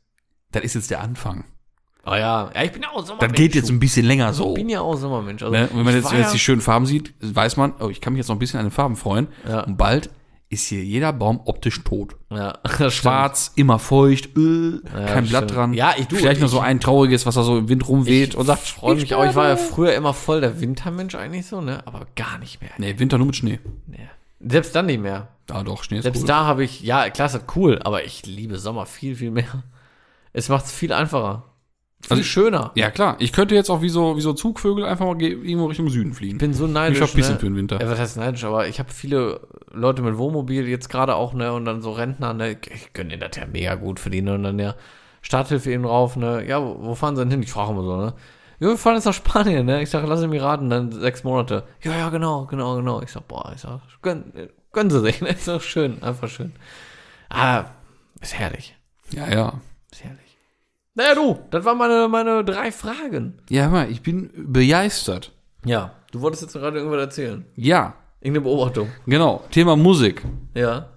[SPEAKER 2] das ist jetzt der Anfang.
[SPEAKER 1] Oh ja. ja, ich bin ja auch Sommermensch.
[SPEAKER 2] Das geht jetzt ein bisschen länger so.
[SPEAKER 1] Ich bin ja auch Sommermensch. Also,
[SPEAKER 2] Ne? Und Wenn man
[SPEAKER 1] ich
[SPEAKER 2] jetzt,
[SPEAKER 1] war
[SPEAKER 2] wenn jetzt
[SPEAKER 1] ja-
[SPEAKER 2] die schönen Farben sieht, weiß man, oh, ich kann mich jetzt noch ein bisschen an den Farben freuen.
[SPEAKER 1] Ja.
[SPEAKER 2] Und bald ist hier jeder Baum optisch tot.
[SPEAKER 1] Ja, das stimmt.
[SPEAKER 2] Schwarz, immer feucht, äh, kein
[SPEAKER 1] das
[SPEAKER 2] Blatt
[SPEAKER 1] stimmt.
[SPEAKER 2] dran.
[SPEAKER 1] Ja, ich- du,
[SPEAKER 2] Vielleicht noch
[SPEAKER 1] ich-
[SPEAKER 2] so ein trauriges, was da so im Wind rumweht und sagt,
[SPEAKER 1] Ich freue mich auch. Ich war ja früher immer voll der Wintermensch eigentlich so, ne? Aber gar nicht mehr.
[SPEAKER 2] Nee, Winter nur mit Schnee.
[SPEAKER 1] Nee. Selbst dann nicht mehr.
[SPEAKER 2] Da doch, Schnee ist
[SPEAKER 1] Selbst
[SPEAKER 2] cool.
[SPEAKER 1] da habe ich, ja, klar, ist das cool, aber ich liebe Sommer viel, viel mehr. Es macht es viel einfacher. Viel
[SPEAKER 2] Also-
[SPEAKER 1] schöner.
[SPEAKER 2] Ja, klar. Ich könnte jetzt auch wie so, wie so Zugvögel einfach mal ge- irgendwo Richtung Süden fliegen.
[SPEAKER 1] Ich bin so neidisch.
[SPEAKER 2] verpissen
[SPEAKER 1] ne?
[SPEAKER 2] für den Winter.
[SPEAKER 1] Ja, was heißt neidisch? Aber ich habe viele Leute mit Wohnmobil jetzt gerade auch, ne? Und dann so Rentner, ne? Ich gönne denen das ja mega gut verdienen. Und dann ja Starthilfe eben drauf, ne? Ja, wo wo fahren sie denn hin? Ich frage immer so, ne? Ja, wir fahren jetzt nach Spanien, ne? Ich sage, lass mich raten, dann sechs Monate. Ja, ja, genau, genau, genau. Ich sag, boah, ich sag, gönn, gönnen sie sich, ne? Ist doch schön, einfach schön. Ah, ist herrlich.
[SPEAKER 2] ja, ja.
[SPEAKER 1] Ist herrlich. Naja, du, das waren meine, meine drei Fragen.
[SPEAKER 2] Ja, hör mal, ich bin begeistert.
[SPEAKER 1] Ja. Du wolltest jetzt gerade irgendwas erzählen.
[SPEAKER 2] Ja,
[SPEAKER 1] Irgendeine Beobachtung.
[SPEAKER 2] genau. Thema Musik.
[SPEAKER 1] Ja.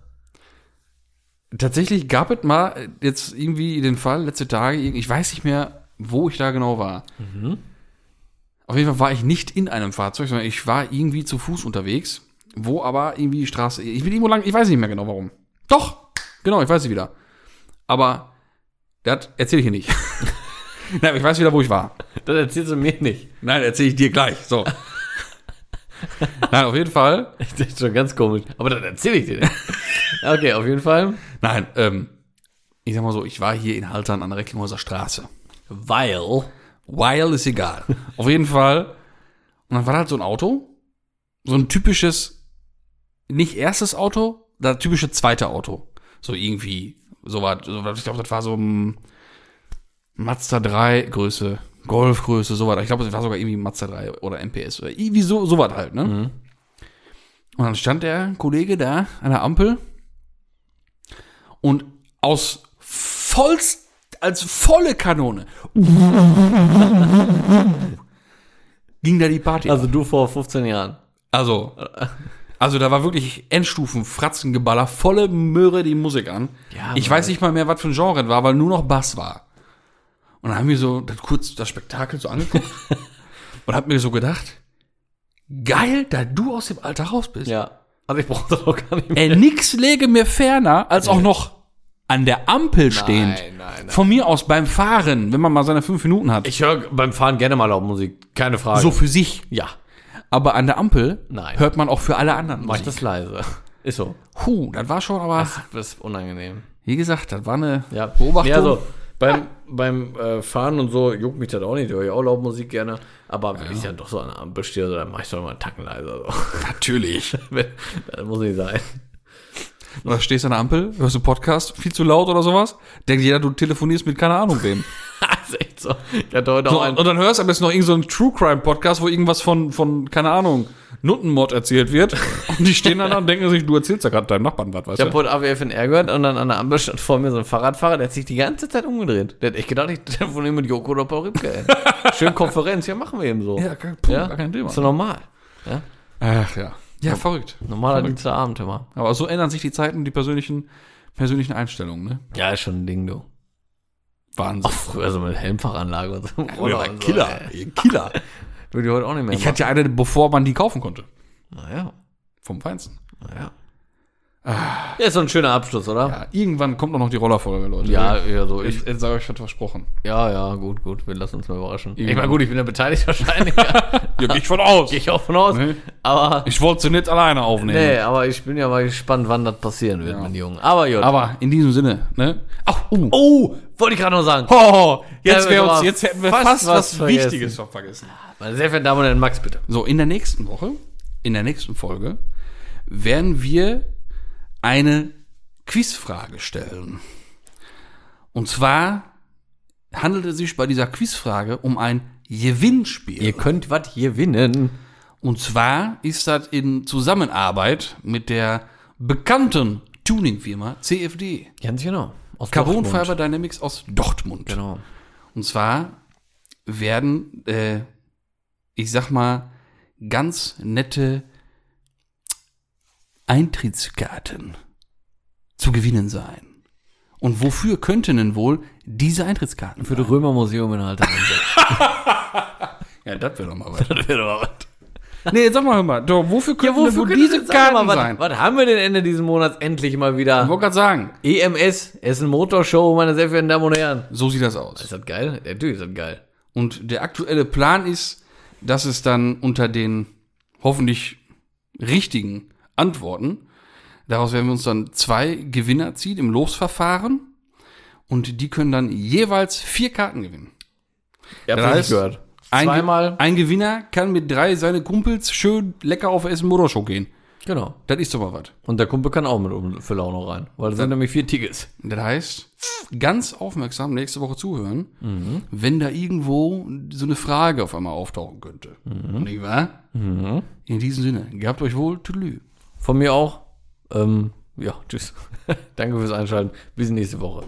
[SPEAKER 2] Tatsächlich gab es mal äh, jetzt irgendwie den Fall, letzte Tage, irg- ich weiß nicht mehr, wo ich da genau war. Auf jeden Fall war ich nicht in einem Fahrzeug, sondern ich war irgendwie zu Fuß unterwegs, wo aber irgendwie die Straße, ich bin irgendwo lang, ich weiß nicht mehr genau warum. Doch, genau, ich weiß es wieder. Aber das erzähle ich hier nicht. Nein, aber ich weiß wieder, wo ich war.
[SPEAKER 1] Das erzählst du mir nicht.
[SPEAKER 2] Nein, erzähle ich dir gleich. So. Nein, auf jeden Fall
[SPEAKER 1] Das ist schon ganz komisch. Aber dann erzähle ich dir nicht. Okay, auf jeden Fall.
[SPEAKER 2] Nein, ähm, ich sag mal so, ich war hier in Haltern an der Recklinghäuser Straße.
[SPEAKER 1] Weil.
[SPEAKER 2] Weil ist egal. Auf jeden Fall. Und dann war da halt so ein Auto. So ein typisches, nicht erstes Auto, das typische zweite Auto. So irgendwie, so was. So, was- ich glaube, das war so ein Mazda 3 Größe, Golf Größe, so was. Ich glaube, das war sogar irgendwie Mazda 3 oder MPS oder irgendwie so, so was halt, ne? Und dann stand der Kollege da an der Ampel. Und aus vollst, als volle Kanone ging da die Party. ab.
[SPEAKER 1] Also du vor 15 Jahren.
[SPEAKER 2] Also, also da war wirklich Endstufen, Fratzengeballer, volle Möhre die Musik an.
[SPEAKER 1] Ja,
[SPEAKER 2] ich
[SPEAKER 1] Mann.
[SPEAKER 2] weiß nicht mal mehr, was für ein Genre es war, weil nur noch Bass war. Und dann haben wir so das kurz das Spektakel so angeguckt und hab mir so gedacht, geil, da du aus dem Alter raus bist.
[SPEAKER 1] Ja. Also ich brauche das auch gar nicht mehr.
[SPEAKER 2] Ey, nix läge mir ferner, als auch noch an der Ampel stehend.
[SPEAKER 1] nein,
[SPEAKER 2] Von mir aus beim Fahren, wenn man mal seine fünf Minuten hat.
[SPEAKER 1] Ich höre beim Fahren gerne mal laut Musik, keine Frage.
[SPEAKER 2] so für sich.
[SPEAKER 1] ja,
[SPEAKER 2] Aber an der Ampel
[SPEAKER 1] Nein.
[SPEAKER 2] hört man auch für alle anderen
[SPEAKER 1] mach ich
[SPEAKER 2] Musik.
[SPEAKER 1] das leise. Ist so.
[SPEAKER 2] Puh, das war schon aber,
[SPEAKER 1] Das ist unangenehm.
[SPEAKER 2] wie gesagt, das war eine
[SPEAKER 1] Ja.
[SPEAKER 2] Beobachtung.
[SPEAKER 1] Nee, also beim, beim äh, Fahren und so juckt mich das auch nicht. Da höre ich auch laut Musik gerne. Aber wenn ich dann doch so an der Ampel stehe, so, dann mache ich doch mal einen Tacken leiser. So.
[SPEAKER 2] Natürlich.
[SPEAKER 1] Wenn- das muss nicht sein.
[SPEAKER 2] Oder stehst an der Ampel, hörst du Podcast, viel zu laut oder sowas, denkt jeder, du telefonierst mit keine Ahnung wem.
[SPEAKER 1] das ist echt so. Ich hatte heute
[SPEAKER 2] So,
[SPEAKER 1] auch einen.
[SPEAKER 2] und dann hörst du am besten noch irgendeinen so einen True Crime Podcast, wo irgendwas von, von keine Ahnung, Nuttenmord erzählt wird. Und die stehen dann da und denken sich, du erzählst ja gerade deinem Nachbarn was, weißt
[SPEAKER 1] Ich
[SPEAKER 2] du?
[SPEAKER 1] habe heute AWFNR gehört und dann an der Ampel stand vor mir so ein Fahrradfahrer, der hat sich die ganze Zeit umgedreht. Der hat echt gedacht, ich telefoniere mit Joko oder Paul Ripke. Ey. Schön Konferenz, ja, machen wir eben so.
[SPEAKER 2] Ja, kein- puh, gar kein Thema.
[SPEAKER 1] Ist doch normal.
[SPEAKER 2] Ach ja. Ja, verrückt.
[SPEAKER 1] Normaler Dienstagabend immer.
[SPEAKER 2] Aber so ändern sich die Zeiten, die persönlichen, persönlichen Einstellungen, ne?
[SPEAKER 1] Ja, ist schon ein Ding, du.
[SPEAKER 2] Wahnsinn.
[SPEAKER 1] Auch früher so mit Helmfachanlage und so.
[SPEAKER 2] Oder
[SPEAKER 1] Oder und so, ey.
[SPEAKER 2] Killer.
[SPEAKER 1] Würde ich heute auch nicht mehr
[SPEAKER 2] Ich hatte ja eine, bevor man die kaufen konnte.
[SPEAKER 1] Naja,
[SPEAKER 2] Vom Feinsten.
[SPEAKER 1] naja. Ja, ist so ein schöner Abschluss, oder?
[SPEAKER 2] Ja, irgendwann kommt doch noch die Rollerfolge, Leute.
[SPEAKER 1] ja, so
[SPEAKER 2] Jetzt, jetzt sage ich was versprochen.
[SPEAKER 1] ja, ja, gut, gut, wir lassen uns mal überraschen. Ich
[SPEAKER 2] Irgendwann.
[SPEAKER 1] meine, gut, ich bin da beteiligt wahrscheinlich, ja,
[SPEAKER 2] Ja, geh ich von aus.
[SPEAKER 1] gehe ich auch von aus,
[SPEAKER 2] Nee.
[SPEAKER 1] aber
[SPEAKER 2] Ich wollte sie nicht alleine aufnehmen.
[SPEAKER 1] Nee, aber ich bin ja mal gespannt, wann das passieren wird, mein Junge. Aber gut.
[SPEAKER 2] Aber in diesem Sinne, ne? Ach, uh.
[SPEAKER 1] oh, wollte ich gerade noch sagen.
[SPEAKER 2] Oh, jetzt,
[SPEAKER 1] Ja,
[SPEAKER 2] wär
[SPEAKER 1] wir
[SPEAKER 2] uns,
[SPEAKER 1] haben
[SPEAKER 2] jetzt hätten wir fast,
[SPEAKER 1] fast
[SPEAKER 2] was,
[SPEAKER 1] was vergessen.
[SPEAKER 2] Wichtiges noch vergessen.
[SPEAKER 1] Meine sehr verehrten Damen und Herren, Max, bitte.
[SPEAKER 2] So, in der nächsten Woche, in der nächsten Folge, werden wir eine Quizfrage stellen. Und zwar handelt es sich bei dieser Quizfrage um ein Gewinnspiel.
[SPEAKER 1] Ihr könnt was gewinnen.
[SPEAKER 2] Und zwar ist das in Zusammenarbeit mit der bekannten Tuning-Firma CFD.
[SPEAKER 1] Ganz genau. Aus
[SPEAKER 2] Carbon
[SPEAKER 1] Dortmund.
[SPEAKER 2] Fiber Dynamics aus Dortmund.
[SPEAKER 1] Genau.
[SPEAKER 2] Und zwar werden, äh, ich sag mal, ganz nette Eintrittskarten zu gewinnen sein. Und wofür könnten denn wohl diese Eintrittskarten
[SPEAKER 1] Für das Römermuseum in Halter.
[SPEAKER 2] Ja, das wäre doch mal was.
[SPEAKER 1] das wäre doch was.
[SPEAKER 2] nee, sag mal, hör mal, doch, wofür könnten
[SPEAKER 1] Wofür
[SPEAKER 2] denn wohl
[SPEAKER 1] können
[SPEAKER 2] diese
[SPEAKER 1] das jetzt
[SPEAKER 2] Karten
[SPEAKER 1] mal,
[SPEAKER 2] sein?
[SPEAKER 1] was, was haben wir denn Ende dieses Monats endlich mal
[SPEAKER 2] Ich
[SPEAKER 1] wieder?
[SPEAKER 2] wollte gerade sagen,
[SPEAKER 1] EMS, Essen Motorshow, meine sehr verehrten Damen und Herren.
[SPEAKER 2] so sieht das aus.
[SPEAKER 1] Ist das geil? Natürlich ist das geil.
[SPEAKER 2] Und der aktuelle Plan ist, dass es dann unter den hoffentlich richtigen Antworten, daraus werden wir uns dann zwei Gewinner ziehen im Losverfahren. Und die können dann jeweils vier Karten gewinnen.
[SPEAKER 1] Ihr
[SPEAKER 2] Das
[SPEAKER 1] das
[SPEAKER 2] heißt, Ein, Ge-
[SPEAKER 1] Zweimal.
[SPEAKER 2] ein Gewinner kann mit drei seine Kumpels schön lecker auf Essen Motorshow gehen.
[SPEAKER 1] Genau.
[SPEAKER 2] Das ist doch mal was.
[SPEAKER 1] Und der Kumpel kann auch mit um für Laune rein. Weil das sind nämlich vier Tickets.
[SPEAKER 2] Das heißt, ganz aufmerksam nächste Woche zuhören, wenn da irgendwo so eine Frage auf einmal auftauchen könnte. Nicht wahr? In diesem Sinne, gehabt euch wohl, tüdelü.
[SPEAKER 1] Von mir auch. Ähm, ja, tschüss. Danke fürs Einschalten. Bis nächste Woche.